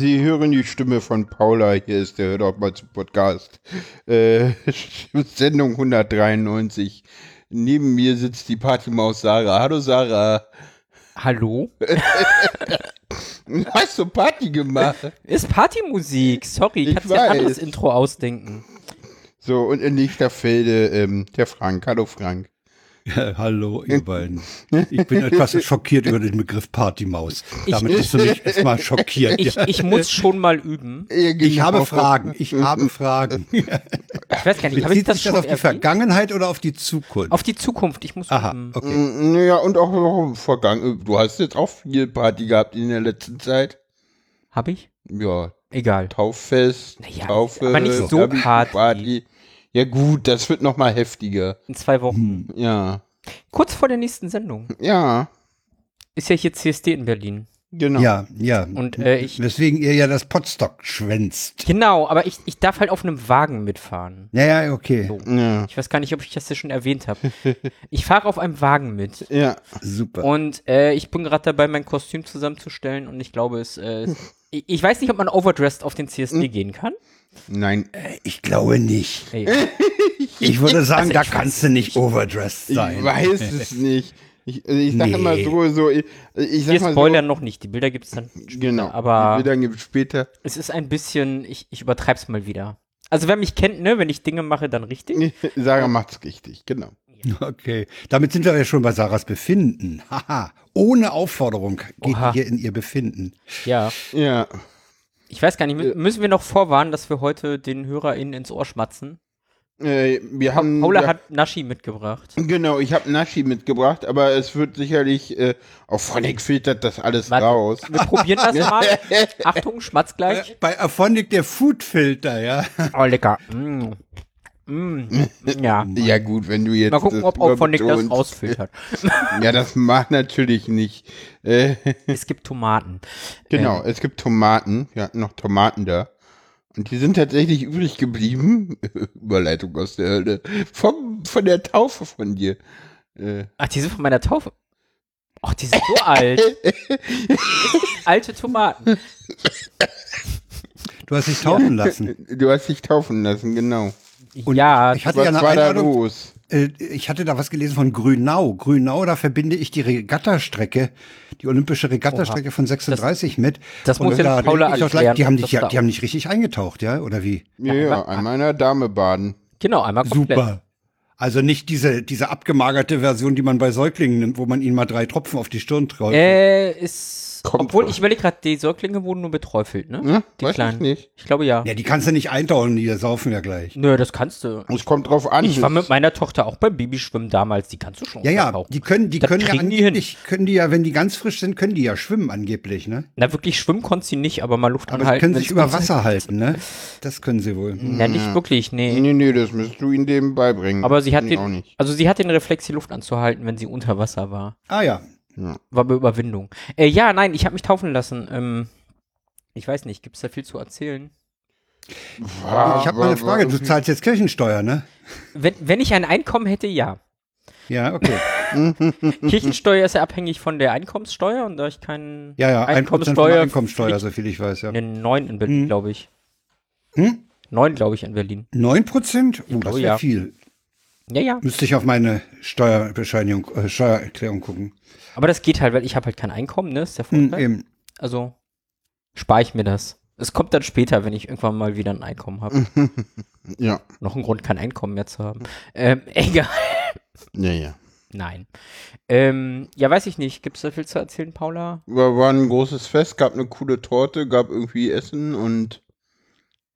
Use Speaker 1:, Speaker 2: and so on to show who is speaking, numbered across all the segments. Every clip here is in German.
Speaker 1: die Stimme von Paula. Hier ist der Hör doch mal zum Podcast. Äh, Sendung 193. Neben mir sitzt die Partymaus Sarah. Hallo Sarah.
Speaker 2: Hallo?
Speaker 1: Hast du Party gemacht?
Speaker 2: Ist Partymusik. Sorry,
Speaker 1: Ich
Speaker 2: ich kann mir ein anderes
Speaker 1: weiß.
Speaker 2: Intro ausdenken.
Speaker 1: So, und in Lichterfelde ähm, der Frank. Hallo Frank.
Speaker 3: Ja, Äh, hallo, ihr beiden. Ich bin etwas schockiert über den Begriff Partymaus. Damit hast du mich erstmal schockiert.
Speaker 2: Ich,
Speaker 3: ja.
Speaker 2: ich muss schon mal üben.
Speaker 1: Ihr
Speaker 3: ich habe
Speaker 1: genau.
Speaker 3: Fragen. Ich habe Fragen.
Speaker 2: Hm. Ich weiß gar nicht, habe ich
Speaker 3: Bezieht
Speaker 2: das
Speaker 3: sich
Speaker 2: schon
Speaker 3: auf die
Speaker 2: erwähnt?
Speaker 3: Vergangenheit oder auf die Zukunft?
Speaker 2: Auf Hm. die Zukunft. Ich muss
Speaker 3: Aha,
Speaker 2: üben.
Speaker 3: okay.
Speaker 1: Mm, Ja, und auch noch im Vergangen. Du hast jetzt auch viel Party gehabt in der letzten Zeit.
Speaker 2: Habe ich?
Speaker 1: Ja,
Speaker 2: Egal.
Speaker 1: Tauffest,
Speaker 2: Naja,
Speaker 1: Taufe,
Speaker 2: aber nicht so
Speaker 1: Abi-
Speaker 2: Party.
Speaker 1: Ja gut, das wird noch mal heftiger.
Speaker 2: In zwei
Speaker 3: Hm.
Speaker 2: Wochen.
Speaker 1: Ja,
Speaker 2: Kurz vor der nächsten Sendung.
Speaker 1: ja,
Speaker 2: Ist ja hier CSD in Berlin.
Speaker 1: genau.
Speaker 3: Ja, ja.
Speaker 2: Hm. Und äh, ich.
Speaker 3: Weswegen ihr ja das Potstock schwänzt.
Speaker 2: Genau, aber ich, ich darf halt auf einem Wagen mitfahren.
Speaker 3: Ja, ja, okay.
Speaker 2: So.
Speaker 1: Ja,
Speaker 2: Ich weiß gar nicht, ob ich das hier schon erwähnt habe. Ich fahre auf einem Wagen mit.
Speaker 1: ja.
Speaker 3: Super.
Speaker 2: Und äh, ich bin gerade dabei, mein Kostüm zusammenzustellen und ich glaube, es. Äh, es- ich, ich weiß nicht, ob man overdressed auf den CSD gehen kann.
Speaker 1: nein,
Speaker 3: Ich glaube nicht.
Speaker 2: Ey,
Speaker 3: Ich würde sagen,
Speaker 2: Also
Speaker 3: da kannst du nicht overdressed
Speaker 1: ich
Speaker 3: sein.
Speaker 1: weiß es nicht. Ich, also ich sag
Speaker 3: Nee.
Speaker 1: immer so, so ich, ich sag
Speaker 2: wir also
Speaker 1: mal
Speaker 2: spoilern noch nicht. Die Bilder gibt es dann.
Speaker 1: so, genau.
Speaker 2: aber-
Speaker 1: die Bilder gibt's später.
Speaker 2: Es ist ein bisschen. Ich, ich übertreib's mal wieder. Also, wer mich kennt, ne, wenn ich Dinge mache, dann richtig.
Speaker 1: Sarah macht's richtig, genau.
Speaker 3: Okay, damit sind wir ja schon bei Sarahs Befinden. Haha, ohne Aufforderung geht
Speaker 2: Oha.
Speaker 3: ihr in ihr Befinden.
Speaker 2: Ja.
Speaker 1: Ja,
Speaker 2: Ich weiß gar nicht, mü- müssen wir noch vorwarnen, dass wir heute den HörerInnen ins Ohr schmatzen?
Speaker 1: äh, wir haben
Speaker 2: Paula
Speaker 1: ja,
Speaker 2: hat Naschi mitgebracht.
Speaker 1: genau. Ich habe Nashi mitgebracht, aber es wird sicherlich äh, auch Phonic filtert das alles
Speaker 2: Warte.
Speaker 1: raus.
Speaker 2: Wir probieren das mal. Achtung, schmatz gleich.
Speaker 3: Bei Aphonic der Foodfilter, ja.
Speaker 2: Oh, lecker. Mm. Mm. Ja.
Speaker 1: Ja gut, wenn du jetzt
Speaker 2: Mal gucken,
Speaker 1: das
Speaker 2: ob auch von Nick das
Speaker 1: überbetonst.
Speaker 2: rausfiltert.
Speaker 1: Ja, das mag natürlich nicht. Äh,
Speaker 2: es gibt Tomaten.
Speaker 1: genau,
Speaker 2: Ähm.
Speaker 1: es gibt Tomaten. Wir hatten noch Tomaten da. Und die sind tatsächlich übrig geblieben. Überleitung aus der Hölle. Vom, von der Taufe von dir.
Speaker 2: Ach, die sind von meiner Taufe. Ach, die sind so alt. Alte Tomaten.
Speaker 3: Du hast dich taufen lassen.
Speaker 1: Du hast dich taufen lassen, genau.
Speaker 2: ja,
Speaker 3: Ich hatte
Speaker 1: Was
Speaker 3: ja eine
Speaker 1: war da
Speaker 3: Einladung.
Speaker 1: los?
Speaker 3: Äh, ich hatte da was gelesen von Grünau. Grünau, da verbinde ich die Regattastrecke, die olympische Regattastrecke von 36 mit.
Speaker 2: das muss ja
Speaker 3: da
Speaker 2: die Paula
Speaker 3: denk ich doch
Speaker 2: erklären,
Speaker 3: gleich, die haben dich
Speaker 2: dass
Speaker 3: ja,
Speaker 2: da-
Speaker 3: die haben nicht richtig eingetaucht, ja, oder wie?
Speaker 1: Ja, ja einmal einer Dame baden.
Speaker 2: genau, einmal komplett.
Speaker 3: Super. Also nicht diese, diese abgemagerte Version, die man bei Säuglingen nimmt, wo man ihnen mal drei Tropfen auf die Stirn träuft.
Speaker 2: Äh, ist.
Speaker 1: Kommt
Speaker 2: obwohl,
Speaker 1: wohl.
Speaker 2: ich überlege gerade, die Säuglinge wurden nur beträufelt, ne?
Speaker 1: Ne?
Speaker 2: Die
Speaker 1: Weiß
Speaker 2: kleinen.
Speaker 1: ich nicht.
Speaker 2: Ich glaube ja.
Speaker 3: Ja, die kannst du nicht eintauchen, die saufen ja gleich.
Speaker 2: Nö, das kannst du.
Speaker 1: Es kommt drauf an.
Speaker 2: Ich war mit meiner Tochter auch beim Babyschwimmen damals, die kannst du schon
Speaker 3: Ja, ja,
Speaker 2: untertauchen.
Speaker 3: die können, die
Speaker 2: Das
Speaker 3: können ja
Speaker 2: kriegen die hin.
Speaker 3: angeblich, können die ja, wenn die ganz frisch sind, können die ja schwimmen angeblich, ne?
Speaker 2: Na, wirklich schwimmen konnte sie nicht, aber mal Luft
Speaker 3: Aber sie
Speaker 2: anhalten.
Speaker 3: können
Speaker 2: wenn's
Speaker 3: sich über
Speaker 2: gut ist.
Speaker 3: Wasser halten, ne? Das können sie wohl.
Speaker 2: Na, nicht wirklich, nee.
Speaker 1: nee, nee, das müsst du ihnen dem beibringen.
Speaker 2: Aber sie hat
Speaker 1: Nee, auch
Speaker 2: den,
Speaker 1: nicht.
Speaker 2: also sie hat den Reflex, die Luft anzuhalten, wenn sie unter Wasser war.
Speaker 3: Ah ja,
Speaker 2: War bei Überwindung. Äh, ja, nein, ich habe mich taufen lassen. Ähm, ich weiß nicht, gibt's da viel zu erzählen?
Speaker 1: Ah,
Speaker 3: ich habe mal eine Frage. Du zahlst jetzt Kirchensteuer, ne?
Speaker 2: Wenn, wenn ich ein Einkommen hätte, ja.
Speaker 3: Ja, okay.
Speaker 2: Kirchensteuer ist ja abhängig von der Einkommenssteuer und da ich keinen
Speaker 3: Ja, ja, 1% von der Mhm.
Speaker 2: Einkommenssteuer,
Speaker 3: Einkommensteuer, so viel ich weiß, ja.
Speaker 2: einen neun in Berlin, glaube ich.
Speaker 3: Hm?
Speaker 2: Neun, glaube ich, in Berlin.
Speaker 3: 9%? Oh, das
Speaker 2: glaube,
Speaker 3: wäre
Speaker 2: ja.
Speaker 3: viel.
Speaker 2: Ja, ja.
Speaker 3: Müsste ich auf meine Steuerbescheinigung, äh, Steuererklärung gucken.
Speaker 2: Aber das geht halt, weil ich habe halt kein Einkommen, ne? Ist der
Speaker 3: Hm,
Speaker 2: Vorteil.
Speaker 3: eben.
Speaker 2: Also spare ich mir das. Es kommt dann später, wenn ich irgendwann mal wieder ein Einkommen habe.
Speaker 3: Mhm.
Speaker 1: Ja,
Speaker 2: Noch ein Grund, kein Einkommen mehr zu haben. Ähm, egal.
Speaker 1: ja, ja.
Speaker 2: Nein. Ähm, ja, weiß ich nicht. Gibt es da viel zu erzählen, Paula?
Speaker 1: War, war ein großes Fest, gab eine coole Torte, gab irgendwie Essen und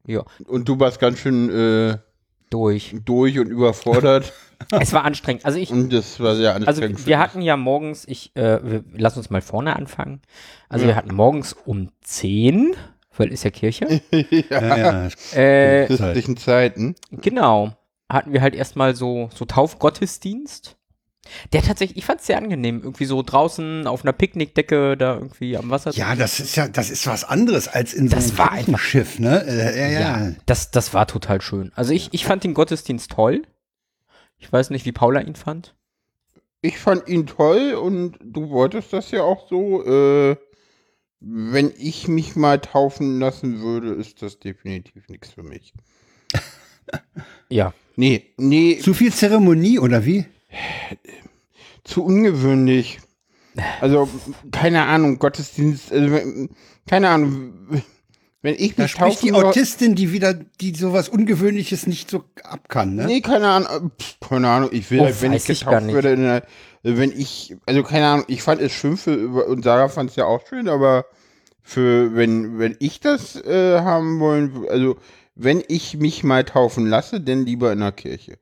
Speaker 2: Ja,
Speaker 1: und du warst ganz schön äh,
Speaker 2: durch.
Speaker 1: durch und überfordert
Speaker 2: es war anstrengend. Also ich,
Speaker 1: und das war sehr
Speaker 2: also
Speaker 1: anstrengend.
Speaker 2: wir hatten ja morgens, ich, äh, wir, lass uns mal vorne anfangen. Also wir hatten morgens um 10, weil ist ja Kirche.
Speaker 3: Ja, halt ja.
Speaker 2: äh,
Speaker 1: in christlichen Zeiten.
Speaker 2: genau. Hatten wir halt erstmal so, so Taufgottesdienst. Der tatsächlich, ich fand es sehr angenehm, irgendwie so draußen auf einer Picknickdecke, da irgendwie am Wasser. zu-
Speaker 3: ja, das ist ja, das ist was anderes als in so
Speaker 2: Das
Speaker 3: einem
Speaker 2: war einfach-
Speaker 3: Schiff, ne? Äh, ja, ja.
Speaker 2: Das, das war total schön. Also ich, ich fand den Gottesdienst toll. Ich weiß nicht, wie Paula ihn fand.
Speaker 1: Ich fand ihn toll und du wolltest das ja auch so. Äh, wenn ich mich mal taufen lassen würde, ist das definitiv nichts für mich.
Speaker 2: Ja.
Speaker 1: Nee, nee,
Speaker 3: Zu viel Zeremonie oder wie?
Speaker 1: zu ungewöhnlich. Also, keine Ahnung, Gottesdienst, also, wenn- keine Ahnung. Wenn ich
Speaker 3: Da
Speaker 1: mich
Speaker 3: spricht
Speaker 1: taufen
Speaker 3: die
Speaker 1: lasse.
Speaker 3: Autistin, die wieder, die sowas Ungewöhnliches nicht so ab kann, ne?
Speaker 1: Nee, keine Ahnung. äh, pf, Keine Ahnung. Ich will,
Speaker 2: Oh,
Speaker 1: halt, wenn ich
Speaker 2: weiß ich
Speaker 1: getauft
Speaker 2: gar nicht.
Speaker 1: würde, in einer, wenn ich, also keine Ahnung, ich fand es schön für, und Sarah fand es ja auch schön, aber für, wenn, wenn ich das äh, haben wollen, also wenn ich mich mal taufen lasse, dann lieber in der Kirche.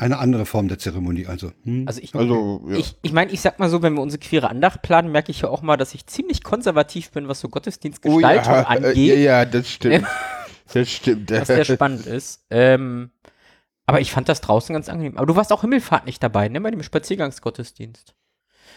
Speaker 3: Eine andere Form der Zeremonie, also. Hm.
Speaker 2: Also ich,
Speaker 1: Also, ja.
Speaker 2: ich, ich meine, ich sag mal so, wenn wir unsere queere Andacht planen, merke ich ja auch mal, dass ich ziemlich konservativ bin, was so
Speaker 1: Oh
Speaker 2: Gottesdienstgestaltung
Speaker 1: äh,
Speaker 2: angeht.
Speaker 1: ja, ja, das stimmt. das stimmt.
Speaker 2: was sehr spannend ist. Ähm, aber ich fand das draußen ganz angenehm. Aber du warst auch Himmelfahrt nicht dabei, ne? Bei dem Spaziergangsgottesdienst.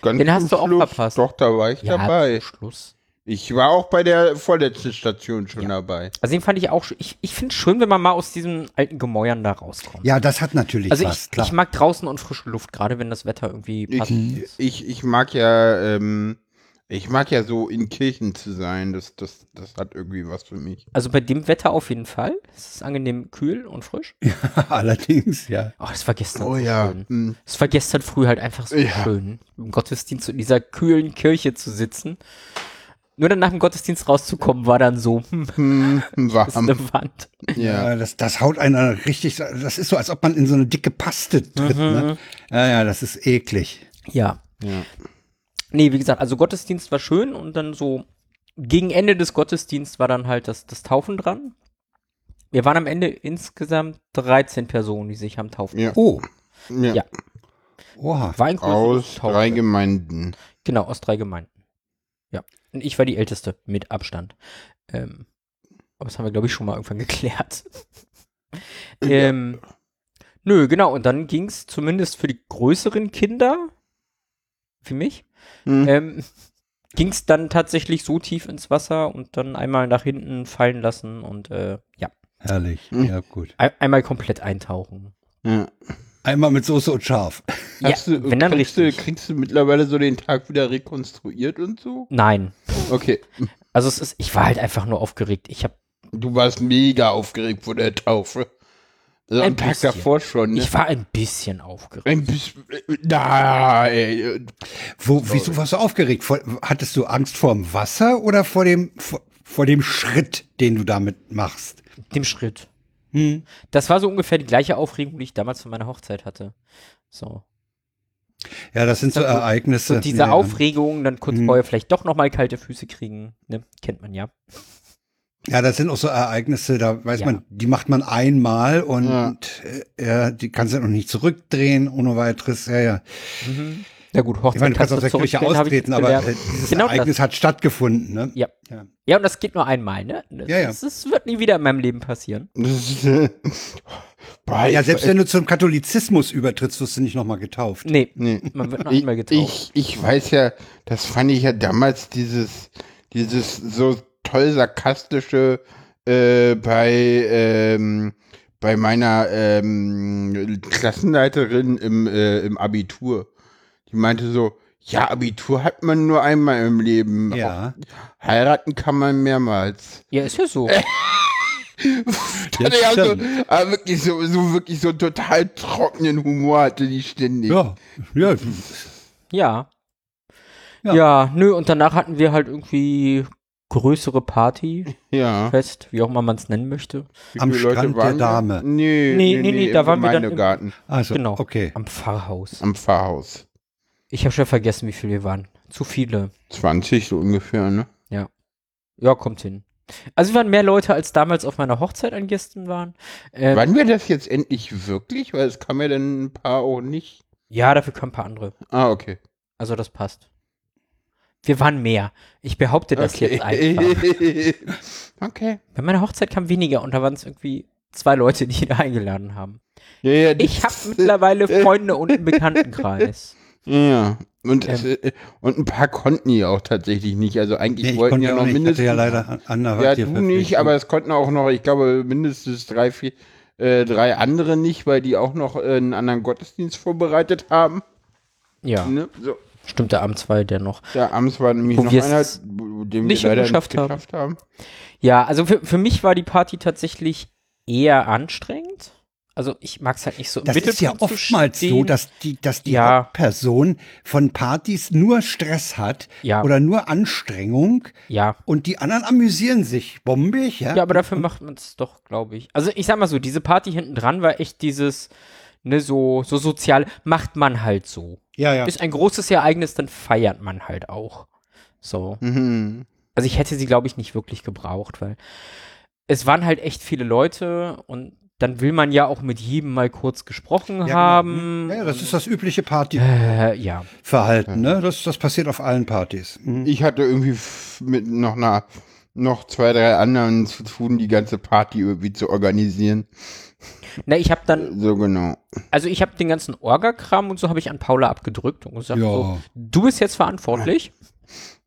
Speaker 1: Ganz
Speaker 2: den
Speaker 1: zum
Speaker 2: hast du auch
Speaker 1: Schluss.
Speaker 2: verpasst.
Speaker 1: Doch, da war ich dabei.
Speaker 2: zum Schluss.
Speaker 1: Ich war auch bei der vorletzten Station schon dabei.
Speaker 2: Also den fand ich auch, sch- ich, ich finde es schön, wenn man mal aus diesen alten Gemäuern da rauskommt.
Speaker 3: ja, das hat natürlich
Speaker 2: also
Speaker 3: was,
Speaker 2: ich,
Speaker 3: klar.
Speaker 2: ich mag draußen und frische Luft, gerade wenn das Wetter irgendwie passend
Speaker 1: Ich,
Speaker 2: ist.
Speaker 1: ich, ich mag ja, ähm, ich mag ja so in Kirchen zu sein. Das, das, das hat irgendwie was für mich.
Speaker 2: Also bei dem Wetter auf jeden Fall. Es ist angenehm kühl und frisch.
Speaker 3: Allerdings, ja.
Speaker 2: Ach, das war gestern
Speaker 1: Oh
Speaker 2: so
Speaker 1: ja.
Speaker 2: schön.
Speaker 1: mm.
Speaker 2: Es war gestern früh halt einfach so
Speaker 1: Ja.
Speaker 2: schön, im Gottesdienst in dieser kühlen Kirche zu sitzen. Nur dann nach dem Gottesdienst rauszukommen, war dann so, hm,
Speaker 1: Hm,
Speaker 2: ist
Speaker 1: warm.
Speaker 2: eine Wand.
Speaker 1: Ja.
Speaker 3: Ja, das, das haut einer richtig, das ist so, als ob man in so eine dicke Paste tritt, ne?
Speaker 2: Mhm.
Speaker 3: Ja, ja, das ist eklig.
Speaker 2: Ja.
Speaker 1: ja.
Speaker 2: Nee, wie gesagt, also Gottesdienst war schön und dann so gegen Ende des Gottesdienstes war dann halt das, das Taufen dran. Wir waren am Ende insgesamt 13 Personen, die sich haben taufen.
Speaker 1: Ja.
Speaker 3: Oh,
Speaker 1: ja.
Speaker 2: Ja.
Speaker 3: oha.
Speaker 2: War ein
Speaker 1: Aus
Speaker 2: größeres Taufen.
Speaker 1: drei Gemeinden.
Speaker 2: Genau, aus drei Gemeinden. Ja. Und ich war die Älteste, mit Abstand. Ähm, aber das haben wir, glaube ich, schon mal irgendwann geklärt. ähm, Nö, genau. Und dann ging es zumindest für die größeren Kinder, für mich,
Speaker 1: Hm.
Speaker 2: ähm, ging es dann tatsächlich so tief ins Wasser und dann einmal nach hinten fallen lassen und äh, ja,
Speaker 3: Herrlich. Ja, gut.
Speaker 2: ein, einmal komplett eintauchen.
Speaker 1: Ja.
Speaker 3: Einmal mit Soße und Scharf.
Speaker 1: Hast
Speaker 2: ja,
Speaker 1: du,
Speaker 2: wenn dann
Speaker 1: kriegst, du,
Speaker 2: richtig.
Speaker 1: kriegst du mittlerweile so den Tag wieder rekonstruiert und so?
Speaker 2: Nein.
Speaker 1: Okay.
Speaker 2: Also es ist, ich war halt einfach nur aufgeregt. Ich habe
Speaker 1: Du warst mega aufgeregt vor der Taufe. Also am
Speaker 2: Ein
Speaker 1: Tag
Speaker 2: bisschen.
Speaker 1: davor schon. Ne?
Speaker 2: ich war ein bisschen aufgeregt.
Speaker 1: Ein äh, bisschen. Nein.
Speaker 3: Wo, wieso warst du aufgeregt? Vor, hattest du Angst vor dem Wasser oder vor dem, vor, vor dem Schritt, den du damit machst? Hm?
Speaker 2: Dem Schritt. Das war so ungefähr die gleiche Aufregung, die ich damals von meiner Hochzeit hatte. So.
Speaker 3: Ja, das sind so
Speaker 2: Also,
Speaker 3: Ereignisse.
Speaker 2: So diese
Speaker 3: ja.
Speaker 2: Aufregung, dann kurz
Speaker 3: Mhm.
Speaker 2: vorher vielleicht doch nochmal kalte Füße kriegen. Ne? Kennt man ja.
Speaker 3: Ja, das sind auch so Ereignisse, da weiß
Speaker 2: Ja.
Speaker 3: man, die macht man einmal und
Speaker 1: Ja.
Speaker 3: äh, ja, die kannst du noch nicht zurückdrehen ohne weiteres. Ja, ja.
Speaker 2: Na gut,
Speaker 3: Mhm. Ich
Speaker 2: Hochzeit
Speaker 3: meine, du kannst aus
Speaker 2: kannst
Speaker 3: der
Speaker 2: du
Speaker 3: Kirche
Speaker 2: zurückdrehen, hab ich
Speaker 3: austreten, aber
Speaker 2: gelernt.
Speaker 3: äh, dieses
Speaker 2: Genau das.
Speaker 3: Ereignis hat stattgefunden. Ne?
Speaker 2: Ja.
Speaker 3: Ja.
Speaker 2: ja, und das geht nur einmal, ne? Das,
Speaker 3: Ja, ja.
Speaker 2: Das, wird nie wieder in meinem Leben passieren.
Speaker 1: äh, Boah,
Speaker 3: ja,
Speaker 1: ich-
Speaker 3: selbst wenn du zum Katholizismus übertrittst, wirst du nicht nochmal getauft.
Speaker 2: Nee,
Speaker 1: Nee.
Speaker 2: man wird noch
Speaker 1: Ich,
Speaker 2: einmal getauft.
Speaker 1: ich, ich weiß ja, das fand ich ja damals dieses, dieses so toll sarkastische äh, bei, ähm, bei meiner ähm, Klassenleiterin im, äh, im Abitur. Die meinte so, ja, Abitur hat man nur einmal im Leben.
Speaker 3: Ja.
Speaker 1: Auch heiraten kann man mehrmals.
Speaker 2: Ja, ist ja so.
Speaker 3: Äh.
Speaker 1: Hatte ja so,
Speaker 3: stimmt.
Speaker 1: aber wirklich so, so wirklich so einen total trockenen Humor hatte die ständig.
Speaker 3: Ja, ja,
Speaker 2: Ja.
Speaker 3: Ja.
Speaker 2: ja. nö, und danach hatten wir halt irgendwie größere Party,
Speaker 1: ja.
Speaker 2: Fest, wie auch immer man es nennen möchte.
Speaker 1: Wie
Speaker 3: Am
Speaker 1: viele Leute
Speaker 3: Strand der
Speaker 1: waren da?
Speaker 3: Dame.
Speaker 1: Nee,
Speaker 2: Nee, nee, nee, da
Speaker 1: im
Speaker 2: waren wir dann im-
Speaker 1: Gemeindegarten,
Speaker 3: also,
Speaker 2: Genau.
Speaker 3: okay.
Speaker 2: Am Pfarrhaus.
Speaker 1: am Pfarrhaus.
Speaker 2: Ich habe schon vergessen, wie viele wir waren. Zu viele.
Speaker 1: 20 so ungefähr, ne?
Speaker 2: Ja, kommt hin. Also wir waren mehr Leute, als damals auf meiner Hochzeit an Gästen waren. Ähm,
Speaker 1: Wann wir das jetzt endlich wirklich? Weil es kam ja dann ein paar auch nicht.
Speaker 2: ja, dafür kamen ein paar andere.
Speaker 1: Ah, okay.
Speaker 2: Also das passt. Wir waren mehr. Ich behaupte das
Speaker 1: okay.
Speaker 2: jetzt einfach.
Speaker 1: okay.
Speaker 2: Bei meiner Hochzeit kamen weniger und da waren es irgendwie zwei Leute, die da eingeladen haben.
Speaker 1: Ja, ja,
Speaker 2: Ich habe
Speaker 1: das-
Speaker 2: mittlerweile Freunde und einen Bekanntenkreis.
Speaker 1: Ja. Und, es,
Speaker 2: Ähm.
Speaker 1: äh, und ein paar konnten ja auch tatsächlich nicht. Also eigentlich
Speaker 3: Nee, ich
Speaker 1: wollten
Speaker 3: konnte
Speaker 1: ja
Speaker 3: ja
Speaker 1: noch
Speaker 3: auch nicht. Ich hatte
Speaker 1: mindestens.
Speaker 3: ja leider andere
Speaker 1: ja, du
Speaker 3: ne?
Speaker 1: nicht, aber es konnten auch noch, ich glaube, mindestens drei, vier, äh, drei andere nicht, weil die auch noch äh, einen anderen Gottesdienst vorbereitet haben.
Speaker 2: Ja,
Speaker 1: Ne? So.
Speaker 2: stimmt, der Abend zwei, der noch.
Speaker 1: Ja, abends war nämlich
Speaker 2: Wo
Speaker 1: noch
Speaker 2: wir
Speaker 1: einer,
Speaker 2: es-
Speaker 1: wo- den
Speaker 2: Nicht
Speaker 1: wir leider
Speaker 2: geschafft
Speaker 1: nicht
Speaker 2: haben.
Speaker 1: geschafft haben.
Speaker 2: Ja, also für, für mich war die Party tatsächlich eher anstrengend. Also ich mag es halt nicht so. im
Speaker 3: Das ist ja
Speaker 2: Mittelpunkt zu
Speaker 3: oftmals so,
Speaker 2: stehen.
Speaker 3: dass die, dass die
Speaker 2: Ja.
Speaker 3: Person von Partys nur Stress hat
Speaker 2: Ja.
Speaker 3: oder nur Anstrengung
Speaker 2: ja.
Speaker 3: und die anderen amüsieren sich bombig, ja? mhm.
Speaker 2: Ja, aber dafür macht man es doch, glaube ich. Also ich sag mal so, diese Party hinten dran war echt dieses, ne, so, so sozial, macht man halt so.
Speaker 3: ja. ja.
Speaker 2: Ist ein großes Ereignis, dann feiert man halt auch. So.
Speaker 1: Mhm.
Speaker 2: Also ich hätte sie, glaube ich, nicht wirklich gebraucht, weil es waren halt echt viele Leute und dann will man ja auch mit jedem mal kurz gesprochen
Speaker 3: genau.
Speaker 2: haben.
Speaker 3: Ja, das
Speaker 2: und-
Speaker 3: ist das übliche
Speaker 2: Äh, ja.
Speaker 3: Partyverhalten, ne? Das, das passiert auf allen Partys. Mhm.
Speaker 1: Ich hatte irgendwie f- mit noch einer, noch zwei, drei anderen zu tun, die ganze Party irgendwie zu organisieren.
Speaker 2: Na, ich habe dann,
Speaker 1: So genau.
Speaker 2: also ich habe den ganzen Orga-Kram und so habe ich an Paula abgedrückt und gesagt,
Speaker 3: Ja.
Speaker 2: so, du bist jetzt verantwortlich.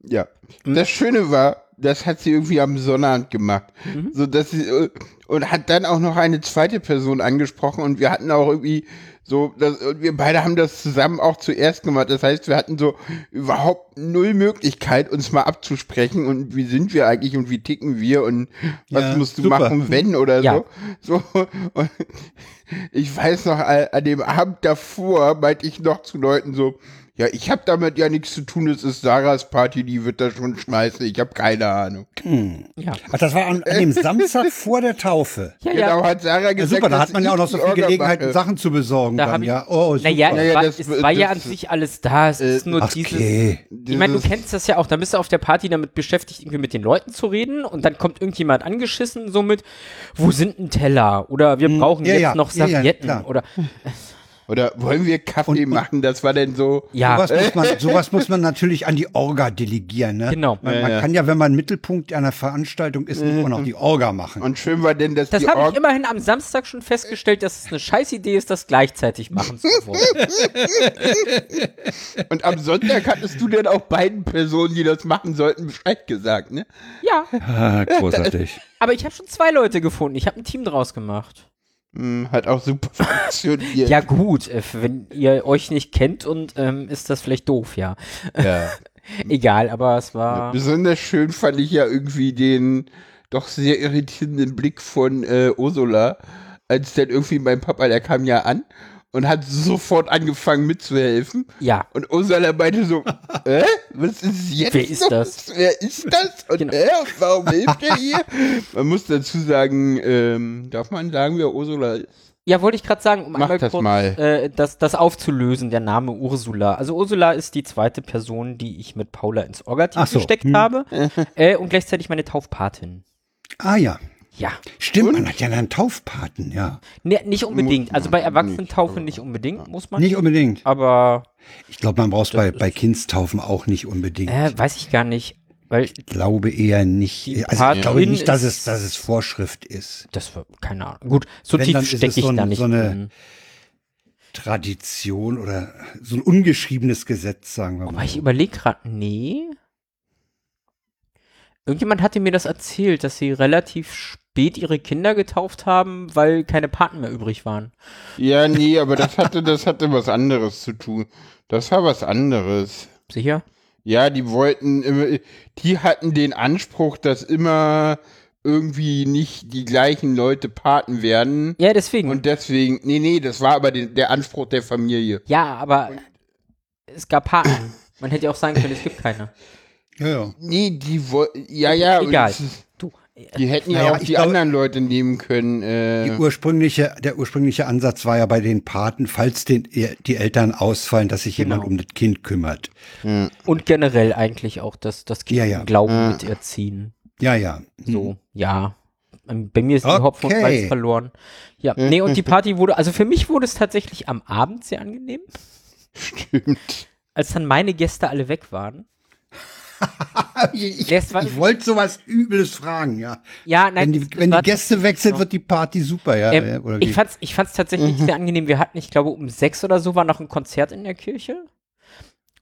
Speaker 1: Ja.
Speaker 3: Hm?
Speaker 1: Das Schöne war, das hat sie irgendwie am Sonnabend gemacht.
Speaker 3: Mhm.
Speaker 1: So dass sie äh, und hat dann auch noch eine zweite Person angesprochen und wir hatten auch irgendwie so das, und wir beide haben das zusammen auch zuerst gemacht. Das heißt, wir hatten so überhaupt null Möglichkeit uns mal abzusprechen und wie sind wir eigentlich und wie ticken wir und was
Speaker 3: Ja,
Speaker 1: musst du
Speaker 3: super.
Speaker 1: machen, wenn oder
Speaker 2: Ja.
Speaker 1: so. So und ich weiß noch, a- an dem Abend davor meinte ich noch zu Leuten so, ja, ich habe damit ja nichts zu tun, es ist Sarahs Party, die wird da schon schmeißen, ich habe keine Ahnung.
Speaker 2: Ja.
Speaker 3: Ach, das war an, an dem Samstag vor der Taufe.
Speaker 2: Ja, ja.
Speaker 1: genau, hat Sarah
Speaker 3: Ja,
Speaker 1: gesagt,
Speaker 3: super, da
Speaker 1: dass
Speaker 3: hat man ja auch noch so
Speaker 1: ich
Speaker 3: viel
Speaker 1: die Orga
Speaker 3: Gelegenheit,
Speaker 1: mache.
Speaker 3: Sachen zu besorgen.
Speaker 2: äh, Da
Speaker 3: dann,
Speaker 2: hab ich-
Speaker 3: ja. Oh, super.
Speaker 2: Naja,
Speaker 1: Naja,
Speaker 2: es war,
Speaker 1: das-
Speaker 2: es war ja an
Speaker 1: das-
Speaker 2: sich alles da. Es ist nur
Speaker 3: Äh, Ach,
Speaker 2: dieses.
Speaker 3: okay.
Speaker 2: Ich meine, du
Speaker 1: Dieses-
Speaker 2: kennst das ja auch. Dann bist du auf der Party damit beschäftigt, irgendwie mit den Leuten zu reden und dann kommt irgendjemand angeschissen, so mit, wo sind ein Teller? Oder wir brauchen
Speaker 3: Hm, ja,
Speaker 2: jetzt
Speaker 3: ja,
Speaker 2: noch
Speaker 3: ja, ja,
Speaker 2: Servietten.
Speaker 3: klar. Hm.
Speaker 2: oder
Speaker 1: Oder wollen wir Kaffee machen? Das war denn so.
Speaker 2: ja,
Speaker 3: Sowas, muss man, sowas muss man natürlich an die Orga delegieren. Ne?
Speaker 2: Genau.
Speaker 3: Man, man kann ja, wenn man Mittelpunkt einer Veranstaltung ist, nicht auch noch die Orga machen.
Speaker 1: Und schön war denn, dass
Speaker 2: das
Speaker 1: die
Speaker 2: habe
Speaker 1: Org-
Speaker 2: ich immerhin am Samstag schon festgestellt, dass es eine Scheißidee ist, das gleichzeitig machen zu wollen.
Speaker 1: Und am Sonntag hattest du denn auch beiden Personen, die das machen sollten, Bescheid gesagt, ne?
Speaker 2: ja,
Speaker 3: Ah, großartig.
Speaker 2: aber ich habe schon zwei Leute gefunden. Ich habe ein Team draus gemacht.
Speaker 1: Hm, hat auch super funktioniert.
Speaker 2: Ja gut, äh, wenn ihr euch nicht kennt und ähm, ist das vielleicht doof, ja.
Speaker 1: ja.
Speaker 2: Egal, aber es war.
Speaker 1: Besonders schön fand ich ja irgendwie den doch sehr irritierenden Blick von äh, Ursula, als dann irgendwie mein Papa, der kam ja an und hat sofort angefangen mitzuhelfen.
Speaker 2: Ja.
Speaker 1: Und Ursula meinte so, äh, was ist jetzt?
Speaker 2: Wer ist
Speaker 1: los?
Speaker 2: das?
Speaker 1: Wer ist das? Und
Speaker 2: Genau.
Speaker 1: äh, warum hilft er hier? Man muss dazu sagen, ähm, darf man sagen, wer Ursula ist?
Speaker 2: Ja, wollte ich gerade sagen, um einmal
Speaker 1: das
Speaker 2: kurz
Speaker 1: mal.
Speaker 2: Äh, das, das aufzulösen, der Name Ursula. Also Ursula ist die zweite Person, die ich mit Paula ins Orga-Team
Speaker 3: Ach so,
Speaker 2: gesteckt
Speaker 3: hm.
Speaker 2: habe äh, und gleichzeitig meine Taufpatin.
Speaker 3: Ah ja,
Speaker 2: Ja,
Speaker 3: stimmt, man hat ja einen Taufpaten, ja.
Speaker 2: ne, nicht unbedingt.
Speaker 1: Muss
Speaker 2: Also bei
Speaker 1: man
Speaker 2: Erwachsenentaufe nicht unbedingt, muss man.
Speaker 3: Nicht unbedingt.
Speaker 2: aber
Speaker 3: Ich glaube, man braucht es bei, bei Kindstaufen auch nicht unbedingt.
Speaker 2: äh, weiß ich gar nicht, weil
Speaker 3: glaube eher nicht. Also ich
Speaker 2: Patin
Speaker 3: glaube nicht, dass
Speaker 2: ist-
Speaker 3: es, dass es Vorschrift ist.
Speaker 2: das war keine Ahnung. Gut, so
Speaker 3: Wenn, dann
Speaker 2: tief
Speaker 3: ist es
Speaker 2: stecke ich
Speaker 3: so ein-
Speaker 2: da nicht
Speaker 3: so eine-
Speaker 2: drin.
Speaker 3: Tradition oder so ein ungeschriebenes Gesetz, sagen wir
Speaker 2: Aber
Speaker 3: mal.
Speaker 2: ich überlege gerade, nee. Irgendjemand hatte mir das erzählt, dass sie relativ spät ihre Kinder getauft haben, weil keine Paten mehr übrig waren.
Speaker 1: Ja, nee, aber das hatte, das hatte was anderes zu tun. Das war was anderes.
Speaker 2: Sicher?
Speaker 1: Ja, die wollten, immer- die hatten den Anspruch, dass immer irgendwie nicht die gleichen Leute Paten werden.
Speaker 2: Ja, deswegen.
Speaker 1: Und deswegen, nee, nee, das war aber den, der Anspruch der Familie.
Speaker 2: ja, aber es gab Paten. Man hätte ja auch sagen können, es gibt keine.
Speaker 3: Ja, ja.
Speaker 1: Nee, die wollten, ja, ja. und
Speaker 2: Egal.
Speaker 1: es ist-
Speaker 2: Du, äh,
Speaker 1: Die hätten ja,
Speaker 3: E-, Naja,
Speaker 1: auch
Speaker 3: ich
Speaker 1: die
Speaker 3: glaube-
Speaker 1: anderen Leute nehmen können.
Speaker 3: Die
Speaker 1: Äh,
Speaker 3: ursprüngliche, der ursprüngliche Ansatz war ja bei den Paten, falls den, äh, die Eltern ausfallen, dass sich jemand
Speaker 2: Genau.
Speaker 3: um das Kind kümmert.
Speaker 2: und generell eigentlich auch das, das Kind
Speaker 3: Ja, ja.
Speaker 2: im Glauben
Speaker 1: Mhm.
Speaker 2: miterziehen.
Speaker 3: Ja, ja.
Speaker 2: So, ja. Ähm, Bei mir ist
Speaker 3: Okay.
Speaker 2: die Hopfen und Malz verloren. Ja, nee, und die Party wurde, also für mich wurde es tatsächlich am Abend sehr angenehm,
Speaker 1: stimmt.
Speaker 2: als dann meine Gäste alle weg waren.
Speaker 3: Ich,
Speaker 2: Das war-
Speaker 3: ich wollte sowas Übles fragen, ja.
Speaker 2: Ja, nein,
Speaker 3: wenn die,
Speaker 2: es
Speaker 3: wenn die
Speaker 2: war-
Speaker 3: Gäste weg sind, wird die Party super, ja. ja,
Speaker 2: ähm,
Speaker 3: oder wie? Mhm.
Speaker 2: ich, fand's, ich fand's tatsächlich sehr angenehm. Wir hatten, ich glaube, um sechs oder so war noch ein Konzert in der Kirche.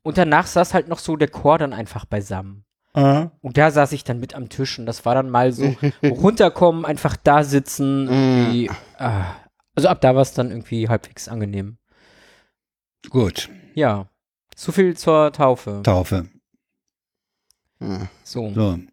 Speaker 2: Und danach saß halt noch so der Chor dann einfach beisammen.
Speaker 3: Aha.
Speaker 2: Und da saß ich dann mit am Tisch und das war dann mal so runterkommen, einfach da
Speaker 3: Mhm.
Speaker 2: sitzen. Irgendwie, ah. Also ab da war es dann irgendwie halbwegs angenehm.
Speaker 3: Gut,
Speaker 2: Ja. So viel zur Taufe.
Speaker 3: Taufe.
Speaker 1: Ja.
Speaker 2: So.
Speaker 3: So. Mhm.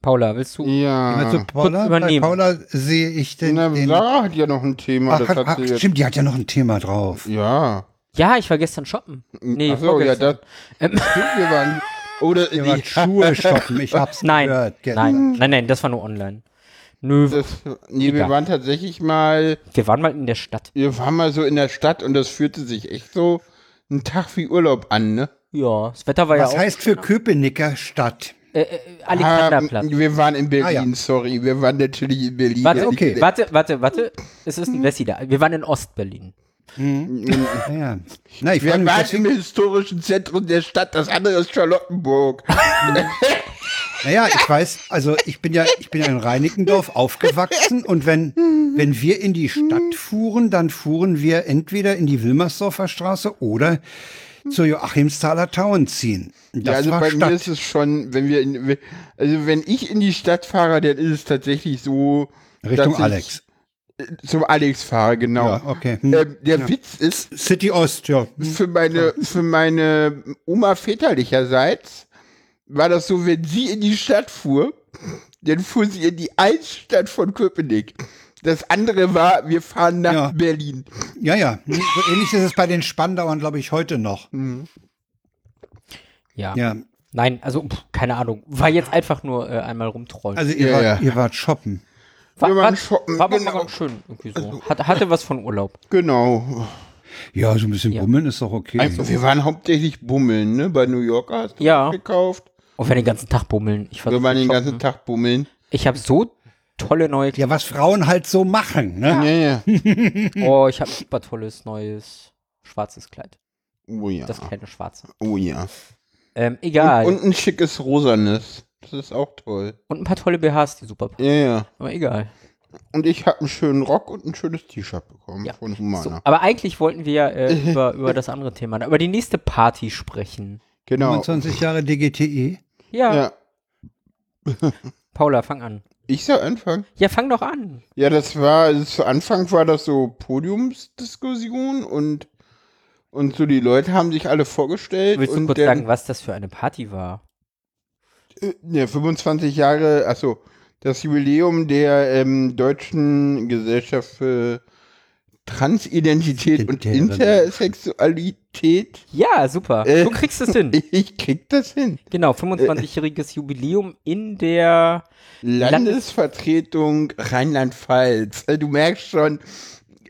Speaker 2: Paula, willst du?
Speaker 3: Gehen wir zu
Speaker 1: ja.
Speaker 3: Paula. Bei
Speaker 2: übernehmen.
Speaker 3: Paula sehe ich den.
Speaker 1: Ah. Na,
Speaker 3: den
Speaker 1: Sarah hat ja noch ein Thema.
Speaker 3: ach,
Speaker 1: das
Speaker 3: hat,
Speaker 1: hat
Speaker 3: ach,
Speaker 1: sie jetzt.
Speaker 3: stimmt, die hat ja noch ein Thema drauf.
Speaker 1: Ja.
Speaker 2: Ja, ich war gestern shoppen.
Speaker 3: Mhm.
Speaker 2: Nee,
Speaker 1: Ach so, ja, das.
Speaker 2: vorgestern. Ähm,
Speaker 1: Stimmt, wir waren. Oder
Speaker 3: Ihr wart Schuhe shoppen, ich hab's
Speaker 2: Nein,
Speaker 3: gehört. Gell.
Speaker 2: nein, nein, nein, das war nur online. Nö,
Speaker 1: das, nee, wir
Speaker 2: Egal.
Speaker 1: waren tatsächlich mal.
Speaker 2: wir waren mal in der Stadt.
Speaker 1: Wir waren mal so in der Stadt und das fühlte sich echt so einen Tag wie Urlaub an, ne?
Speaker 2: Ja, das Wetter war
Speaker 3: Was
Speaker 2: ja auch.
Speaker 3: heißt für Köpenicker Stadt?
Speaker 2: Äh, äh, Alekanderplatz.
Speaker 1: Ah, wir waren in Berlin,
Speaker 3: Ah, ja.
Speaker 1: sorry. Wir waren natürlich in Berlin.
Speaker 2: Warte,
Speaker 3: okay.
Speaker 2: warte, warte, warte. Es ist ein Wessi da. Wir waren in Ostberlin.
Speaker 3: Ja, ja. Na, ich frage
Speaker 1: Wir waren
Speaker 3: mich deswegen,
Speaker 1: im historischen Zentrum der Stadt, das andere ist Charlottenburg.
Speaker 3: naja, ich weiß, also ich bin ja, ich bin ja in Reinickendorf aufgewachsen und wenn, wenn wir in die Stadt fuhren, dann fuhren wir entweder in die Wilmersdorfer Straße oder zur Joachimsthaler Tauenziehen. Das
Speaker 1: ja, also
Speaker 3: war
Speaker 1: bei
Speaker 3: Stadt.
Speaker 1: mir ist es schon, wenn wir in, also wenn ich in die Stadt fahre, dann ist es tatsächlich so
Speaker 3: Richtung
Speaker 1: dass ich
Speaker 3: Alex.
Speaker 1: Zum Alex fahre, genau.
Speaker 3: Ja, okay. Hm.
Speaker 1: Ähm, der Witz ist,
Speaker 3: City Ost, ja.
Speaker 1: für meine, für meine Oma väterlicherseits war das so, wenn sie in die Stadt fuhr, dann fuhr sie in die Altstadt von Köpenick. Das andere war, wir fahren nach
Speaker 3: Ja.
Speaker 1: Berlin.
Speaker 3: Ja, ja. Hm, So ähnlich ist es bei den Spandauern, glaube ich, heute noch.
Speaker 1: Mhm.
Speaker 2: Ja.
Speaker 3: Ja.
Speaker 2: Nein, also pff, keine Ahnung. War jetzt einfach nur äh, einmal rumtrollen.
Speaker 3: Also ihr,
Speaker 1: Ja,
Speaker 3: wart,
Speaker 1: ja.
Speaker 3: ihr wart shoppen.
Speaker 2: war,
Speaker 1: wir
Speaker 2: war,
Speaker 1: waren shoppen,
Speaker 2: war aber
Speaker 1: genau.
Speaker 2: mal ganz schön. Irgendwie so. Hat, hatte was von Urlaub.
Speaker 1: Genau.
Speaker 3: Ja, so ein bisschen
Speaker 2: Ja.
Speaker 3: bummeln ist doch okay.
Speaker 1: Also, wir waren hauptsächlich bummeln, ne? Bei New Yorker hast du
Speaker 2: Ja.
Speaker 1: was gekauft.
Speaker 2: Und wir den ganzen Tag bummeln. Ich, war
Speaker 1: Wir
Speaker 2: so
Speaker 1: waren den
Speaker 2: shoppen.
Speaker 1: ganzen Tag bummeln.
Speaker 2: ich habe so tolle neue
Speaker 3: Ja, was Frauen halt so machen, ne?
Speaker 1: Ja, ja.
Speaker 2: Oh, ich habe ein super tolles neues schwarzes Kleid.
Speaker 1: Oh ja.
Speaker 2: Das kleine schwarze.
Speaker 1: Oh ja.
Speaker 2: Ähm, egal. Und,
Speaker 1: Und ein schickes rosanes. Das ist auch toll.
Speaker 2: ein paar tolle BHs, die super passen.
Speaker 1: Ja, ja.
Speaker 2: Aber egal.
Speaker 1: Und ich habe einen schönen Rock und ein schönes T-Shirt bekommen
Speaker 2: Ja.
Speaker 1: von
Speaker 2: So,
Speaker 1: Humana.
Speaker 2: aber eigentlich wollten wir ja äh, über, über das andere Thema, ne, über die nächste Party sprechen.
Speaker 1: Genau.
Speaker 3: 25 Jahre DGTE.
Speaker 2: Ja,
Speaker 1: Ja,
Speaker 2: Paula, fang an.
Speaker 1: ich soll anfangen.
Speaker 2: Ja, fang doch an.
Speaker 1: Ja, das war, also zu Anfang war das so Podiumsdiskussion und, und so die Leute haben sich alle vorgestellt.
Speaker 2: Willst
Speaker 1: und
Speaker 2: du kurz
Speaker 1: dann-
Speaker 2: sagen, was das für eine Party war?
Speaker 1: Äh, Ne, 25 Jahre, achso, das Jubiläum der ähm, Deutschen Gesellschaft für Transidentität und
Speaker 3: Identitären.
Speaker 1: Intersexualität.
Speaker 2: Ja, super.
Speaker 1: Äh.
Speaker 2: Du kriegst es hin.
Speaker 1: Ich äh. krieg das hin.
Speaker 2: Genau, 25-jähriges Jubiläum in der.
Speaker 1: Landesvertretung Rheinland-Pfalz. Äh, Du merkst schon,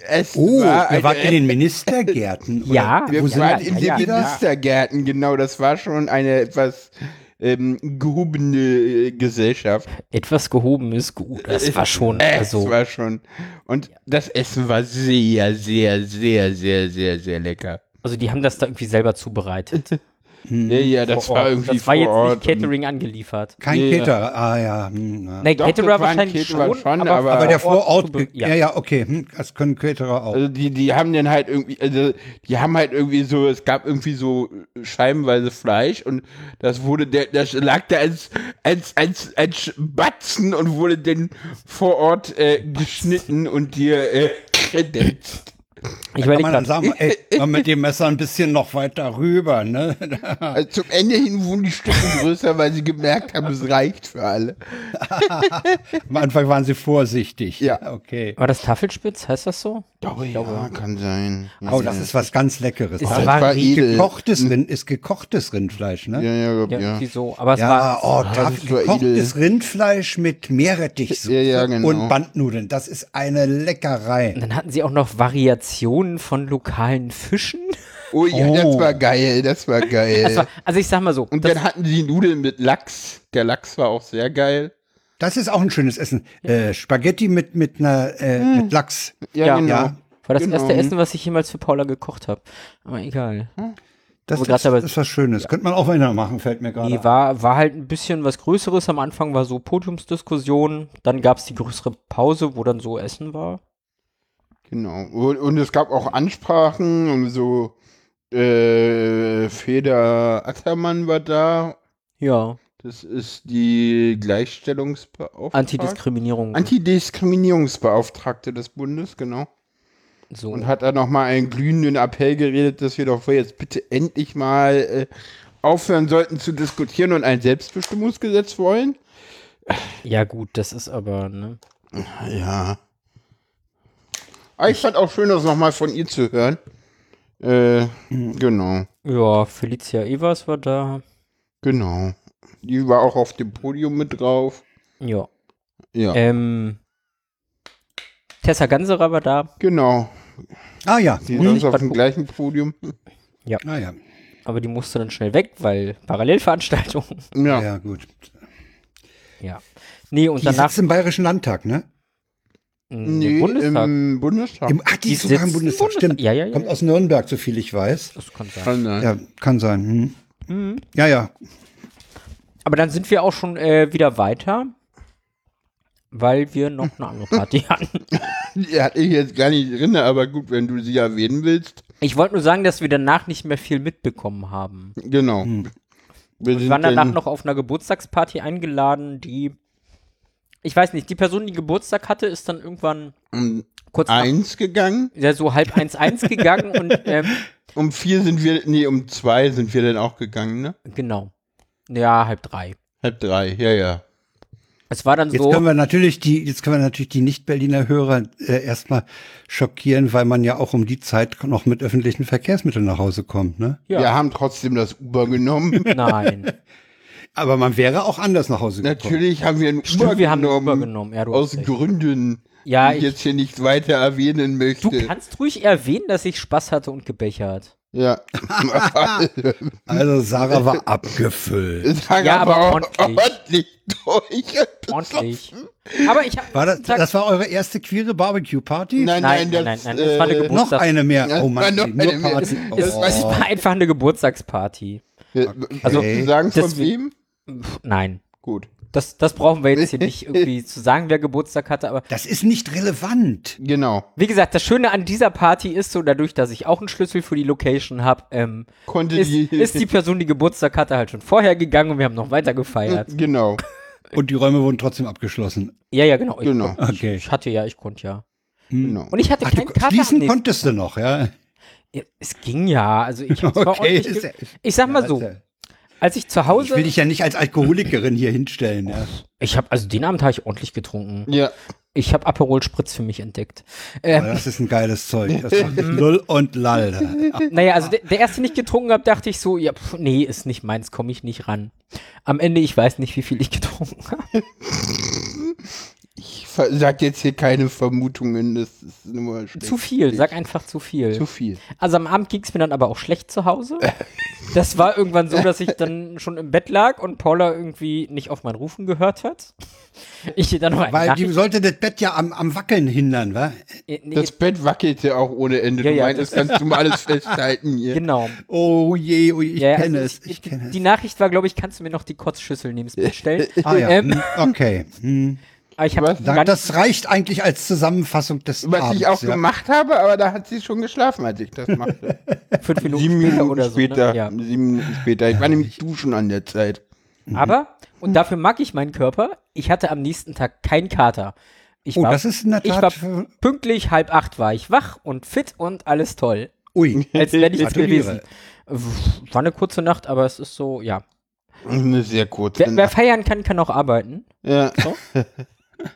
Speaker 1: es
Speaker 3: Oh,
Speaker 1: war
Speaker 3: ihr wart
Speaker 1: eine-
Speaker 3: in den Ministergärten. oder?
Speaker 2: Ja,
Speaker 1: also äh, Wir
Speaker 2: Wo
Speaker 3: sind
Speaker 1: waren
Speaker 2: die?
Speaker 1: in
Speaker 2: Ja,
Speaker 1: den
Speaker 3: ja.
Speaker 1: Ministergärten, genau. Das war schon eine etwas ähm, gehobene äh, Gesellschaft.
Speaker 2: Etwas gehoben ist gut. Das war schon.
Speaker 1: Es
Speaker 2: Also,
Speaker 1: Äh. war schon. Und das Essen war sehr, sehr, sehr, sehr, sehr, sehr lecker.
Speaker 2: also, die haben das da irgendwie selber zubereitet.
Speaker 1: Ja, ja, das
Speaker 2: Mhm. vor
Speaker 1: war
Speaker 2: Ort.
Speaker 1: irgendwie
Speaker 2: das war
Speaker 1: vor
Speaker 2: jetzt
Speaker 1: Ort.
Speaker 2: nicht Catering angeliefert.
Speaker 3: Kein
Speaker 1: Ja, ja.
Speaker 3: Caterer. Ah ja. hm, ja.
Speaker 2: Nein,
Speaker 1: Doch,
Speaker 2: Caterer
Speaker 1: das waren
Speaker 2: wahrscheinlich
Speaker 1: Caterer
Speaker 2: schon,
Speaker 1: schon,
Speaker 2: aber,
Speaker 1: aber-
Speaker 3: Aber der
Speaker 2: vor Ort
Speaker 3: Vorort.
Speaker 2: zu be-
Speaker 3: Ja. ja, okay. Hm, das können Caterer auch.
Speaker 1: Also die, die haben dann halt irgendwie, also die haben halt irgendwie so, es gab irgendwie so scheibenweise Fleisch und das wurde, der, das lag da als, als, als, als Batzen und wurde dann vor Ort äh, geschnitten und dir äh, kredenzt.
Speaker 2: Ich
Speaker 3: Kann
Speaker 2: überlege
Speaker 3: man dann
Speaker 2: gerade,
Speaker 3: sagen, ey, mal mit dem Messer ein bisschen noch weiter rüber, ne?
Speaker 1: Also zum Ende hin wurden die Stücke größer, weil sie gemerkt haben, es reicht für alle.
Speaker 3: Am Anfang waren sie vorsichtig.
Speaker 1: Ja.
Speaker 3: Okay.
Speaker 2: war das Tafelspitz? Heißt das so?
Speaker 1: Glaube ich, ja, kann sein. Ja,
Speaker 3: Oh, das ist was ganz Leckeres. Also,
Speaker 2: Ist
Speaker 3: Das
Speaker 2: war
Speaker 1: edel.
Speaker 3: gekochtes Rind, ist gekochtes Rindfleisch, ne?
Speaker 1: Äh, Ja, ja,
Speaker 2: Ja,
Speaker 1: ja.
Speaker 2: irgendwie so. Aber es
Speaker 3: Ja,
Speaker 2: war.
Speaker 3: oh,
Speaker 1: das
Speaker 3: Taf-
Speaker 1: ist so
Speaker 3: gekochtes Rindfleisch mit Meerrettichsoße
Speaker 1: Ja, ja, genau.
Speaker 3: und Bandnudeln. Das ist eine
Speaker 2: Und
Speaker 3: Leckerei.
Speaker 2: dann hatten sie auch noch Variationen von lokalen Fischen.
Speaker 1: Oh ja, das war geil, das war geil.
Speaker 2: Das war, also ich sag mal so,
Speaker 1: und
Speaker 2: das,
Speaker 1: dann hatten die Nudeln mit Lachs. Der Lachs war auch sehr geil.
Speaker 3: Das ist auch ein schönes Essen. Äh, Spaghetti mit, mit, einer, äh,
Speaker 2: Hm.
Speaker 3: mit Lachs.
Speaker 2: Ja.
Speaker 3: Ja.
Speaker 2: war das
Speaker 1: genau.
Speaker 2: erste Essen, was ich jemals für Paula gekocht habe. Aber egal.
Speaker 3: Das,
Speaker 2: Wo wir
Speaker 3: das,
Speaker 2: grad dabei
Speaker 3: ist was Schönes. Könnte man auch wieder machen, fällt mir gerade
Speaker 2: Nee,
Speaker 3: ein.
Speaker 2: war, war halt ein bisschen was Größeres. Am Anfang war so Podiumsdiskussion. Dann gab es die größere Pause, wo dann so Essen war.
Speaker 1: Genau. Und, und es gab auch Ansprachen und so äh, Feder Ackermann war da.
Speaker 2: Ja.
Speaker 1: Das ist die Gleichstellungsbeauftragte.
Speaker 2: Antidiskriminierung.
Speaker 1: Antidiskriminierungsbeauftragte des Bundes, genau.
Speaker 2: so.
Speaker 1: halt- Und hat da nochmal einen glühenden Appell geredet, dass wir doch wohl jetzt bitte endlich mal äh, aufhören sollten zu diskutieren und ein Selbstbestimmungsgesetz wollen?
Speaker 2: Ja, gut, das ist aber, ne?
Speaker 1: Ja. Aber ich fand auch schön, das nochmal von ihr zu hören. Äh, genau,
Speaker 2: Ja, Felicia Evers war da.
Speaker 1: genau. Die war auch auf dem Podium mit drauf.
Speaker 2: Ja.
Speaker 1: Ja,
Speaker 2: Ähm, Tessa Ganserer war da,
Speaker 1: genau.
Speaker 3: Ah ja.
Speaker 1: Die
Speaker 2: muss
Speaker 1: ist
Speaker 2: ich
Speaker 1: auf
Speaker 2: grad
Speaker 1: dem
Speaker 2: gucken.
Speaker 1: gleichen Podium.
Speaker 3: Ah ja.
Speaker 2: aber die musste dann schnell weg, weil Parallelveranstaltung.
Speaker 1: Ja,
Speaker 3: Ja, gut.
Speaker 2: Ja. Nee, und
Speaker 3: Die
Speaker 2: danach
Speaker 3: sitzt im Bayerischen Landtag, ne?
Speaker 2: im
Speaker 1: Nee,
Speaker 2: Bundestag.
Speaker 1: im Bundestag.
Speaker 3: Im, ach, die,
Speaker 2: Die
Speaker 3: ist sogar im
Speaker 2: sitzt im
Speaker 3: Bundestag.
Speaker 2: Bundestag.
Speaker 3: Stimmt.
Speaker 2: Ja, ja, ja.
Speaker 3: Kommt aus Nürnberg, so viel ich weiß.
Speaker 2: das kann sein.
Speaker 1: Kann sein.
Speaker 3: Ja, kann sein. Hm.
Speaker 2: Mhm.
Speaker 3: Ja, ja.
Speaker 2: Aber dann sind wir auch schon äh, wieder weiter, weil wir noch eine andere Party hatten.
Speaker 1: Die hatte ich jetzt gar nicht drin, aber gut, wenn du sie erwähnen willst.
Speaker 2: Ich wollte nur sagen, dass wir danach nicht mehr viel mitbekommen haben.
Speaker 1: Genau. Wir
Speaker 2: Wir Hm. waren danach noch auf einer Geburtstagsparty eingeladen, die. Ich weiß nicht, die Person, die Geburtstag hatte, ist dann irgendwann
Speaker 1: um
Speaker 2: kurz nach-
Speaker 1: eins gegangen.
Speaker 2: ja, so halb eins eins gegangen und ähm,
Speaker 1: Um vier sind wir, nee, um zwei sind wir dann auch gegangen, ne?
Speaker 2: genau. Ja, halb drei.
Speaker 1: Halb drei, ja, ja.
Speaker 2: Es war dann
Speaker 3: Jetzt
Speaker 2: so.
Speaker 3: können wir natürlich die, jetzt können wir natürlich die Nicht-Berliner Hörer äh, erstmal schockieren, weil man ja auch um die Zeit noch mit öffentlichen Verkehrsmitteln nach Hause kommt, ne?
Speaker 2: Ja.
Speaker 1: Wir haben trotzdem das Uber genommen.
Speaker 2: Nein.
Speaker 3: Aber man wäre auch anders nach Hause gekommen.
Speaker 1: Natürlich haben wir ein Uber
Speaker 2: Stimmt, wir haben
Speaker 1: genommen.
Speaker 2: übergenommen. Ja, du
Speaker 1: Aus
Speaker 2: hast recht.
Speaker 1: Gründen,
Speaker 2: Ja,
Speaker 1: die ich
Speaker 2: ich,
Speaker 1: jetzt hier nicht weiter erwähnen möchte.
Speaker 2: du kannst ruhig erwähnen, dass ich Spaß hatte und gebechert.
Speaker 1: ja.
Speaker 3: Also Sarah war abgefüllt.
Speaker 1: Es war
Speaker 2: Ja, aber
Speaker 1: ordentlich durch.
Speaker 2: Ordentlich. Aber ich habe
Speaker 3: War das, das war eure erste queere Barbecue-Party?
Speaker 1: Nein,
Speaker 2: Nein,
Speaker 1: nein,
Speaker 2: nein,
Speaker 1: das,
Speaker 2: nein, nein, das war eine
Speaker 1: äh,
Speaker 2: Geburt-
Speaker 3: Noch eine mehr.
Speaker 1: Ja,
Speaker 3: Oh
Speaker 1: war
Speaker 3: Mann,
Speaker 1: noch
Speaker 3: nur
Speaker 1: eine mehr.
Speaker 3: Party.
Speaker 2: es,
Speaker 3: Oh.
Speaker 2: es war einfach eine Geburtstagsparty.
Speaker 1: Also,
Speaker 3: Okay.
Speaker 1: sagen von
Speaker 2: Das-
Speaker 1: wem?
Speaker 2: Pff, nein.
Speaker 1: Gut.
Speaker 2: Das, das brauchen wir jetzt hier nicht irgendwie zu sagen, wer Geburtstag hatte, aber
Speaker 3: Das ist nicht relevant.
Speaker 1: Genau.
Speaker 2: wie gesagt, das Schöne an dieser Party ist so, dadurch, dass ich auch einen Schlüssel für die Location habe, ähm,
Speaker 1: Konnte
Speaker 2: ist,
Speaker 1: die.
Speaker 2: ist die Person, die Geburtstag hatte, halt schon vorher gegangen und wir haben noch weiter gefeiert.
Speaker 1: Genau.
Speaker 3: Und die Räume wurden trotzdem abgeschlossen.
Speaker 2: Ja, ja, genau. Ich,
Speaker 1: Genau.
Speaker 3: Okay.
Speaker 2: ich hatte ja, ich konnte ja.
Speaker 1: genau.
Speaker 2: Und ich hatte
Speaker 3: Ach, du,
Speaker 2: keinen Kater am
Speaker 3: schließen
Speaker 2: nächsten-
Speaker 3: konntest du noch, ja?
Speaker 2: Ja, Es ging ja, also ich hab's zwar
Speaker 3: Okay,
Speaker 2: ordentlich
Speaker 3: ist
Speaker 2: ge-
Speaker 3: ja-
Speaker 2: Ich sag mal so,
Speaker 3: Alter,
Speaker 2: als ich zu
Speaker 3: Ich
Speaker 2: Hause,
Speaker 3: will
Speaker 2: ich,
Speaker 3: dich ja nicht als Alkoholikerin hier hinstellen. Ja.
Speaker 2: habe also den Abend habe ich ordentlich getrunken.
Speaker 1: Ja.
Speaker 2: Ich habe Aperol Spritz für mich entdeckt. Ähm,
Speaker 3: Aber das ist ein geiles Zeug. Das macht Lull und Lall.
Speaker 2: Naja, also der, der erste, den ich getrunken habe, dachte ich so, ja, pf, nee, ist nicht meins, komme ich nicht ran. Am Ende, ich weiß nicht, wie viel ich getrunken habe.
Speaker 1: Ich ver- sag jetzt hier keine Vermutungen. Das ist nur schlecht.
Speaker 2: zu viel, sag einfach zu
Speaker 1: Zu
Speaker 2: viel.
Speaker 1: viel.
Speaker 2: Also am Abend ging es mir dann aber auch schlecht zu Hause. Das war irgendwann so, dass ich dann schon im Bett lag und Paula irgendwie nicht auf mein Rufen gehört hat. Ich ihr dann noch eine
Speaker 3: Weil die
Speaker 2: Nachricht,
Speaker 3: sollte das Bett ja am, am Wackeln hindern, wa?
Speaker 2: äh, nee,
Speaker 1: Das Bett wackelte auch ohne Ende.
Speaker 2: Ja,
Speaker 1: du
Speaker 2: ja,
Speaker 1: meintest, kannst du mal alles festhalten hier.
Speaker 2: genau.
Speaker 3: Oh je, oh je, ich
Speaker 2: Ja,
Speaker 3: kenne
Speaker 2: also
Speaker 3: es. Ich kenne es.
Speaker 2: die Nachricht war, glaube ich, kannst du mir noch die Kotzschüssel neben das Bett
Speaker 1: Äh,
Speaker 2: stellen?
Speaker 3: Ah ja,
Speaker 2: ähm,
Speaker 3: hm, okay. Hm.
Speaker 2: Aber ich habe
Speaker 1: Was?
Speaker 3: Da- Das reicht eigentlich als Zusammenfassung des
Speaker 1: Was
Speaker 3: Abends.
Speaker 1: ich auch
Speaker 3: ja.
Speaker 1: gemacht habe, aber da hat sie schon geschlafen, als ich das machte.
Speaker 2: fünf Minuten
Speaker 1: Sieben
Speaker 2: später
Speaker 1: Minuten
Speaker 2: oder so.
Speaker 1: später.
Speaker 2: Ne? Ja.
Speaker 1: Sieben Minuten später. Ich war nämlich duschen an der Zeit.
Speaker 2: Aber, und dafür mag ich meinen Körper, ich hatte am nächsten Tag keinen Kater. Ich
Speaker 3: Oh,
Speaker 2: war,
Speaker 3: das ist in der
Speaker 2: ich
Speaker 3: Tat.
Speaker 2: war
Speaker 3: für-
Speaker 2: pünktlich halb acht war ich wach und fit und alles toll.
Speaker 3: Ui.
Speaker 2: Als wäre nichts gewesen.
Speaker 3: Gratuliere.
Speaker 2: War eine kurze Nacht, aber es ist so, ja.
Speaker 1: Eine sehr kurze.
Speaker 2: Wer, wer feiern kann, kann auch arbeiten.
Speaker 1: ja.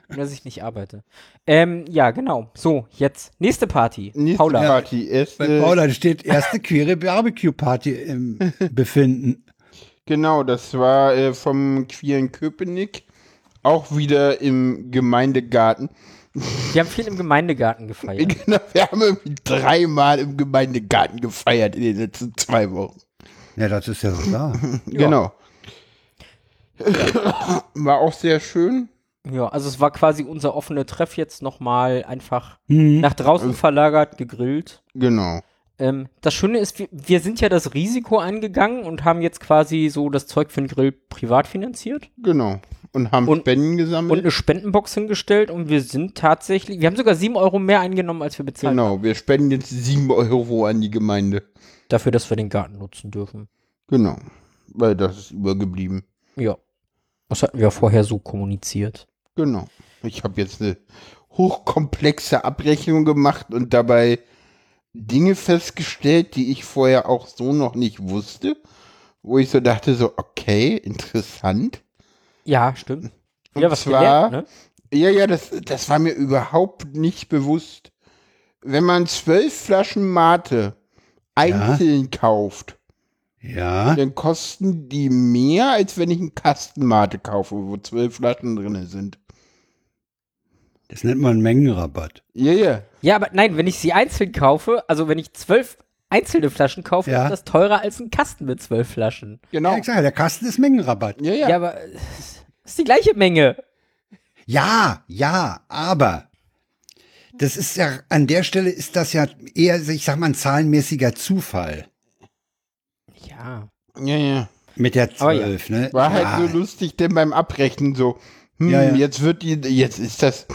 Speaker 2: Nur, dass ich nicht arbeite. Ähm, ja, genau. So, jetzt. Nächste Party.
Speaker 1: Nächste
Speaker 2: Paula.
Speaker 1: Party ist.
Speaker 3: Bei
Speaker 1: äh,
Speaker 3: Paula steht erste queere Barbecue-Party im Befinden.
Speaker 1: Genau, das war äh, vom queeren Köpenick. Auch wieder im Gemeindegarten.
Speaker 2: Wir haben viel im Gemeindegarten gefeiert.
Speaker 1: Genau, wir haben irgendwie dreimal im Gemeindegarten gefeiert in den letzten zwei Wochen.
Speaker 3: Ja, das ist ja so klar.
Speaker 1: Genau. War auch sehr schön.
Speaker 2: Ja, also es war quasi unser offene Treff jetzt nochmal einfach
Speaker 1: Mhm.
Speaker 2: nach
Speaker 1: Also
Speaker 2: draußen verlagert, gegrillt.
Speaker 1: Genau.
Speaker 2: Ähm, das Schöne ist, wir, wir sind ja das Risiko eingegangen und haben jetzt quasi so das Zeug für den Grill privat finanziert
Speaker 1: Genau. Und haben
Speaker 2: Und-
Speaker 1: Spenden
Speaker 2: und
Speaker 1: gesammelt.
Speaker 2: eine Spendenbox hingestellt und wir sind tatsächlich, wir haben sogar 7 Euro mehr eingenommen, als wir bezahlt haben,
Speaker 1: genau, wir spenden jetzt 7 Euro an die Gemeinde.
Speaker 2: dafür, dass wir den Garten nutzen dürfen.
Speaker 1: Genau. Weil das ist übergeblieben.
Speaker 2: Ja. Das hatten wir vorher so kommuniziert.
Speaker 1: Genau. Ich habe jetzt eine hochkomplexe Abrechnung gemacht und dabei Dinge festgestellt, die ich vorher auch so noch nicht wusste wo ich so dachte, so, okay, interessant.
Speaker 2: Ja, stimmt.
Speaker 1: Und
Speaker 2: Wieder was
Speaker 1: zwar-
Speaker 2: gelernt, ne?
Speaker 1: Ja, ja, das, das war mir überhaupt nicht bewusst. Wenn man zwölf Flaschen Mate einzeln kauft,
Speaker 3: Ja.
Speaker 1: dann kosten die mehr, als wenn ich einen Kasten Mate kaufe, wo zwölf Flaschen drin sind.
Speaker 3: Das nennt man Mengenrabatt.
Speaker 1: Ja, ja.
Speaker 2: Ja, aber nein, wenn ich sie einzeln kaufe, also wenn ich zwölf einzelne Flaschen kaufe,
Speaker 3: Ja.
Speaker 2: ist das teurer als ein Kasten mit zwölf Flaschen.
Speaker 1: Genau.
Speaker 3: Ja, ich sag ja, der Kasten ist Mengenrabatt.
Speaker 1: Ja, ja.
Speaker 2: Ja, aber äh, ist die gleiche Menge.
Speaker 3: Ja, ja, aber das ist ja, an der Stelle ist das ja eher, ich sag mal, ein zahlenmäßiger Zufall
Speaker 2: Ja.
Speaker 1: ja, ja.
Speaker 3: mit der
Speaker 2: Aber ja.
Speaker 3: 12, ne?
Speaker 1: War halt
Speaker 3: ja.
Speaker 1: so lustig, denn beim Abrechnen so, hm,
Speaker 3: Ja, ja.
Speaker 1: jetzt wird die, jetzt ist das,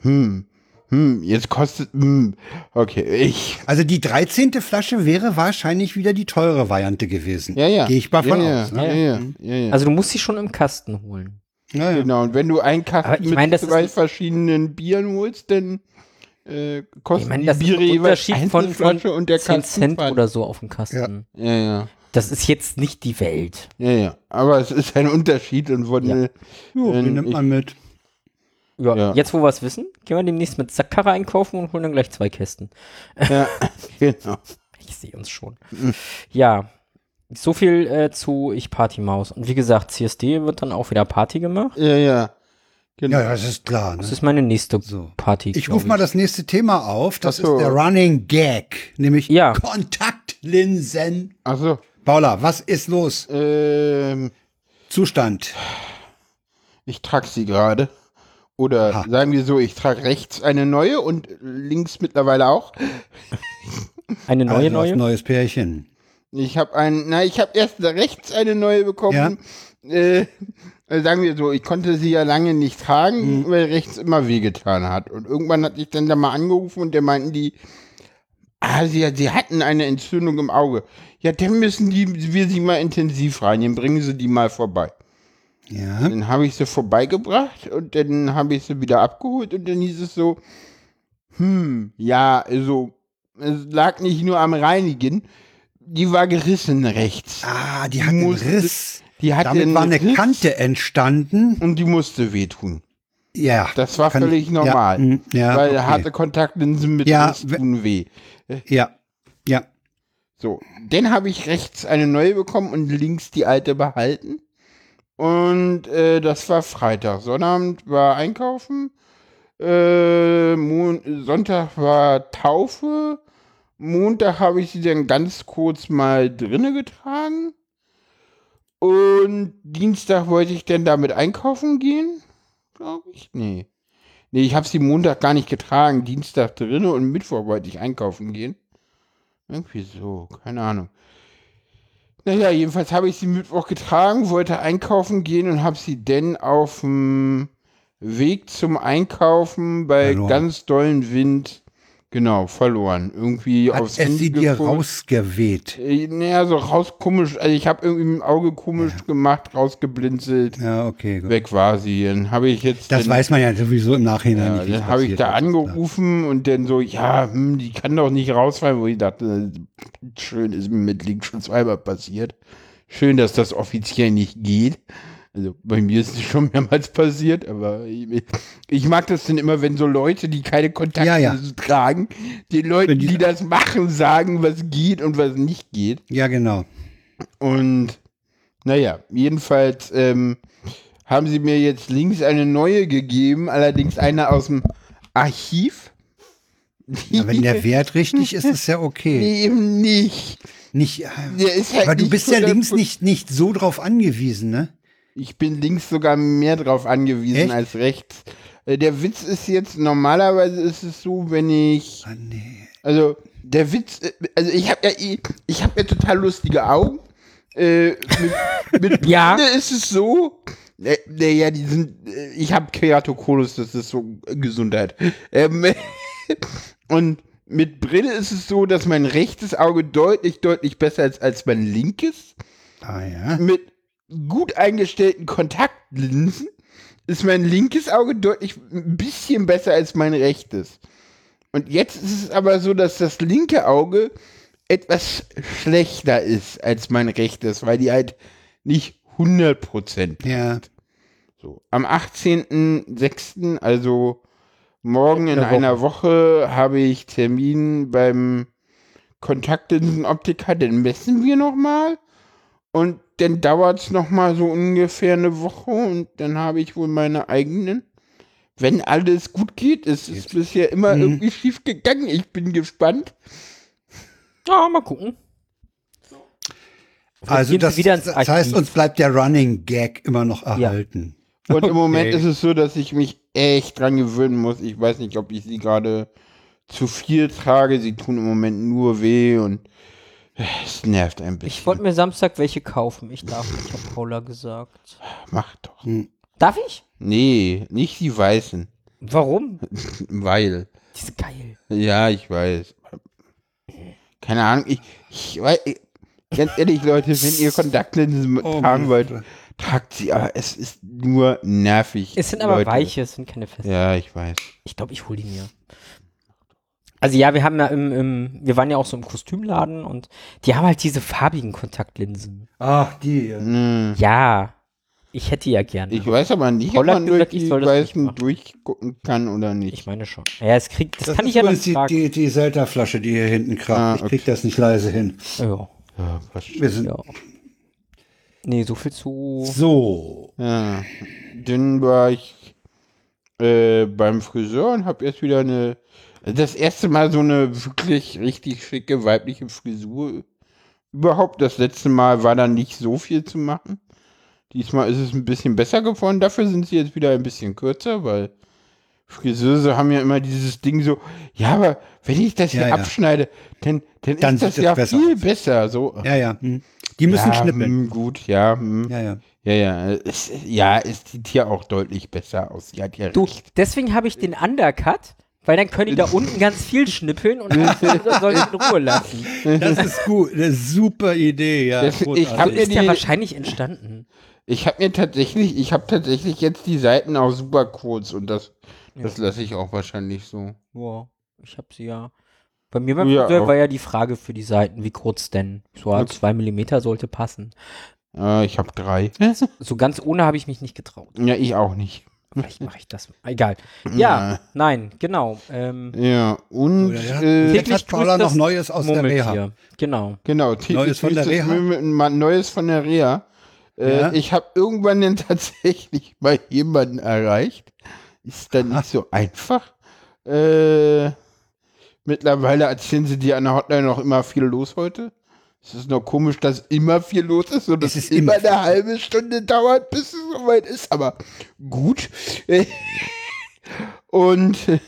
Speaker 1: hm, hm, jetzt kostet, hm, okay, ich,
Speaker 3: Also die 13. Flasche wäre wahrscheinlich wieder die teure Variante gewesen.
Speaker 1: ja, ja.
Speaker 3: Gehe ich mal von
Speaker 1: ja,
Speaker 3: aus.
Speaker 1: Ja,
Speaker 3: Ne?
Speaker 1: ja, ja, ja, ja.
Speaker 2: Also du musst sie schon im Kasten holen.
Speaker 3: Ja, ja.
Speaker 1: Genau, und wenn du einen
Speaker 2: Aber
Speaker 1: Kasten
Speaker 2: ich
Speaker 1: mit
Speaker 2: meine, das ist
Speaker 1: zwei
Speaker 2: ein-
Speaker 1: verschiedenen Bieren holst, dann äh, kosten
Speaker 2: Ich meine,
Speaker 1: die
Speaker 2: das ist
Speaker 1: Biere
Speaker 2: ein
Speaker 1: jeweils
Speaker 2: Unterschied von, von
Speaker 1: Einzelflasche und der
Speaker 2: 10
Speaker 1: Kasten
Speaker 2: Cent
Speaker 1: Pfand.
Speaker 2: oder so auf dem Kasten.
Speaker 1: Ja, ja,
Speaker 2: Das ist jetzt nicht die Welt.
Speaker 1: ja, ja. Aber es ist ein Unterschied und von
Speaker 2: Ja.
Speaker 3: Jo,
Speaker 1: Ähm,
Speaker 3: den nimmt
Speaker 1: ich-
Speaker 3: man mit.
Speaker 2: Ja,
Speaker 1: Ja.
Speaker 2: Jetzt, wo wir es wissen, gehen wir demnächst mit Sackkarre einkaufen und holen dann gleich zwei Kästen.
Speaker 1: ja, genau.
Speaker 2: Ich sehe uns schon. Ja, so viel äh, zu Ich Party Maus. Und wie gesagt, CSD wird dann auch wieder Party gemacht.
Speaker 1: Ja, ja. Genau.
Speaker 3: Ja, das ist klar.
Speaker 2: Das
Speaker 3: Ne?
Speaker 2: ist meine nächste
Speaker 3: So.
Speaker 2: Party.
Speaker 3: Ich
Speaker 2: glaub
Speaker 3: rufe mal das nächste Thema auf. Das
Speaker 1: Ach so.
Speaker 3: ist der Running Gag, nämlich
Speaker 2: Ja.
Speaker 3: Kontaktlinsen.
Speaker 1: Also,
Speaker 3: Paula, was ist los?
Speaker 1: ähm,
Speaker 3: Zustand.
Speaker 1: ich trage sie gerade. Oder
Speaker 3: Ha.
Speaker 1: sagen wir so, ich trage rechts eine neue und links mittlerweile auch.
Speaker 2: Eine neue,
Speaker 3: Also, du hast
Speaker 2: neue.
Speaker 3: ein Neues Pärchen.
Speaker 1: Ich habe ein, na, ich habe erst rechts eine neue bekommen. Äh, äh, sagen wir so, ich konnte sie ja lange nicht tragen, weil rechts immer wehgetan hat. Und irgendwann hatte ich dann da mal angerufen und der meinten die, ah, sie, sie hatten eine Entzündung im Auge. Ja, dann müssen die, wir sie mal intensiv reinnehmen, bringen sie die mal vorbei.
Speaker 3: Ja.
Speaker 1: Dann habe ich sie vorbeigebracht und dann habe ich sie wieder abgeholt und dann hieß es so, hm, ja, also es lag nicht nur am Reinigen, die war gerissen rechts.
Speaker 3: Ah, die hat einen
Speaker 1: Musste-
Speaker 3: Riss.
Speaker 1: Die hatte
Speaker 3: Damit
Speaker 1: einen
Speaker 3: war eine
Speaker 1: Riss
Speaker 3: Kante entstanden.
Speaker 1: und die musste wehtun.
Speaker 3: Ja.
Speaker 1: Das war
Speaker 3: Kann-
Speaker 1: völlig normal.
Speaker 3: Ja, mm, ja,
Speaker 1: weil
Speaker 3: okay.
Speaker 1: harte Kontaktlinsen mit
Speaker 3: Ja,
Speaker 1: Riss
Speaker 3: we-
Speaker 1: tun weh.
Speaker 3: ja. Ja.
Speaker 1: So, dann habe ich rechts eine neue bekommen und links die alte behalten. Und äh, das war Freitag. Sonnabend war Einkaufen. Äh, Mon Sonntag war Taufe. Montag habe ich sie dann ganz kurz mal drinne getragen. Und Dienstag wollte ich dann damit einkaufen gehen. Glaube ich. Nee. Nee, ich habe sie Montag gar nicht getragen. Dienstag drinne und Mittwoch wollte ich einkaufen gehen. Irgendwie so, keine Ahnung. Naja, jedenfalls habe ich sie Mittwoch getragen, wollte einkaufen gehen und habe sie denn auf dem Weg zum Einkaufen bei
Speaker 3: Verloren.
Speaker 1: ganz dollen Wind, genau, verloren. Irgendwie
Speaker 3: Hat
Speaker 1: aufs
Speaker 3: es
Speaker 1: Handy
Speaker 3: sie dir
Speaker 1: geguckt.
Speaker 3: rausgeweht?
Speaker 1: Äh, Naja, so raus komisch. Also ich habe irgendwie mit dem Auge komisch gemacht, rausgeblinzelt.
Speaker 3: Ja, okay, gut.
Speaker 1: Weg war sie. Dann habe ich jetzt.
Speaker 3: Das
Speaker 1: dann,
Speaker 3: weiß man ja sowieso im Nachhinein
Speaker 1: ja,
Speaker 3: nicht. wie es
Speaker 1: Dann habe ich
Speaker 3: passiert
Speaker 1: da
Speaker 3: ist. ne?
Speaker 1: angerufen und dann so, ja, hm, die kann doch nicht rausfallen, wo ich dachte, schön ist mir mit Link schon zweimal passiert. Schön, dass das offiziell nicht geht. Also bei mir ist es schon mehrmals passiert, aber ich, ich mag das dann immer, wenn so Leute, die keine Kontakte
Speaker 3: Ja, ja.
Speaker 1: tragen, den Leuten,
Speaker 3: Wenn die-
Speaker 1: die das machen, sagen, was geht und was nicht geht.
Speaker 3: Ja, genau.
Speaker 1: Und naja, jedenfalls ähm, haben sie mir jetzt links eine neue gegeben, allerdings eine aus dem Archiv. Die,
Speaker 3: Ja, wenn der Wert richtig ist, ist ja okay.
Speaker 1: die eben nicht.
Speaker 3: Nicht, äh,
Speaker 1: Der ist halt
Speaker 3: aber du
Speaker 1: nicht
Speaker 3: bist ja
Speaker 1: 100%
Speaker 3: links nicht, nicht so drauf angewiesen, ne?
Speaker 1: Ich bin links sogar mehr drauf angewiesen
Speaker 3: Echt?
Speaker 1: als rechts. Äh, Der Witz ist jetzt, normalerweise ist es so, wenn ich
Speaker 3: Ah, nee.
Speaker 1: Also, der Witz, äh, also ich habe ja, eh- ich habe ja total lustige Augen. Äh, mit mit
Speaker 2: Ja.
Speaker 1: Brille ist es so. Naja, ne, ja, die sind, äh, ich habe Keratokonus, das ist so äh, Gesundheit. Ähm, und mit Brille ist es so, dass mein rechtes Auge deutlich, deutlich besser ist als mein linkes
Speaker 3: Ah, ja.
Speaker 1: mit gut eingestellten Kontaktlinsen ist mein linkes Auge deutlich ein bisschen besser als mein rechtes. Und jetzt ist es aber so, dass das linke Auge etwas schlechter ist als mein rechtes, weil die halt nicht 100%
Speaker 3: Ja.
Speaker 1: so. Am 18.06., also morgen in
Speaker 2: Eine Woche.
Speaker 1: einer Woche, habe ich Termin beim Kontaktlinsenoptiker, dann messen wir nochmal und dann dauert es nochmal so ungefähr eine Woche und dann habe ich wohl meine eigenen. Wenn alles gut geht, es ist bisher immer irgendwie schief gegangen. Ich bin gespannt.
Speaker 2: Ja, mal gucken. Vielleicht
Speaker 3: Also
Speaker 2: gehen sie
Speaker 3: das,
Speaker 2: wieder ins
Speaker 3: das heißt,
Speaker 2: Archiv.
Speaker 3: uns bleibt der Running Gag immer noch erhalten.
Speaker 1: Und im Moment
Speaker 3: Okay.
Speaker 1: ist es so, dass ich mich echt dran gewöhnen muss. Ich weiß nicht, ob ich sie gerade zu viel trage. Sie tun im Moment nur weh und äh, es nervt ein bisschen.
Speaker 2: Ich wollte mir Samstag welche kaufen. Ich darf nicht, hat Paula gesagt.
Speaker 1: Mach doch.
Speaker 2: Darf ich?
Speaker 1: Nee, nicht die Weißen.
Speaker 2: Warum?
Speaker 1: Weil.
Speaker 2: Die ist geil.
Speaker 1: Ja, ich weiß. Keine Ahnung. Ich, ich weiß. Ich, ganz ehrlich, Leute, wenn ihr Kontaktlinsen mit
Speaker 3: Oh,
Speaker 1: tragen
Speaker 3: mein
Speaker 1: wollt,
Speaker 3: Gott.
Speaker 1: tragt sie. Aber es ist nur nervig.
Speaker 2: Es sind aber
Speaker 1: Leute.
Speaker 2: weiche, es sind keine festen.
Speaker 1: Ja, ich weiß.
Speaker 2: Ich glaube, ich hole die mir. Also ja, wir haben ja im, im, wir waren ja auch so im Kostümladen und die haben halt diese farbigen Kontaktlinsen.
Speaker 3: Ach, die.
Speaker 1: Hm.
Speaker 3: Mhm.
Speaker 2: Ja, ich hätte die ja gerne.
Speaker 1: Ich weiß aber nicht, ob
Speaker 2: Paul hat
Speaker 1: man durch
Speaker 2: gesagt, ich
Speaker 1: die
Speaker 2: soll das nicht
Speaker 1: Weißen
Speaker 2: machen.
Speaker 1: durchgucken kann oder
Speaker 2: Ich
Speaker 1: nicht.
Speaker 2: meine schon. Ja, es kriegt, das,
Speaker 3: Das
Speaker 2: kann
Speaker 3: ist
Speaker 2: ich ja dann
Speaker 3: übrigens die,
Speaker 2: fragen.
Speaker 3: die, die Zelda-Flasche, die hier hinten kracht.
Speaker 1: Ah,
Speaker 3: Ich krieg das nicht leise hin.
Speaker 2: Ja,
Speaker 1: Ja, verstehe.
Speaker 3: Wir sind
Speaker 2: ja. Nee, so viel zu.
Speaker 3: so.
Speaker 1: Ja. Dann war ich äh, beim Friseur und habe jetzt wieder eine, das erste Mal so eine wirklich richtig schicke weibliche Frisur überhaupt. Das letzte Mal war da nicht so viel zu machen. Diesmal ist es ein bisschen besser geworden. Dafür sind sie jetzt wieder ein bisschen kürzer, weil Friseuse haben ja immer dieses Ding so, ja, aber wenn ich das hier
Speaker 3: Ja, ja.
Speaker 1: abschneide, dann, dann,
Speaker 3: Dann
Speaker 1: ist das
Speaker 3: sieht es
Speaker 1: ja
Speaker 3: besser
Speaker 1: viel
Speaker 3: aus.
Speaker 1: besser. So.
Speaker 3: Ja, ja. hm. Die müssen
Speaker 1: ja,
Speaker 3: schnippeln.
Speaker 1: hm, gut, ja. hm.
Speaker 3: Ja, ja.
Speaker 1: Ja, ja, es, ja, es sieht hier auch deutlich besser aus. Sie hat ja
Speaker 2: Du,
Speaker 1: recht.
Speaker 2: deswegen habe ich den Undercut, weil dann können die da unten ganz viel schnippeln und dann soll ich in Ruhe lassen.
Speaker 3: Das ist gut. Das ist super Idee. Ja,
Speaker 1: Das- ich
Speaker 3: großartig.
Speaker 1: hab-
Speaker 2: So ist ja
Speaker 1: die-
Speaker 2: wahrscheinlich entstanden.
Speaker 1: Ich habe mir tatsächlich, ich habe tatsächlich jetzt die Seiten auch super kurz und das, das lasse ich auch wahrscheinlich so.
Speaker 2: Boah, ich habe sie ja. Bei mir beim
Speaker 1: Ja,
Speaker 2: Friseur
Speaker 1: auch.
Speaker 2: war ja die Frage für die Seiten, wie kurz denn? So
Speaker 1: Okay.
Speaker 2: 2 mm sollte passen.
Speaker 1: Äh, ich habe drei.
Speaker 2: So ganz ohne habe ich mich nicht getraut.
Speaker 1: Ja, ich auch nicht.
Speaker 2: Vielleicht mache ich das. Egal. Ja, nein, genau. Ähm,
Speaker 1: Ja, und
Speaker 3: Ja, ja.
Speaker 1: äh,
Speaker 3: Jetzt hat Paula
Speaker 2: grüßt das
Speaker 3: noch Neues aus der Reha.
Speaker 2: Murmeltier. Genau.
Speaker 1: genau, täglich
Speaker 3: Neues von der
Speaker 1: grüßt das
Speaker 3: Reha?
Speaker 1: Murmel- mal Neues von der Reha. Äh,
Speaker 3: Ja.
Speaker 1: Ich habe irgendwann dann tatsächlich mal jemanden erreicht. Ist dann nicht so einfach. Äh, mittlerweile erzählen sie dir an der Hotline noch immer viel los heute. Es ist nur komisch, dass immer viel los ist und
Speaker 3: Es
Speaker 1: es
Speaker 3: ist
Speaker 1: immer
Speaker 3: immer
Speaker 1: eine halbe Stunde dauert, bis es soweit ist. Aber gut. Äh, und äh,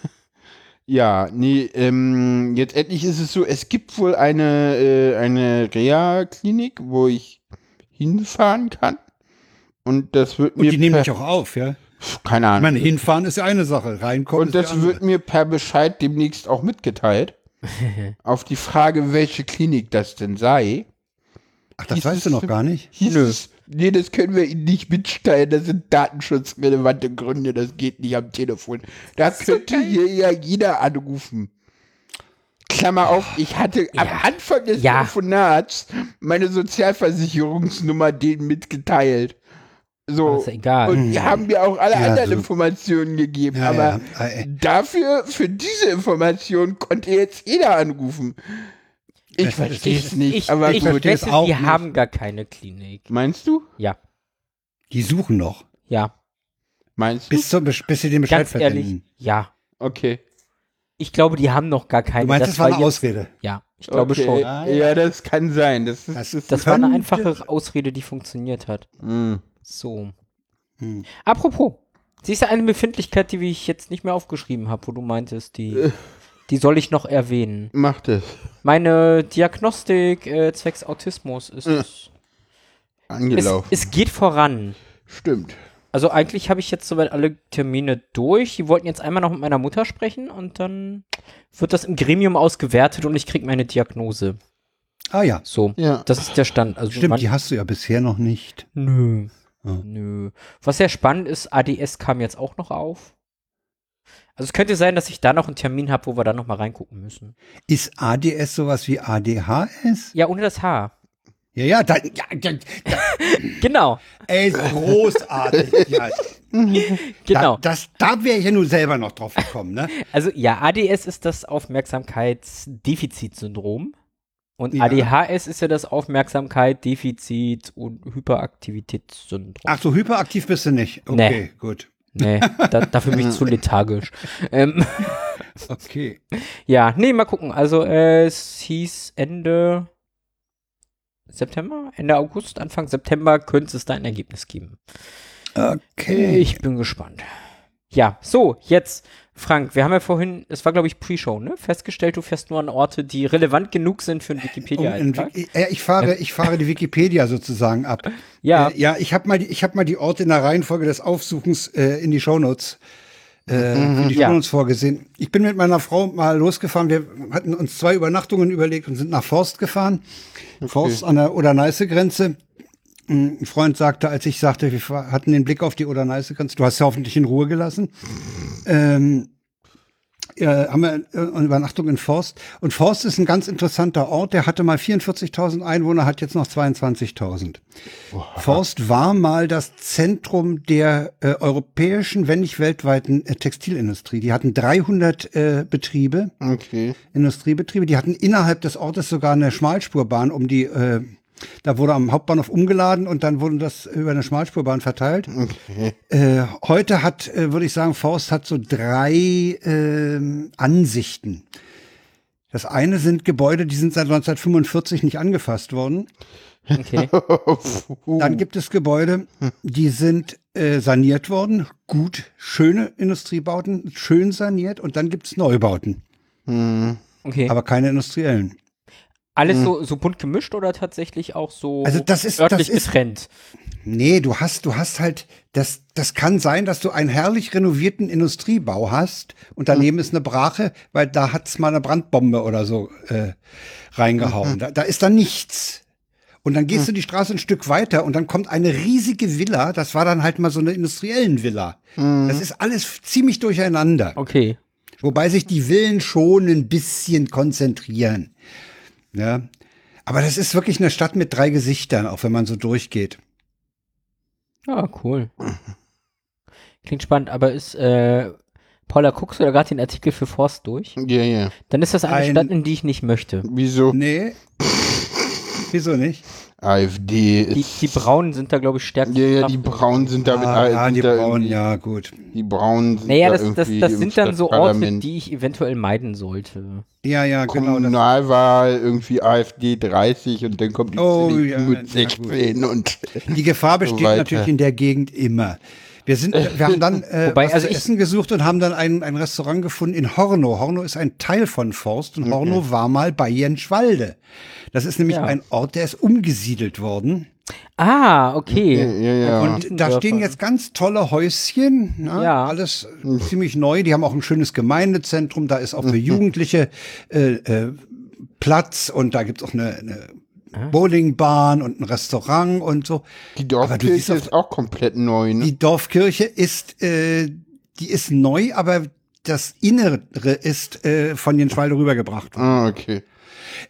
Speaker 1: ja, nee, ähm, jetzt endlich ist es so, es gibt wohl eine, äh, eine Reha-Klinik, wo ich hinfahren kann. Und das wird
Speaker 3: Und
Speaker 1: mir
Speaker 3: die nehmen
Speaker 1: per-
Speaker 3: mich auch auf, ja.
Speaker 1: keine
Speaker 3: Ich
Speaker 1: Ahnung.
Speaker 3: meine, hinfahren ist ja eine Sache, reinkommen
Speaker 1: Und
Speaker 3: ist die
Speaker 1: das
Speaker 3: andere.
Speaker 1: wird mir per Bescheid demnächst auch mitgeteilt. Auf die Frage, welche Klinik das denn sei,
Speaker 3: Ach, das weißt du noch gar nicht?
Speaker 1: hieß es, nee, das können wir Ihnen nicht mitteilen, das sind datenschutzrelevante Gründe, das geht nicht am Telefon. Da könnte hier ja jeder anrufen. Klammer auf, ich hatte am Anfang des
Speaker 2: Ja.
Speaker 1: Telefonats meine Sozialversicherungsnummer denen mitgeteilt. So.
Speaker 2: Ist ja egal.
Speaker 1: Und die haben mir auch alle
Speaker 3: Ja,
Speaker 1: anderen
Speaker 3: so.
Speaker 1: Informationen gegeben.
Speaker 3: Ja,
Speaker 1: aber
Speaker 3: ja. Ah, ey.
Speaker 1: Dafür, für diese Information konnte jetzt jeder anrufen. Ich verstehe es nicht,
Speaker 2: ich,
Speaker 1: aber
Speaker 2: ich
Speaker 1: gut.
Speaker 3: verstehe es
Speaker 2: wette,
Speaker 3: auch
Speaker 2: die
Speaker 3: nicht.
Speaker 2: haben gar keine Klinik.
Speaker 1: Meinst du?
Speaker 2: Ja,
Speaker 3: Die suchen noch.
Speaker 2: ja,
Speaker 1: Meinst du?
Speaker 3: Bis, zum, bis sie den Bescheid
Speaker 2: ganz
Speaker 3: verdienen.
Speaker 2: ehrlich, ja.
Speaker 1: Okay.
Speaker 2: Ich glaube, die haben noch gar keine.
Speaker 3: Du meinst, das, war eine Ausrede?
Speaker 2: Ja, ich glaube
Speaker 1: okay.
Speaker 2: schon.
Speaker 3: Ah, ja.
Speaker 1: Ja, das kann sein. Das ist,
Speaker 3: Das-
Speaker 1: das ist
Speaker 2: Das war eine
Speaker 3: Könnte-
Speaker 2: einfache Ausrede, die funktioniert hat.
Speaker 1: mh.
Speaker 2: So.
Speaker 3: Hm.
Speaker 2: Apropos, siehst du eine Befindlichkeit, die ich jetzt nicht mehr aufgeschrieben habe, wo du meintest, die, die soll ich noch erwähnen.
Speaker 1: macht es.
Speaker 2: Meine Diagnostik äh, zwecks Autismus ist, es,
Speaker 1: Angelaufen.
Speaker 2: es geht voran.
Speaker 1: Stimmt.
Speaker 2: Also eigentlich habe ich jetzt soweit alle Termine durch. Die wollten jetzt einmal noch mit meiner Mutter sprechen und dann wird das im Gremium ausgewertet und ich krieg meine Diagnose.
Speaker 3: Ah ja,
Speaker 2: So,
Speaker 1: Ja.
Speaker 2: das ist der Stand. Also
Speaker 3: stimmt,
Speaker 2: man-
Speaker 3: die hast du ja bisher noch nicht.
Speaker 2: Nö.
Speaker 3: Ah.
Speaker 2: Nö. Was sehr spannend ist, ADS kam jetzt auch noch auf. Also es könnte sein, dass ich da noch einen Termin habe, wo wir da noch mal reingucken müssen.
Speaker 3: Ist ADS sowas wie ADHS?
Speaker 2: Ja, ohne das Haar.
Speaker 3: Ja, ja, da, ja, ja da,
Speaker 2: Genau,
Speaker 3: ey, großartig. Ja,
Speaker 2: genau.
Speaker 3: Da, das, da wäre ich ja nun selber noch drauf gekommen, ne?
Speaker 2: Also ja, ADS ist das Aufmerksamkeitsdefizitsyndrom und
Speaker 3: Ja.
Speaker 2: ADHS ist ja das Aufmerksamkeit, Defizit und Hyperaktivitätssyndrom.
Speaker 3: Ach so, hyperaktiv bist du nicht. Okay, gut.
Speaker 2: Nee, da, dafür bin ich zu lethargisch. Ähm,
Speaker 3: Okay.
Speaker 2: ja, nee, mal gucken. Also äh, es hieß Ende September, Ende August, Anfang September könnte es da ein Ergebnis geben.
Speaker 3: Okay.
Speaker 2: Ich bin gespannt. Ja, so, jetzt, Frank, wir haben ja vorhin, es war glaube ich Pre-Show, ne? Festgestellt, du fährst nur an Orte, die relevant genug sind für einen
Speaker 3: Um in
Speaker 2: Wikipedia-Eintrag.
Speaker 3: Wiki- ja, ich, fahre, ich fahre die Wikipedia sozusagen ab.
Speaker 2: Ja,
Speaker 3: Äh, ja, ich habe mal, die- ich hab mal die Orte in der Reihenfolge des Aufsuchens äh, in die Shownotes. Äh, in die
Speaker 2: Mhm. Ja.
Speaker 3: Shownotes vorgesehen. Ich bin mit meiner Frau mal losgefahren. Wir hatten uns zwei Übernachtungen überlegt und sind nach Forst gefahren. Forst an der Oder-Neiße-Grenze. Ein Freund sagte, als ich sagte, wir fahr- hatten den Blick auf die Oder-Neiße-Grenze, du hast ja hoffentlich in Ruhe gelassen. Ähm, äh, haben wir äh, eine Übernachtung in Forst. Und Forst ist ein ganz interessanter Ort. Der hatte mal 44.000 Einwohner, hat jetzt noch 22.000. Forst war mal das Zentrum der äh, europäischen, wenn nicht weltweiten äh, Textilindustrie. Die hatten 300 äh, Betriebe,
Speaker 1: Okay.
Speaker 3: Industriebetriebe. Die hatten innerhalb des Ortes sogar eine Schmalspurbahn um die, äh, da wurde am Hauptbahnhof umgeladen und dann wurde das über eine Schmalspurbahn verteilt.
Speaker 1: Okay.
Speaker 3: Äh, heute hat, äh, würde ich sagen, Forst hat so drei ähm, Ansichten. Das eine sind Gebäude, die sind seit 1945 nicht angefasst worden.
Speaker 2: okay.
Speaker 3: Dann
Speaker 1: Oh.
Speaker 3: gibt es Gebäude, die sind äh, saniert worden, gut, schöne Industriebauten, schön saniert und dann gibt es Neubauten,
Speaker 1: Hm.
Speaker 2: okay.
Speaker 3: aber keine industriellen.
Speaker 2: Alles so, so bunt gemischt oder tatsächlich auch so
Speaker 3: Also das ist-
Speaker 2: örtlich
Speaker 3: das ist-
Speaker 2: getrennt?
Speaker 3: Nee, du hast, du hast halt, das, das kann sein, dass du einen herrlich renovierten Industriebau hast und daneben ist eine Brache, weil da hat's mal eine Brandbombe oder so äh, reingehauen. Da, da ist dann nichts. Und dann gehst du die Straße ein Stück weiter und dann kommt eine riesige Villa. Das war dann halt mal so eine industriellen Villa. Das ist alles ziemlich durcheinander.
Speaker 2: Okay.
Speaker 3: Wobei sich die Villen schon ein bisschen konzentrieren. Ja. Aber das ist wirklich eine Stadt mit drei Gesichtern, auch wenn man so durchgeht.
Speaker 2: Ja, Ah, cool. Klingt spannend, aber ist, äh, Paula, guckst du da gerade den Artikel für Forst durch?
Speaker 1: Ja, ja.
Speaker 2: Dann ist das eine
Speaker 3: Ein-
Speaker 2: Stadt, in die ich nicht möchte.
Speaker 1: Wieso?
Speaker 3: Nee. Wieso nicht?
Speaker 1: AfD
Speaker 2: Die,
Speaker 1: ist.
Speaker 2: die Braunen sind da, glaube ich, stärker.
Speaker 1: ja, ja, die Braunen sind da mit
Speaker 3: Ah, ah,
Speaker 1: sind
Speaker 3: die
Speaker 1: da
Speaker 3: Braunen,
Speaker 1: irgendwie-
Speaker 3: ja, gut.
Speaker 1: Die Braunen sind
Speaker 2: Naja,
Speaker 1: da
Speaker 2: das, das,
Speaker 1: irgendwie
Speaker 2: das
Speaker 1: im
Speaker 2: sind dann so Orte,
Speaker 1: Stadtparlament.
Speaker 2: die ich eventuell meiden sollte.
Speaker 3: Ja, ja, genau. Das,
Speaker 1: Kommunalwahl, irgendwie AfD 30 und dann kommt die
Speaker 3: Oh,
Speaker 1: CDU
Speaker 3: ja,
Speaker 1: mit
Speaker 3: ja, gut.
Speaker 1: 16 und
Speaker 3: die Gefahr besteht
Speaker 1: Weiter.
Speaker 3: natürlich in der Gegend immer. Wir, sind, wir haben dann äh,
Speaker 2: Wobei,
Speaker 3: was
Speaker 2: also
Speaker 3: zu
Speaker 2: ich-
Speaker 3: Essen gesucht und haben dann ein, ein Restaurant gefunden in Horno. Horno ist ein Teil von Forst und
Speaker 1: Mhm.
Speaker 3: Horno war mal bei Jenschwalde. Das ist nämlich
Speaker 2: Ja.
Speaker 3: ein Ort, der ist umgesiedelt worden.
Speaker 2: Ah, okay.
Speaker 1: ja, ja, ja.
Speaker 3: Und da stehen jetzt ganz tolle Häuschen, ne?
Speaker 2: Ja.
Speaker 3: alles ziemlich neu. Die haben auch ein schönes Gemeindezentrum, da ist auch für Jugendliche äh, äh, Platz und da gibt's auch eine, eine Bowlingbahn und ein Restaurant und so.
Speaker 1: die
Speaker 3: Aber du siehst
Speaker 1: Dorfkirche
Speaker 3: auf-
Speaker 1: ist auch komplett neu, ne?
Speaker 3: Die Dorfkirche ist, äh, die ist neu, aber das Innere ist äh, von Jenschwalde rübergebracht worden.
Speaker 1: Ah, okay.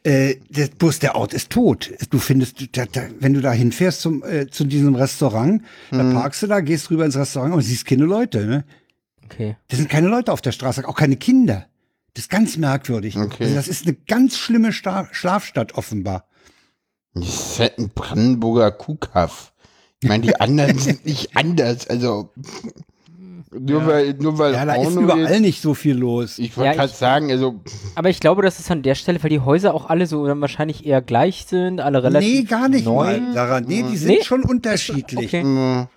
Speaker 3: Äh, der, bloß der Ort ist tot. Du findest, du- da, da, wenn du da hinfährst zum, äh, zu diesem Restaurant,
Speaker 2: Mhm.
Speaker 3: da parkst du da, gehst rüber ins Restaurant und siehst keine Leute. Ne?
Speaker 2: Okay.
Speaker 3: Da sind keine Leute auf der Straße, auch keine Kinder. Das ist ganz merkwürdig.
Speaker 1: Okay.
Speaker 3: Also das ist eine ganz schlimme Sta Schlafstadt offenbar.
Speaker 1: Das ist halt ein Brandenburger Kuhkaff. Ich meine, die anderen sind nicht anders. Also nur weil nur
Speaker 2: Äh,
Speaker 1: weil
Speaker 3: Ja, da ist
Speaker 1: Braunow
Speaker 3: überall
Speaker 1: jetzt-
Speaker 3: nicht so viel los.
Speaker 1: ich wollte
Speaker 2: Ja,
Speaker 1: gerade
Speaker 2: ich-
Speaker 1: sagen, also
Speaker 2: Aber ich glaube, das ist an der Stelle, weil die Häuser auch alle so dann wahrscheinlich eher gleich sind, alle relativ.
Speaker 3: nee, gar nicht
Speaker 2: neu. Mhm.
Speaker 3: mal, Sarah. Nee, die sind
Speaker 2: Nee.
Speaker 3: schon unterschiedlich.
Speaker 2: Okay.
Speaker 1: mh,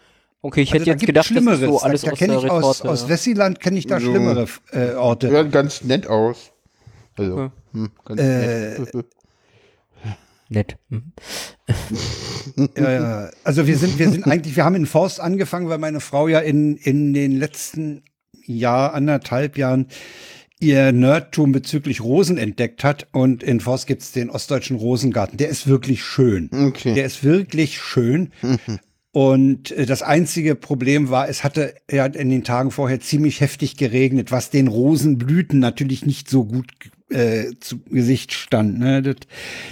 Speaker 2: okay, ich hätte
Speaker 3: Also da
Speaker 2: jetzt
Speaker 3: gibt
Speaker 2: gedacht,
Speaker 3: Schlimmeres.
Speaker 2: das ist so alles
Speaker 3: da da
Speaker 2: aus
Speaker 3: kenne
Speaker 2: der
Speaker 3: ich aus,
Speaker 2: Retorte.
Speaker 3: aus Wessiland kenne ich da schlimmere äh, Orte.
Speaker 1: hört ganz nett aus. Also hm, ganz
Speaker 3: Äh,
Speaker 1: nett.
Speaker 2: Nett. Mhm.
Speaker 3: Ja, ja. Also wir sind, wir sind eigentlich, wir haben in Forst angefangen, weil meine Frau ja in, in den letzten Jahr, anderthalb Jahren ihr Nerdtum bezüglich Rosen entdeckt hat. Und in Forst
Speaker 1: Mhm.
Speaker 3: gibt's den ostdeutschen Rosengarten. Der ist wirklich schön.
Speaker 1: Okay.
Speaker 3: Der ist wirklich schön. Und äh, das einzige Problem war, es hatte ja in den Tagen vorher ziemlich heftig geregnet, was den Rosenblüten natürlich nicht so gut äh, zu Gesicht stand. Ne? Das,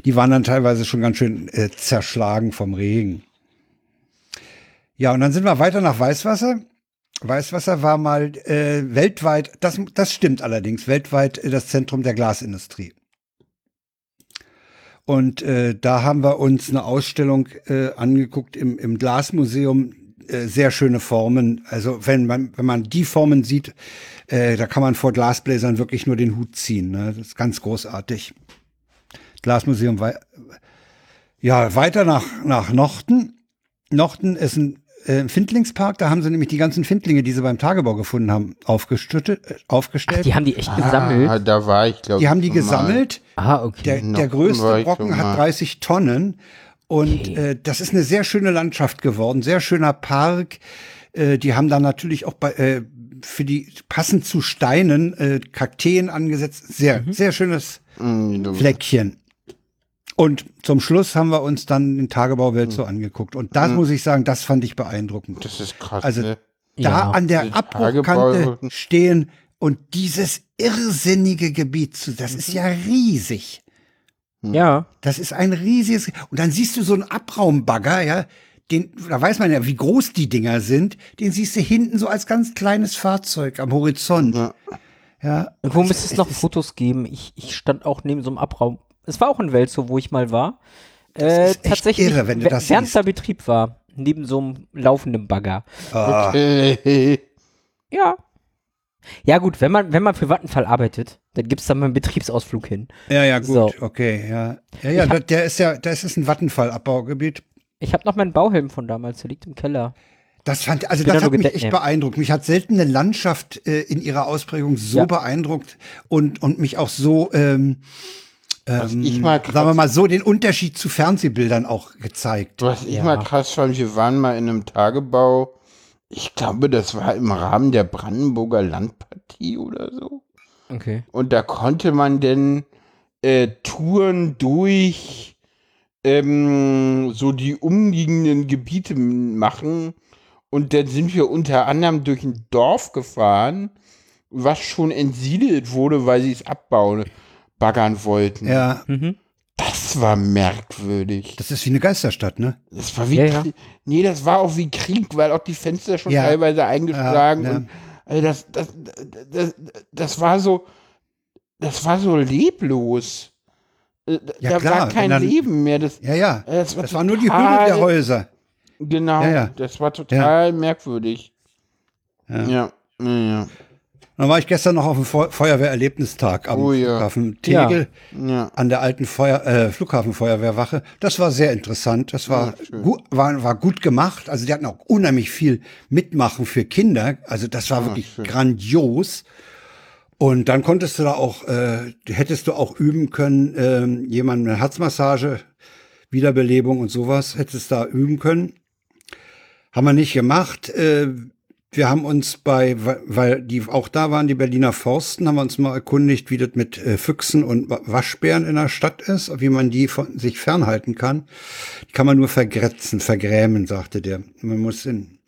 Speaker 3: die waren dann teilweise schon ganz schön äh, zerschlagen vom Regen. Ja, und dann sind wir weiter nach Weißwasser. Weißwasser war mal äh, weltweit, das, das stimmt allerdings, weltweit äh, das Zentrum der Glasindustrie. Und äh, da haben wir uns eine Ausstellung äh, angeguckt im, im Glasmuseum. Äh, sehr schöne Formen. Also wenn man, wenn man die Formen sieht, äh, da kann man vor Glasbläsern wirklich nur den Hut ziehen. Ne? Das ist ganz großartig. Glasmuseum wei ja, weiter nach, nach Nochten. Nochten ist ein äh, Findlingspark, da haben sie nämlich die ganzen Findlinge, die sie beim Tagebau gefunden haben, aufgestüttet, äh, aufgestellt.
Speaker 2: Die haben die echt gesammelt.
Speaker 1: Ah, da war ich, glaube ich.
Speaker 3: Die haben die
Speaker 1: schon mal.
Speaker 3: gesammelt.
Speaker 2: Ah, okay.
Speaker 3: Der,
Speaker 1: Noppen
Speaker 3: der
Speaker 1: war
Speaker 3: größte
Speaker 1: ich
Speaker 3: Brocken
Speaker 1: schon mal.
Speaker 3: hat 30 Tonnen. Und äh, das ist eine sehr schöne Landschaft geworden, sehr schöner Park. Äh, die haben da natürlich auch bei, äh, für die passend zu Steinen äh, Kakteen angesetzt. Sehr, sehr schönes
Speaker 1: Mm, du-
Speaker 3: Fleckchen. Und zum Schluss haben wir uns dann den Tagebau Welt so angeguckt. Und das muss ich sagen, das fand ich beeindruckend
Speaker 1: Hm. Das ist krass.
Speaker 3: Also-
Speaker 1: ne?
Speaker 3: da
Speaker 2: Ja.
Speaker 3: an der
Speaker 1: Die
Speaker 3: Abbruchkante
Speaker 1: Tagebau-
Speaker 3: stehen und dieses irrsinnige Gebiet zu, das
Speaker 1: Mhm.
Speaker 3: ist ja riesig.
Speaker 2: ja.
Speaker 3: Das ist ein riesiges. Und dann siehst du so einen Abraumbagger, ja, den, da weiß man ja, wie groß die Dinger sind, den siehst du hinten so als ganz kleines Fahrzeug am Horizont. Ja.
Speaker 1: Ja.
Speaker 2: Irgendwo müsste es noch Fotos geben. Ich, ich stand auch neben so einem Abraum. Es war auch in Welzow, wo ich mal war. Äh,
Speaker 3: ist echt
Speaker 2: tatsächlich,
Speaker 3: irre, wenn du
Speaker 2: wär-
Speaker 3: das
Speaker 2: während
Speaker 3: siehst.
Speaker 2: da Betrieb war, neben so einem laufenden Bagger.
Speaker 3: Ah,
Speaker 1: Okay.
Speaker 2: Ja. Ja, gut, wenn man, wenn man für Vattenfall arbeitet, dann gibt's da mal einen Betriebsausflug hin.
Speaker 3: ja, ja, gut,
Speaker 2: So.
Speaker 3: okay, ja. Ja, ja, da, der ist ja, das ist ein Vattenfallabbaugebiet.
Speaker 2: Ich habe noch meinen Bauhelm von damals, der liegt im Keller.
Speaker 3: Das fand, also
Speaker 2: bin
Speaker 3: das
Speaker 2: da nur
Speaker 3: hat mich
Speaker 2: gedeckt,
Speaker 3: echt
Speaker 2: ja.
Speaker 3: beeindruckt. Mich hat selten eine Landschaft äh, in ihrer Ausprägung so
Speaker 2: Ja.
Speaker 3: beeindruckt und, und mich auch so, ähm, ähm,
Speaker 1: ich mal
Speaker 3: sagen wir mal so, den Unterschied zu Fernsehbildern auch gezeigt.
Speaker 1: Was ich mal krass fand, wir waren mal in einem Tagebau. Ich glaube, das war im Rahmen der Brandenburger Landpartie oder so.
Speaker 2: Okay.
Speaker 1: Und da konnte man denn äh, Touren durch ähm, so die umliegenden Gebiete m- machen. Und dann sind wir unter anderem durch ein Dorf gefahren, was schon entsiedelt wurde, weil sie es abbauen, baggern wollten.
Speaker 3: Ja,
Speaker 2: Mhm.
Speaker 1: Das war merkwürdig.
Speaker 3: das ist wie eine Geisterstadt, ne?
Speaker 1: Das war wie
Speaker 2: Ja, ja.
Speaker 1: Krieg. Nee, das war auch wie Krieg, weil auch die Fenster schon
Speaker 3: Ja.
Speaker 1: teilweise eingeschlagen
Speaker 3: Ja, ne? ja.
Speaker 1: und also das, das, das, das war so das war so leblos. Äh, Da
Speaker 3: Ja,
Speaker 1: da
Speaker 3: klar,
Speaker 1: war
Speaker 3: wenn
Speaker 1: kein
Speaker 3: dann-
Speaker 1: Leben mehr. Das,
Speaker 3: Ja, ja.
Speaker 1: Äh, das war
Speaker 3: Das waren nur die
Speaker 1: total-
Speaker 3: Hügel der Häuser.
Speaker 1: Genau,
Speaker 3: Ja, ja.
Speaker 1: das war total merkwürdig. Ja. Ja. Ja,
Speaker 3: Dann war ich gestern noch auf dem Feu Feuerwehrerlebnistag am
Speaker 1: Oh, ja.
Speaker 3: Flughafen Tegel
Speaker 1: ja.
Speaker 3: an der alten Feuer äh, Flughafenfeuerwehrwache. Das war sehr interessant. Das war, gut, war, war gut gemacht. Also die hatten auch unheimlich viel Mitmachen für Kinder. Also das
Speaker 1: Ah,
Speaker 3: war wirklich grandios. Und dann konntest du da auch, äh, hättest du auch üben können, ähm, jemanden eine Herzmassage, Wiederbelebung und sowas, hättest da üben können. Haben wir nicht gemacht. Äh, wir haben uns bei, weil- weil die auch da waren, die Berliner Forsten, haben wir uns mal erkundigt, wie das mit äh, Füchsen und Wa- Waschbären in der Stadt ist, wie man die von sich fernhalten kann. Die kann man nur vergrätzen, vergrämen, sagte der. Man muss in.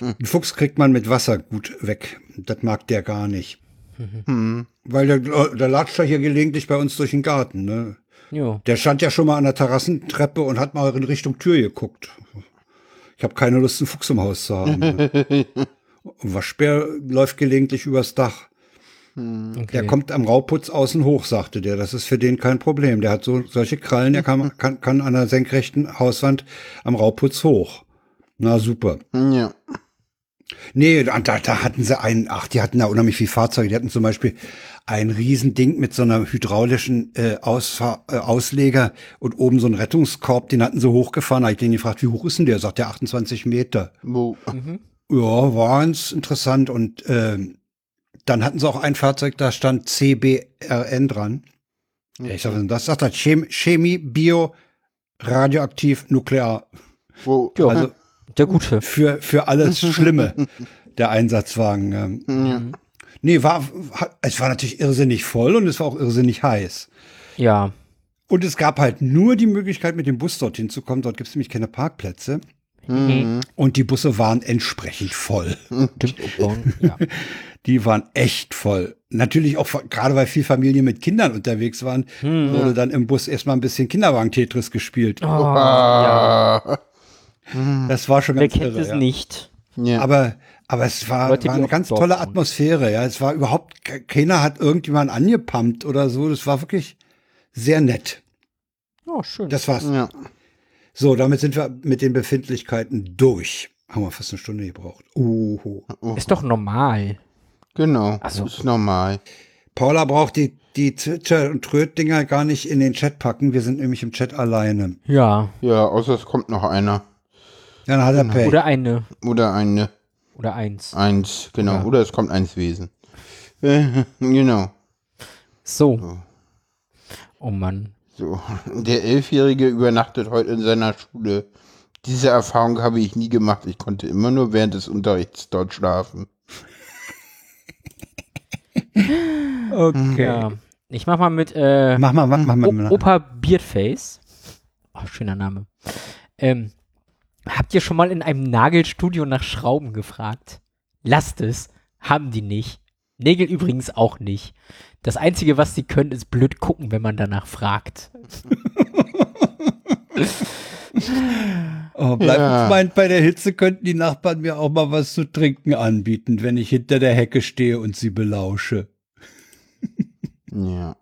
Speaker 3: Einen Fuchs kriegt man mit Wasser gut weg. Das mag der gar nicht. Weil der, äh, der latscht ja hier gelegentlich bei uns durch den Garten. Ne?
Speaker 2: Jo.
Speaker 3: Der stand ja schon mal an der Terrassentreppe und hat mal in Richtung Tür geguckt. Ich habe keine Lust, einen Fuchs im Haus zu haben. Und Waschbär läuft gelegentlich übers Dach. Der kommt am Rauputz außen hoch, sagte der. Das ist für den kein Problem. Der hat so solche Krallen, der kann, kann, kann an der senkrechten Hauswand am Rauputz hoch. Na super.
Speaker 1: ja.
Speaker 3: Nee, da, da da hatten sie einen, ach, die hatten da unheimlich viel Fahrzeuge. Die hatten zum Beispiel ein Riesending mit so einer hydraulischen äh, Ausfa äh, Ausleger und oben so einen Rettungskorb, den hatten sie hochgefahren. Da hab ich den gefragt, wie hoch ist denn der? Sagt der 28 Meter.
Speaker 1: Wo-
Speaker 3: Ja, war ganz interessant. Und ähm, dann hatten sie auch ein Fahrzeug, da stand CBRN dran. Ich sag, was ist denn das? Sagt er Chem Chemie, Bio, Radioaktiv, Nuklear.
Speaker 1: Wo,
Speaker 2: Ja.
Speaker 3: Also
Speaker 2: Der Gute.
Speaker 3: für, für alles Schlimme, der Einsatzwagen. Ähm, Nee, war, war, es war natürlich irrsinnig voll und es war auch irrsinnig heiß.
Speaker 2: Ja.
Speaker 3: Und es gab halt nur die Möglichkeit, mit dem Bus dorthin zu kommen. Dort gibt es nämlich keine Parkplätze.
Speaker 2: Mhm.
Speaker 3: Und die Busse waren entsprechend voll.
Speaker 2: Stimmt. Ja.
Speaker 3: Die waren echt voll. Natürlich auch, von- gerade weil viel Familien mit Kindern unterwegs waren,
Speaker 2: Hm,
Speaker 3: wurde dann im Bus erstmal ein bisschen Kinderwagen-Tetris gespielt.
Speaker 2: Oh, ja.
Speaker 1: Ah,
Speaker 3: Das war schon
Speaker 2: Hm. Wer
Speaker 3: ganz
Speaker 2: kennt
Speaker 3: irre,
Speaker 2: es
Speaker 3: ja.
Speaker 2: nicht?
Speaker 1: ja.
Speaker 3: Aber, aber es war,
Speaker 2: Leute, die
Speaker 3: war eine
Speaker 2: auf
Speaker 3: ganz
Speaker 2: dem Dorf
Speaker 3: tolle
Speaker 2: wohnen.
Speaker 3: Atmosphäre, ja. Es war überhaupt, ke- keiner hat irgendjemanden angepumpt oder so. Das war wirklich sehr nett.
Speaker 2: Oh, schön.
Speaker 3: Das war's.
Speaker 1: ja.
Speaker 3: So, damit sind wir mit den Befindlichkeiten durch. Haben wir fast eine Stunde gebraucht. Uhu.
Speaker 2: ist doch normal.
Speaker 1: Genau.
Speaker 2: Ach
Speaker 3: Also-
Speaker 2: so.
Speaker 1: Ist normal.
Speaker 3: Paula braucht die, die Twitter- und Tröd-Dinger gar nicht in den Chat packen. Wir sind nämlich im Chat alleine.
Speaker 2: Ja.
Speaker 1: Ja, außer es kommt noch einer.
Speaker 3: Dann hat er Pech.
Speaker 2: Oder eine.
Speaker 1: Oder eine.
Speaker 2: Oder eins.
Speaker 1: Eins, genau. Oder es kommt eins Wesen. Äh, genau.
Speaker 2: So. Oh Mann.
Speaker 1: So. Der Elfjährige übernachtet heute in seiner Schule. Diese Erfahrung habe ich nie gemacht. Ich konnte immer nur während des Unterrichts dort schlafen.
Speaker 2: Okay. Ja. Ich mach mal mit äh,
Speaker 3: Mach mal, mach mal, mach mal.
Speaker 2: O- Opa Beardface. Oh, schöner Name. Ähm, habt ihr schon mal in einem Nagelstudio nach Schrauben gefragt? Lasst es. Haben die nicht. Nägel übrigens auch nicht. Das Einzige, was sie können, ist blöd gucken, wenn man danach fragt.
Speaker 3: Oh, bleib
Speaker 1: Ja.
Speaker 3: uns meint, bei der Hitze könnten die Nachbarn mir auch mal was zu trinken anbieten, wenn ich hinter der Hecke stehe und sie belausche.
Speaker 1: Ja.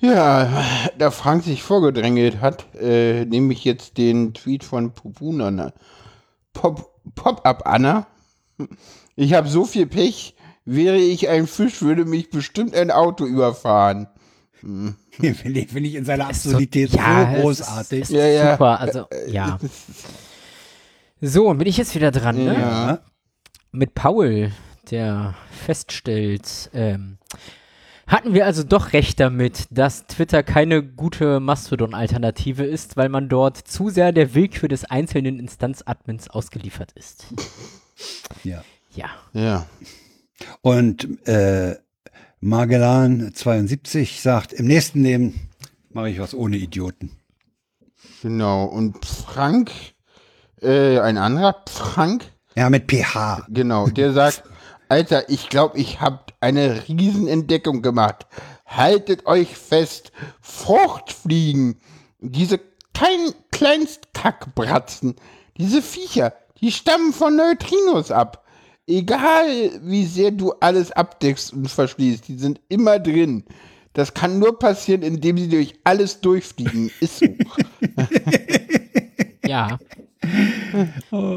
Speaker 1: Ja, da Frank sich vorgedrängelt hat, äh, nehme ich jetzt den Tweet von Pupuna. ne? Pop- Pop-up Anna. Ich habe so viel Pech. Wäre ich ein Fisch, würde mich bestimmt ein Auto überfahren.
Speaker 3: Finde ich, find ich in seiner
Speaker 2: Ist so-
Speaker 3: Absurdität so,
Speaker 2: ja, es
Speaker 3: großartig.
Speaker 2: Ist, ist
Speaker 1: Ja, ja.
Speaker 2: Super, also ja. So, und bin ich jetzt wieder dran, ne?
Speaker 3: ja.
Speaker 2: mit Paul, der feststellt, ähm, hatten wir also doch recht damit, dass Twitter keine gute Mastodon-Alternative ist, weil man dort zu sehr der Willkür des einzelnen Instanz-Admins ausgeliefert ist.
Speaker 3: ja.
Speaker 2: Ja.
Speaker 1: Ja.
Speaker 3: Und äh, Magellan72 sagt, im nächsten Leben mache ich was ohne Idioten.
Speaker 1: Genau. Und Frank, äh, ein anderer Frank,
Speaker 3: Ja, mit PH.
Speaker 1: genau, der sagt, Alter, ich glaube, ich habe eine Riesenentdeckung gemacht. Haltet euch fest, Fruchtfliegen, diese klein, Kleinstkackbratzen, diese Viecher, die stammen von Neutrinos ab. Egal, wie sehr du alles abdeckst und verschließt, die sind immer drin. Das kann nur passieren, indem sie durch alles durchfliegen. Ist so.
Speaker 2: Ja.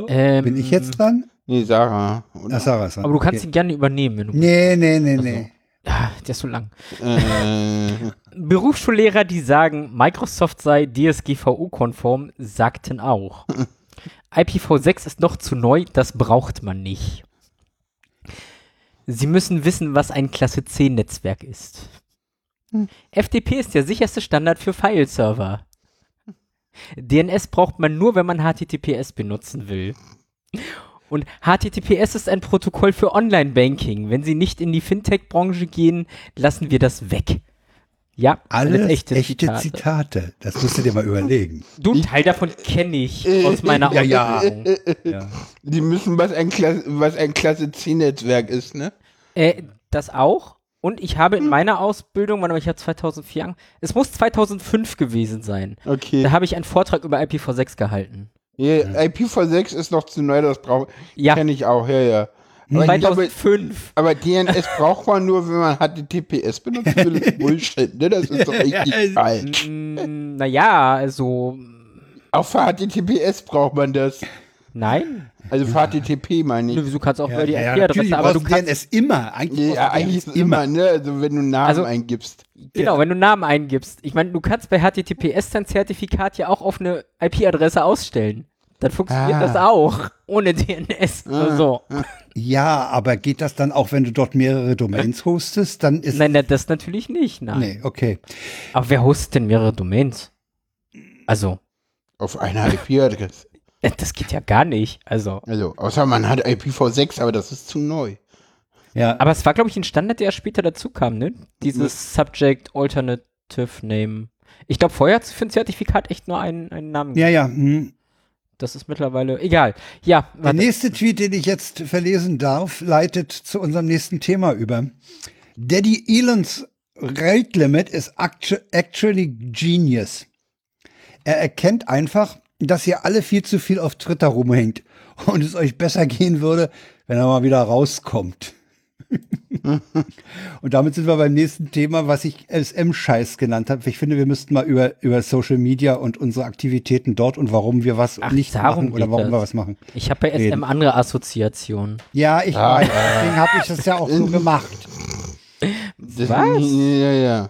Speaker 2: ähm,
Speaker 3: Bin ich jetzt dran?
Speaker 1: Nee, Sarah. Und
Speaker 3: Na, Sarah ist dran.
Speaker 2: Aber du kannst ihn gerne übernehmen, wenn du
Speaker 3: Nee, nee, nee, nee.
Speaker 2: Ah, Der ist so lang.
Speaker 1: Äh,
Speaker 2: Berufsschullehrer, die sagen, Microsoft sei DSGVO-konform, sagten auch. IPv6 ist noch zu neu, das braucht man nicht. Sie müssen wissen, was ein Klasse C-Netzwerk ist.
Speaker 3: Hm.
Speaker 2: FTP ist der sicherste Standard für File-Server. DNS braucht man nur, wenn man HTTPS benutzen will. Und HTTPS ist ein Protokoll für Online-Banking. Wenn Sie nicht in die Fintech-Branche gehen, lassen wir das weg. Ja,
Speaker 3: Alles echte, Zitate.
Speaker 2: Zitate.
Speaker 3: Das musst du dir mal überlegen.
Speaker 2: Du, einen Teil davon kenne ich aus meiner
Speaker 3: Äh, Ja, ja.
Speaker 2: Erfahrung.
Speaker 3: Ja.
Speaker 1: die müssen, was ein, Klasse, was ein Klasse C-Netzwerk ist, ne?
Speaker 2: Äh, das auch. Und ich habe in
Speaker 1: Hm.
Speaker 2: meiner Ausbildung, wann habe ich ja 2004, ange- es muss 2005 gewesen sein. Da
Speaker 1: Okay.
Speaker 2: habe ich einen Vortrag über IPv6 gehalten.
Speaker 1: Ja, IPv6 ist noch zu neu, das brauche
Speaker 2: Ja.
Speaker 1: Kenne ich auch, ja, ja. Aber, ich glaube,
Speaker 2: 2005.
Speaker 1: aber DNS braucht man nur, wenn man HTTPS benutzt. Das ist Bullshit, ne? Das ist doch richtig falsch.
Speaker 2: Mm, naja, also,
Speaker 1: Auch für HTTPS braucht man das.
Speaker 2: nein.
Speaker 1: Also für HTTP meine
Speaker 2: Nö,
Speaker 1: ich.
Speaker 2: wieso kannst du auch
Speaker 3: Ja,
Speaker 2: über die
Speaker 3: ja,
Speaker 2: IP-Adresse,
Speaker 3: natürlich
Speaker 2: aber
Speaker 3: brauchst
Speaker 2: du
Speaker 3: du
Speaker 2: kannst,
Speaker 3: DNS immer. Eigentlich
Speaker 1: Ja,
Speaker 3: brauchst du
Speaker 1: eigentlich
Speaker 3: DNS
Speaker 1: immer, ne? Also wenn du einen Namen
Speaker 2: Also-
Speaker 1: eingibst.
Speaker 2: genau, wenn du einen Namen eingibst. Ich meine, du kannst bei HTTPS dein Zertifikat ja auch auf eine IP-Adresse ausstellen. Dann funktioniert
Speaker 1: Ah.
Speaker 2: das auch. Ohne DNS. So.
Speaker 3: Ja, aber geht das dann auch, wenn du dort mehrere Domains hostest? Dann ist.
Speaker 2: Nein, na, das natürlich nicht. Nein.
Speaker 3: Nee, okay.
Speaker 2: Aber wer hostet denn mehrere Domains? Also,
Speaker 1: Auf einer IP-Adresse.
Speaker 2: äh, das geht ja gar nicht. Also,
Speaker 1: Also, außer man hat IPv6, aber das ist zu neu.
Speaker 3: Ja,
Speaker 2: aber es war, glaube ich, ein Standard, der erst später dazu kam, ne? Dieses Subject Alternative Name. Ich glaube, vorher hat es für ein Zertifikat echt nur einen, einen Namen
Speaker 3: Ja, ja. Hm.
Speaker 2: Das ist mittlerweile egal. Ja,
Speaker 3: Der
Speaker 2: warte.
Speaker 3: nächste Tweet, den ich jetzt verlesen darf, leitet zu unserem nächsten Thema über. Daddy Elons Rate Limit ist actu actually genius. Er erkennt einfach, dass ihr alle viel zu viel auf Twitter rumhängt und es euch besser gehen würde, wenn er mal wieder rauskommt. und damit sind wir beim nächsten Thema, was ich LSM-Scheiß genannt habe. Ich finde, wir müssten mal über, über Social Media und unsere Aktivitäten dort und warum wir was
Speaker 2: Ach,
Speaker 3: nicht
Speaker 2: darum
Speaker 3: machen oder
Speaker 2: geht
Speaker 3: warum wir
Speaker 2: das.
Speaker 3: was machen.
Speaker 2: Ich habe bei SM
Speaker 3: Reden.
Speaker 2: andere Assoziationen.
Speaker 3: Ja, ich weiß. Deswegen habe ich das ja auch so gemacht.
Speaker 1: Das,
Speaker 2: Was?
Speaker 1: Ja, ja,
Speaker 2: Ja,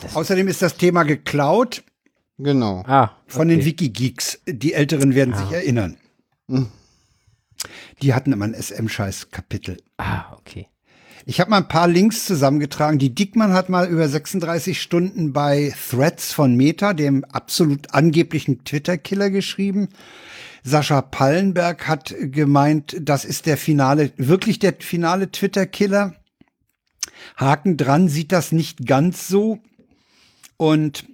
Speaker 2: das,
Speaker 3: Außerdem ist das Thema geklaut
Speaker 1: genau.
Speaker 2: ah,
Speaker 3: von den
Speaker 2: okay.
Speaker 3: Wikigeeks. Die Älteren werden sich erinnern. Die hatten immer ein SM-Scheiß-Kapitel.
Speaker 2: Ah, okay.
Speaker 3: Ich habe mal ein paar Links zusammengetragen. Die Dickmann hat mal über 36 Stunden bei Threads von Meta, dem absolut angeblichen Twitter-Killer, geschrieben. Sascha Pallenberg hat gemeint, das ist der finale, wirklich der finale Twitter-Killer. Haken dran sieht das nicht ganz so. Und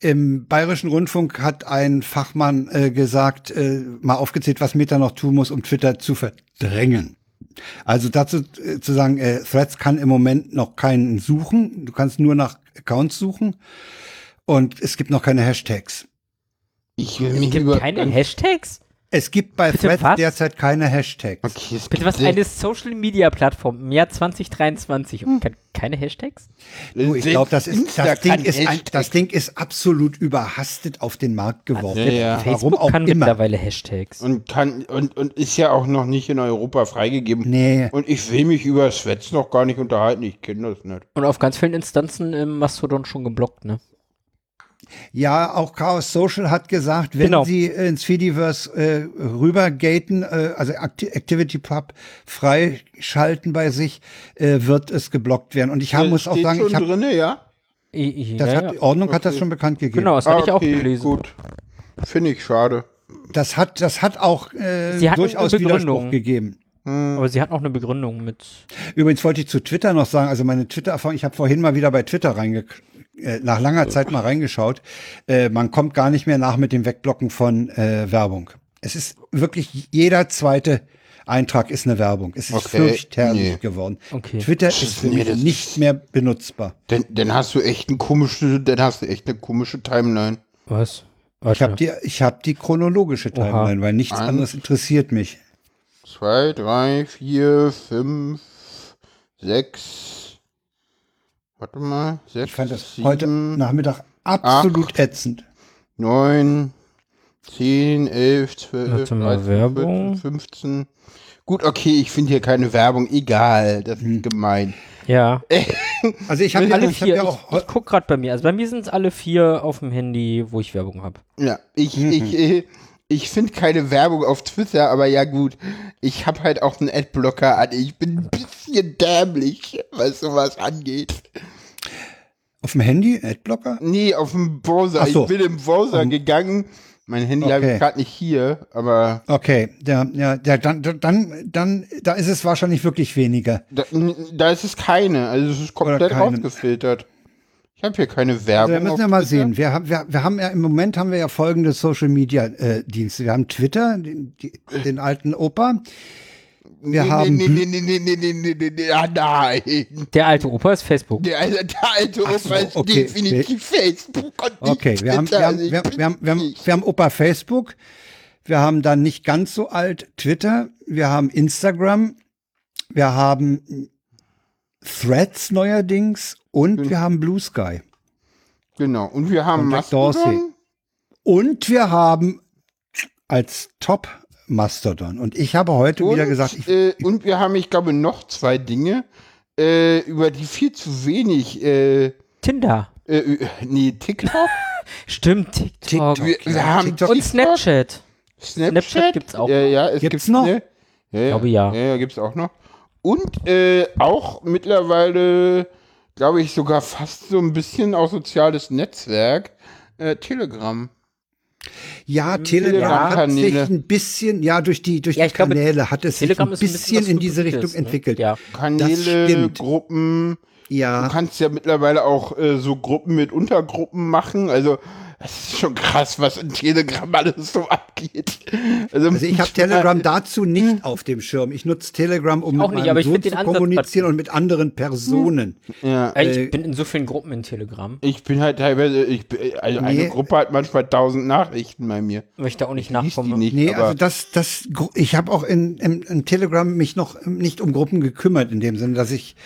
Speaker 3: im Bayerischen Rundfunk hat ein Fachmann äh, gesagt, äh, mal aufgezählt, was Meta noch tun muss, um Twitter zu verdrängen. Also dazu äh, zu sagen, äh, Threads kann im Moment noch keinen suchen. Du kannst nur nach Accounts suchen. Und es gibt noch keine Hashtags.
Speaker 1: Ich will
Speaker 2: Es
Speaker 1: mich
Speaker 2: gibt
Speaker 1: über.
Speaker 2: keine Hashtags?
Speaker 3: Es gibt bei
Speaker 2: Bitte
Speaker 3: Threads
Speaker 2: was?
Speaker 3: derzeit keine Hashtags.
Speaker 1: Okay, es
Speaker 2: Bitte was?
Speaker 1: gibt-
Speaker 2: Eine Social-Media-Plattform im Jahr 2023
Speaker 3: Hm.
Speaker 2: und kann, keine Hashtags?
Speaker 3: Du, Oh, ich glaube, das, ist, das,
Speaker 1: Insta
Speaker 3: Ding
Speaker 1: kann
Speaker 3: ist ein,
Speaker 1: Hashtag-
Speaker 3: das Ding ist absolut überhastet auf den Markt geworfen.
Speaker 1: Ja, ja.
Speaker 3: Warum
Speaker 2: Äh, Facebook
Speaker 3: auch
Speaker 2: kann
Speaker 3: immer.
Speaker 2: mittlerweile Hashtags.
Speaker 1: Und kann und, und ist ja auch noch nicht in Europa freigegeben.
Speaker 3: Nee.
Speaker 1: Und ich will mich über Sweats noch gar nicht unterhalten. Ich kenne das nicht.
Speaker 2: Und auf ganz vielen Instanzen im Mastodon schon geblockt, ne?
Speaker 3: Ja, auch Chaos Social hat gesagt, wenn
Speaker 2: Genau.
Speaker 3: sie äh, ins Fediverse äh, rübergaten, äh, also Acti Activity Pub freischalten bei sich, äh, wird es geblockt werden. Und ich hab, muss auch
Speaker 1: Steht
Speaker 3: sagen,
Speaker 1: schon
Speaker 3: ich hab,
Speaker 1: drinne, ja.
Speaker 2: I- I-
Speaker 3: das
Speaker 2: ja,
Speaker 3: hat,
Speaker 2: ja.
Speaker 3: Ordnung hat das schon bekannt gegeben.
Speaker 2: Genau, das habe ich auch
Speaker 1: Okay,
Speaker 2: gelesen.
Speaker 1: Gut. Finde ich schade.
Speaker 3: Das hat, das hat auch äh,
Speaker 2: Sie hatten
Speaker 3: durchaus
Speaker 2: eine Begründung.
Speaker 3: Widerspruch gegeben.
Speaker 2: Aber sie hat noch eine Begründung mit.
Speaker 3: Übrigens wollte ich zu Twitter noch sagen, also meine Twitter-Erfahrung, ich habe vorhin mal wieder bei Twitter reinge äh, nach langer Zeit mal reingeschaut. Äh, man kommt gar nicht mehr nach mit dem Wegblocken von äh, Werbung. Es ist wirklich jeder zweite Eintrag ist eine Werbung. Es ist
Speaker 1: Okay,
Speaker 3: fürchterlich
Speaker 1: nee.
Speaker 3: geworden.
Speaker 2: Okay.
Speaker 3: Twitter ist für
Speaker 1: Nee,
Speaker 3: mich
Speaker 1: das-
Speaker 3: nicht mehr benutzbar.
Speaker 1: Denn, dann hast du echt ein komische, dann hast du echt eine komische Timeline.
Speaker 2: Was?
Speaker 3: Ich habe die, ich hab die chronologische Timeline, weil nichts
Speaker 1: Eins.
Speaker 3: anderes interessiert mich.
Speaker 1: Zwei, drei, vier, fünf, sechs. Warte mal, sechs,
Speaker 3: Ich fand das
Speaker 1: sieben,
Speaker 3: heute Nachmittag absolut ätzend.
Speaker 1: neun, zehn, elf, zwölf,
Speaker 2: Warte mal,
Speaker 1: dreizehn,
Speaker 2: Werbung.
Speaker 1: 14, 15. Gut, okay, ich finde hier keine Werbung. Egal, das
Speaker 3: Hm.
Speaker 1: ist gemein.
Speaker 2: Ja.
Speaker 3: Also ich habe
Speaker 2: alle
Speaker 3: ich hab
Speaker 2: vier.
Speaker 3: ja
Speaker 2: Ich,
Speaker 3: auch
Speaker 2: ich, guck gerade bei mir. Also bei mir sind es alle vier auf dem Handy, wo ich Werbung habe.
Speaker 1: Ja, ich,
Speaker 3: Mhm.
Speaker 1: ich, äh, ich finde keine Werbung auf Twitter, aber ja gut, ich habe halt auch einen Adblocker an. Ich bin ein bisschen dämlich, was sowas angeht.
Speaker 3: auf dem Handy Adblocker.
Speaker 1: Nee, auf dem Browser.
Speaker 3: Ach so.
Speaker 1: Ich bin im Browser gegangen. Mein Handy habe
Speaker 3: Okay.
Speaker 1: ich gerade nicht hier, aber
Speaker 3: Okay, ja, ja, ja, dann, dann, dann, da ist es wahrscheinlich wirklich weniger.
Speaker 1: da, n- da ist es keine. Also es ist komplett
Speaker 3: keine.
Speaker 1: rausgefiltert. Ich habe hier keine
Speaker 3: Also
Speaker 1: Werbung.
Speaker 3: wir müssen
Speaker 1: auf
Speaker 3: ja mal
Speaker 1: Twitter.
Speaker 3: sehen. Wir haben, wir, wir haben ja im Moment haben wir ja folgende Social Media äh, Dienste. Wir haben Twitter, den, die, den alten Opa. Wir
Speaker 1: nee,
Speaker 3: haben
Speaker 1: Nee, nee, nee, nee, nee, nee, nee, nee, nee, ah, nein.
Speaker 2: Der alte Opa ist Facebook.
Speaker 1: Der, alte- der alte Opa
Speaker 3: so,
Speaker 1: ist
Speaker 3: okay.
Speaker 1: definitiv Facebook und nicht
Speaker 3: Okay, wir haben,
Speaker 1: Twitter.
Speaker 3: wir haben,
Speaker 1: Also ich
Speaker 3: wir, haben-
Speaker 1: bin
Speaker 3: wir, haben, wir, haben,
Speaker 1: nicht.
Speaker 3: wir haben Opa Facebook. Wir haben dann nicht ganz so alt Twitter. Wir haben Instagram. Wir haben Threads neuerdings und wir haben Blue Sky.
Speaker 1: Genau, und wir haben
Speaker 3: Von Jack Dorsey.
Speaker 1: Mastodon.
Speaker 3: Und wir haben als Top Mastodon. Und ich habe heute wieder gesagt, ich,
Speaker 1: äh, und wir haben, ich glaube, noch zwei Dinge, äh, über die viel zu wenig, äh,
Speaker 2: Tinder.
Speaker 1: äh, äh, nee, TikTok.
Speaker 2: Stimmt, TikTok.
Speaker 1: wir, wir haben
Speaker 3: TikTok.
Speaker 2: Und Snapchat.
Speaker 1: Snapchat,
Speaker 2: gibt's auch
Speaker 1: Ja, ja, es
Speaker 3: Gibt's
Speaker 1: gibt's
Speaker 3: noch?
Speaker 1: Ne? Ja, ich
Speaker 2: glaube, ja.
Speaker 1: Ja, ja gibt's auch noch. Und äh, auch mittlerweile, glaube ich, sogar fast so ein bisschen auch soziales Netzwerk, äh, Telegram.
Speaker 3: ja, Telegram hat sich
Speaker 1: Telegram-Kanäle.
Speaker 3: ein bisschen, ja, durch die, durch
Speaker 2: Ja,
Speaker 3: die
Speaker 2: ich glaube,
Speaker 3: Kanäle hat es sich
Speaker 2: Telegram
Speaker 3: ein
Speaker 2: ist ne? ein bisschen
Speaker 3: bisschen
Speaker 2: was
Speaker 3: in diese
Speaker 2: Verrücktes,
Speaker 3: Richtung
Speaker 2: ne?
Speaker 3: entwickelt.
Speaker 2: Ja.
Speaker 1: Kanäle,
Speaker 3: stimmt.
Speaker 1: Gruppen, Du
Speaker 3: Ja,
Speaker 1: kannst ja mittlerweile auch äh, so Gruppen mit Untergruppen machen. Also, es ist schon krass, was in Telegram alles so abgeht.
Speaker 3: also ich habe Telegram dazu nicht auf dem Schirm. Ich nutze Telegram, um
Speaker 2: Auch
Speaker 3: mit
Speaker 2: nicht,
Speaker 3: meinem
Speaker 2: aber äh, hm. ich
Speaker 3: Sohn
Speaker 2: find
Speaker 3: zu
Speaker 2: den Ansatz- Hm.
Speaker 3: kommunizieren und mit anderen Personen.
Speaker 1: Ja.
Speaker 2: Ey, Ich bin in so vielen Gruppen in Telegram,
Speaker 1: Ich bin halt teilweise, ich bin, also eine
Speaker 3: Nee.
Speaker 1: Gruppe hat manchmal tausend Nachrichten bei mir.
Speaker 2: weil ich da auch nicht
Speaker 1: Lies die
Speaker 2: nachkomme.
Speaker 1: nicht,
Speaker 3: Nee,
Speaker 1: aber
Speaker 3: also das, das, Gru- ich habe auch in, in, in Telegram mich noch nicht um Gruppen gekümmert, in dem Sinne, dass ich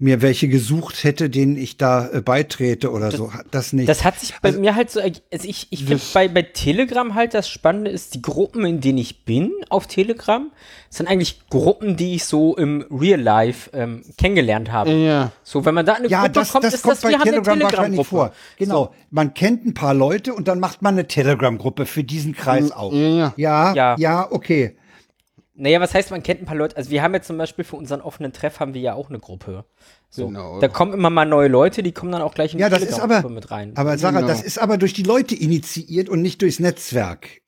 Speaker 3: mir welche gesucht hätte, denen ich da äh, beitrete oder so. Das nicht.
Speaker 2: Das hat sich bei mir halt so erge- also ich ich finde bei bei Telegram halt das Spannende ist die Gruppen, in denen ich bin auf Telegram, sind eigentlich Gruppen, die ich so im Real Life ähm, kennengelernt habe.
Speaker 1: Ja.
Speaker 2: So, wenn man da in eine
Speaker 3: ja,
Speaker 2: Gruppe
Speaker 3: das,
Speaker 2: kommt,
Speaker 3: das
Speaker 2: ist
Speaker 3: kommt
Speaker 2: das
Speaker 3: bei
Speaker 2: wir haben eine
Speaker 3: Telegram
Speaker 2: Telegram-Gruppe.
Speaker 3: wahrscheinlich vor. Genau.
Speaker 2: So,
Speaker 3: Man kennt ein paar Leute und dann macht man eine Telegram-Gruppe für diesen Kreis auf.
Speaker 1: ja.
Speaker 3: ja,
Speaker 2: Mm, Ja.
Speaker 3: ja, ja okay.
Speaker 2: naja, was heißt, man kennt ein paar Leute? Also wir haben jetzt zum Beispiel für unseren offenen Treff haben wir ja auch eine Gruppe. So,
Speaker 1: Genau.
Speaker 2: da kommen immer mal neue Leute, die kommen dann auch gleich in die
Speaker 3: Ja, das ist aber,
Speaker 2: Telegram-Gruppe mit rein.
Speaker 3: aber Sarah,
Speaker 1: Genau.
Speaker 3: das ist aber durch die Leute initiiert und nicht durchs Netzwerk.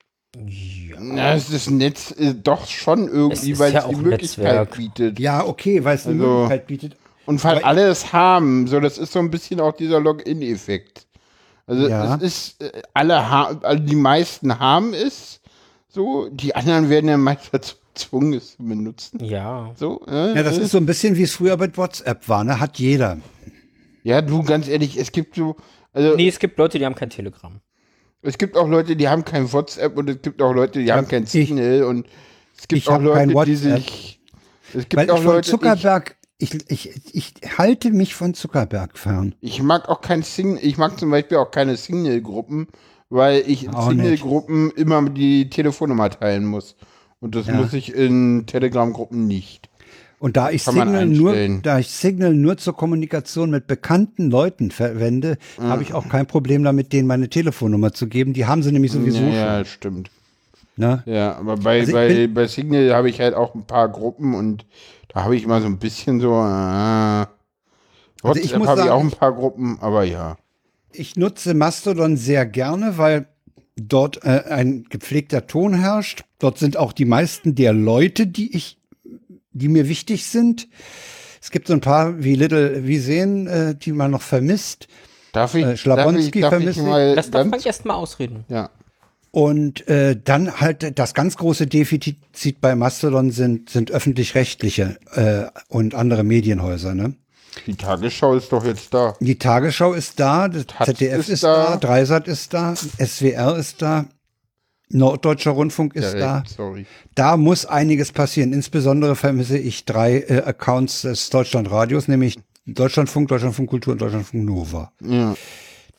Speaker 1: Na, es ist Netz äh, doch schon
Speaker 2: Es
Speaker 1: irgendwie,
Speaker 2: ist
Speaker 1: weil
Speaker 2: ja
Speaker 1: es
Speaker 2: auch
Speaker 1: die
Speaker 2: ein
Speaker 1: Möglichkeit
Speaker 2: Netzwerk.
Speaker 1: bietet.
Speaker 3: Ja, okay, weil es eine
Speaker 1: Also-
Speaker 3: Möglichkeit bietet.
Speaker 1: Und weil
Speaker 3: Aber-
Speaker 1: alle es haben, so das ist so ein bisschen auch dieser Login-Effekt. Also
Speaker 3: Ja.
Speaker 1: es ist, äh, alle haben, also die meisten haben es, so, die anderen werden ja meist dazu gezwungen, es zu benutzen.
Speaker 2: ja.
Speaker 1: So, ne?
Speaker 3: Ja, das
Speaker 1: ist
Speaker 3: ist so ein bisschen wie es früher bei WhatsApp war, ne? Hat jeder.
Speaker 1: ja, du, ganz ehrlich, es gibt so, also
Speaker 2: Nee, es gibt Leute, die haben kein Telegram.
Speaker 1: Es gibt auch Leute, die haben kein WhatsApp und es gibt auch Leute, die haben kein Signal und es gibt
Speaker 3: ich
Speaker 1: auch
Speaker 3: hab kein
Speaker 1: Leute, die
Speaker 3: WhatsApp.
Speaker 1: sich. Es gibt
Speaker 3: Weil
Speaker 1: auch
Speaker 3: ich von
Speaker 1: Leute,
Speaker 3: Zuckerberg, ich, ich, ich halte mich von Zuckerberg fern.
Speaker 1: ich, ich mag auch kein Signal, ich mag zum Beispiel auch keine Signal-Gruppen, weil ich in
Speaker 3: Auch
Speaker 1: Signal-Gruppen immer die Telefonnummer teilen muss. Und das muss ich in Telegram-Gruppen nicht.
Speaker 3: Und da ich,
Speaker 1: Kann man
Speaker 3: Signal nur,
Speaker 1: einstellen.
Speaker 3: da ich Signal nur zur Kommunikation mit bekannten Leuten verwende, habe
Speaker 1: Mhm.
Speaker 3: ich auch kein Problem damit, denen meine Telefonnummer zu geben. Die haben sie nämlich sowieso
Speaker 1: Ja,
Speaker 3: schon.
Speaker 1: ja, stimmt.
Speaker 3: Ne?
Speaker 1: Ja, aber bei,
Speaker 3: Also ich
Speaker 1: bei,
Speaker 3: bin-
Speaker 1: bei Signal habe ich halt auch ein paar Gruppen und da habe ich mal so ein bisschen so. Äh,
Speaker 3: Also ich
Speaker 1: WhatsApp
Speaker 3: muss
Speaker 1: habe ich
Speaker 3: sagen,
Speaker 1: auch ein paar Gruppen, aber ja.
Speaker 3: Ich nutze Mastodon sehr gerne, weil dort äh, ein gepflegter Ton herrscht. Dort sind auch die meisten der Leute, die ich, die mir wichtig sind. Es gibt so ein paar wie Little Wiesen, äh, die man noch vermisst.
Speaker 1: Darf ich,
Speaker 3: Äh, Schlabonski
Speaker 1: darf ich, darf ich
Speaker 3: vermisse ich.
Speaker 1: mal
Speaker 2: Lass darf Frank
Speaker 1: ganz,
Speaker 2: erst mal ausreden.
Speaker 1: ja.
Speaker 3: Und äh, dann halt das ganz große Defizit bei Mastodon sind, sind öffentlich-rechtliche äh, und andere Medienhäuser. Ne?
Speaker 1: Die Tagesschau ist doch jetzt da.
Speaker 3: Die Tagesschau ist da, das
Speaker 1: Taz
Speaker 3: ZDF
Speaker 1: ist
Speaker 3: ist, da.
Speaker 1: da.
Speaker 3: Dreisat ist da, SWR ist da, Norddeutscher Rundfunk ist
Speaker 1: Direkt,
Speaker 3: da.
Speaker 1: Sorry.
Speaker 3: Da muss einiges passieren. Insbesondere vermisse ich drei äh, Accounts des Deutschlandradios, nämlich Deutschlandfunk, Deutschlandfunk Kultur und Deutschlandfunk Nova.
Speaker 1: Ja.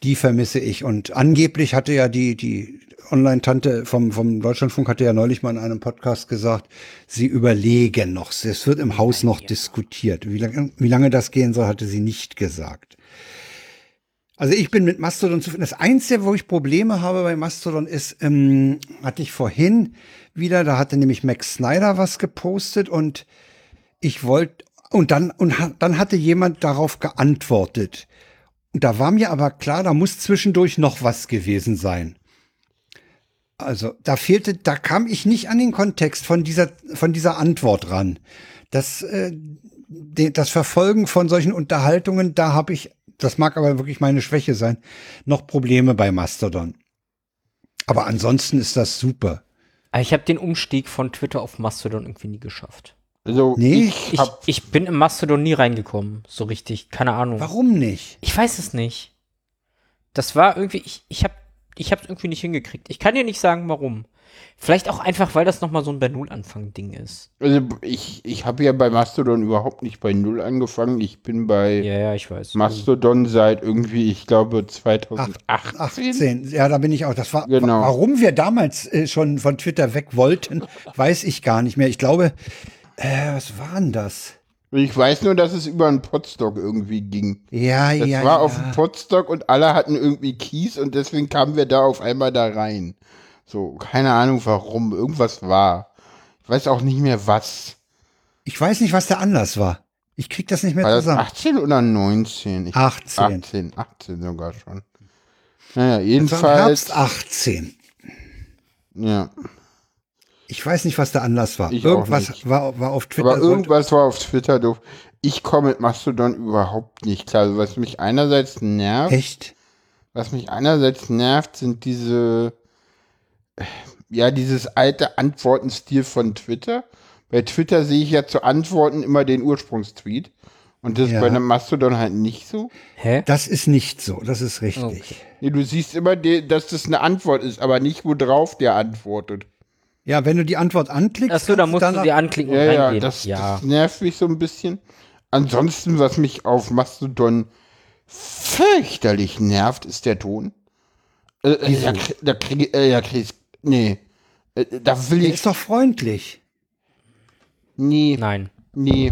Speaker 3: Die vermisse ich. Und angeblich hatte ja die, die Online-Tante vom, vom Deutschlandfunk hatte ja neulich mal in einem Podcast gesagt, sie überlegen noch. Es wird im Haus noch diskutiert. Wie lange, wie lange das gehen soll, hatte sie nicht gesagt. Also ich bin mit Mastodon zufrieden. Das Einzige, wo ich Probleme habe bei Mastodon ist, ähm, hatte ich vorhin wieder, da hatte nämlich Max Snyder was gepostet und ich wollte, und dann, und ha, dann hatte jemand darauf geantwortet. Und da war mir aber klar, da muss zwischendurch noch was gewesen sein. Also da fehlte, da kam ich nicht an den Kontext von dieser, von dieser Antwort ran. Das, äh, de, das Verfolgen von solchen Unterhaltungen, da habe ich, das mag aber wirklich meine Schwäche sein, noch Probleme bei Mastodon. Aber ansonsten ist das super.
Speaker 2: Aber Ah, ich habe den Umstieg von Twitter auf Mastodon irgendwie nie geschafft.
Speaker 1: Also
Speaker 3: Nee,
Speaker 1: ich
Speaker 2: Ich,
Speaker 1: hab,
Speaker 2: ich bin im Mastodon nie reingekommen, so richtig. Keine Ahnung.
Speaker 3: Warum nicht?
Speaker 2: Ich weiß es nicht. Das war irgendwie, ich, ich habe ich hab's irgendwie nicht hingekriegt. Ich kann dir nicht sagen, warum. Vielleicht auch einfach, weil das nochmal so ein bei Null anfang Ding ist.
Speaker 1: also ich, ich habe ja bei Mastodon überhaupt nicht bei Null angefangen. Ich bin bei
Speaker 2: Ja, ja, ich weiß.
Speaker 1: Mastodon seit irgendwie, ich glaube, 2018.
Speaker 3: 18. Ja, da bin ich auch. Das war,
Speaker 1: Genau.
Speaker 3: wa- warum wir damals äh, schon von Twitter weg wollten, weiß ich gar nicht mehr. Ich glaube, äh, was waren das?
Speaker 1: Ich weiß nur, dass es über einen Podstock irgendwie ging.
Speaker 3: Ja,
Speaker 1: Das
Speaker 3: ja,
Speaker 1: war
Speaker 3: ja.
Speaker 1: auf dem Podstock und alle hatten irgendwie Keys und deswegen kamen wir da auf einmal da rein. So, keine Ahnung warum, irgendwas war. Ich weiß auch nicht mehr was.
Speaker 3: ich weiß nicht, was der Anlass war. Ich krieg das nicht mehr
Speaker 1: War das
Speaker 3: zusammen.
Speaker 1: 18 oder 19? Ich
Speaker 3: 18.
Speaker 1: 18, 18 sogar schon. Naja,
Speaker 3: Das war im
Speaker 1: jedenfalls.
Speaker 3: Herbst 18.
Speaker 1: Ja.
Speaker 3: Ich weiß nicht, was der Anlass war.
Speaker 1: Ich auch
Speaker 3: irgendwas
Speaker 1: nicht.
Speaker 3: war, war auf Twitter.
Speaker 1: Aber
Speaker 3: sollte-
Speaker 1: irgendwas war auf Twitter doof. Ich komme mit Mastodon überhaupt nicht klar. Also, Was mich einerseits nervt,
Speaker 3: Echt?
Speaker 1: was mich einerseits nervt, sind diese, ja, dieses alte Antwortenstil von Twitter. Bei Twitter sehe ich ja zu Antworten immer den Ursprungstweet. Und das ist
Speaker 3: Ja.
Speaker 1: bei einem Mastodon halt nicht so.
Speaker 2: Hä?
Speaker 3: Das ist nicht so. Das ist richtig.
Speaker 1: Nee, du siehst immer, de- dass das eine Antwort ist, aber nicht, worauf der antwortet.
Speaker 3: Ja, wenn du die Antwort anklickst,
Speaker 2: Achso, da
Speaker 3: kannst
Speaker 2: musst du dir anklicken und
Speaker 1: Ja, ja,
Speaker 2: reingehen.
Speaker 1: das,
Speaker 2: ja.
Speaker 1: das nervt mich so ein bisschen. Ansonsten, was mich auf Mastodon fürchterlich nervt, ist der Ton. Äh, äh, da krie- da kriege äh, ja, krieg, nee. Äh, da will
Speaker 3: der
Speaker 1: ich,
Speaker 3: ist doch freundlich.
Speaker 1: nee,
Speaker 2: Nein.
Speaker 1: nee.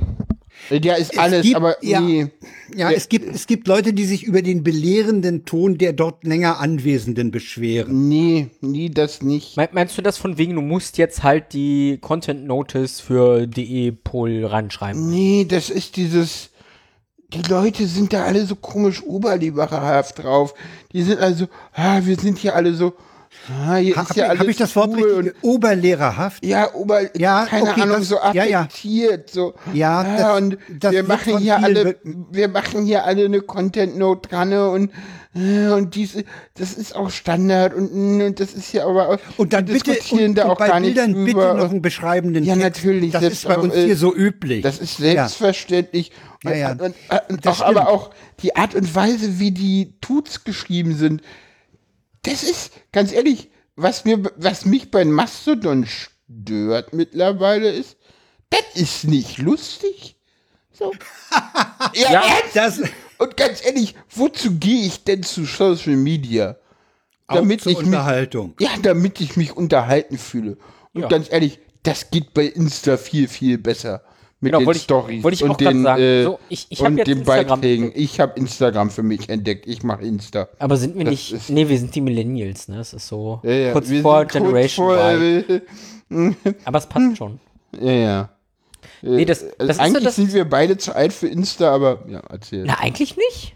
Speaker 1: Äh, Der ist alles,
Speaker 3: gibt-
Speaker 1: aber
Speaker 3: ja.
Speaker 1: nee.
Speaker 3: Ja, es gibt, es gibt Leute, die sich über den belehrenden Ton der dort länger Anwesenden beschweren.
Speaker 1: Nee, nee, das nicht.
Speaker 2: Me- Meinst du das von wegen, du musst jetzt halt die Content Notice für E DE Pol ranschreiben?
Speaker 1: Nee, das ist dieses. Die Leute sind da alle so komisch oberlieberhaft drauf. Die sind also, ah, wir sind hier alle so. Ah, hier ist ja
Speaker 3: Habe
Speaker 1: alles
Speaker 3: hab ich das Wort
Speaker 1: cool und,
Speaker 3: richtig? Oberlehrerhaft?
Speaker 1: Ja, ober,
Speaker 3: Ja,
Speaker 1: keine
Speaker 3: okay,
Speaker 1: Ahnung,
Speaker 3: das-
Speaker 1: so
Speaker 3: ja, ja.
Speaker 1: affektiert. So.
Speaker 3: Ja,
Speaker 1: ah,
Speaker 3: das-
Speaker 1: und
Speaker 3: das
Speaker 1: wir
Speaker 3: wird
Speaker 1: machen
Speaker 3: von
Speaker 1: hier
Speaker 3: vielen
Speaker 1: alle,
Speaker 3: wirken.
Speaker 1: wir machen hier alle eine Content Note dran und äh, und diese, das ist auch Standard und, mm, und das ist hier aber auch,
Speaker 3: Und dann
Speaker 1: wir
Speaker 3: bitte,
Speaker 1: diskutieren
Speaker 3: und,
Speaker 1: da
Speaker 3: und
Speaker 1: auch
Speaker 3: bei
Speaker 1: gar
Speaker 3: Bildern
Speaker 1: nicht
Speaker 3: bitte
Speaker 1: drüber.
Speaker 3: noch einen beschreibenden
Speaker 1: Ja,
Speaker 3: Text.
Speaker 1: natürlich,
Speaker 3: Das,
Speaker 1: das
Speaker 3: ist bei
Speaker 1: auch,
Speaker 3: uns
Speaker 1: äh,
Speaker 3: hier so üblich.
Speaker 1: Das ist selbstverständlich.
Speaker 3: Ja, ja.
Speaker 1: Und, und, und
Speaker 3: Das
Speaker 1: auch, aber
Speaker 3: stimmt.
Speaker 1: auch die Art und Weise, wie die Tuts geschrieben sind, das ist, ganz ehrlich, was, mir, was mich bei Mastodon stört mittlerweile ist, das ist nicht lustig. So. ja,
Speaker 2: Ja.
Speaker 1: ernst?
Speaker 3: das
Speaker 1: Und ganz ehrlich, wozu gehe ich denn zu Social Media?
Speaker 3: damit auch zur
Speaker 1: ich mich
Speaker 3: Unterhaltung.
Speaker 1: ja, damit ich mich unterhalten fühle. Und
Speaker 2: Ja.
Speaker 1: ganz ehrlich, das geht bei Insta viel, viel besser. Mit
Speaker 2: Genau,
Speaker 1: den
Speaker 2: wollte ich-
Speaker 1: Stories
Speaker 2: wollte ich auch
Speaker 1: und
Speaker 2: grad
Speaker 1: den,
Speaker 2: sagen.
Speaker 1: äh,
Speaker 2: So, ich- ich hab
Speaker 1: und
Speaker 2: jetzt
Speaker 1: den
Speaker 2: Instagram
Speaker 1: Beiträgen.
Speaker 2: entdeckt.
Speaker 1: Ich habe Instagram für mich entdeckt. Ich mache Insta.
Speaker 2: Aber sind wir
Speaker 1: Das
Speaker 2: nicht.
Speaker 1: ist-
Speaker 2: Nee, wir sind die Millennials, ne? Das ist so
Speaker 1: Ja, ja.
Speaker 2: kurz
Speaker 1: wir
Speaker 2: vor
Speaker 1: sind kurz
Speaker 2: Generation
Speaker 1: vor,
Speaker 2: Y.
Speaker 1: äh,
Speaker 2: Aber es passt schon.
Speaker 1: Ja, ja.
Speaker 2: Nee, das,
Speaker 1: Also
Speaker 2: das ist ja
Speaker 1: eigentlich
Speaker 2: das.
Speaker 1: sind wir beide zu alt für Insta, aber ja, erzähl.
Speaker 2: Na, eigentlich nicht.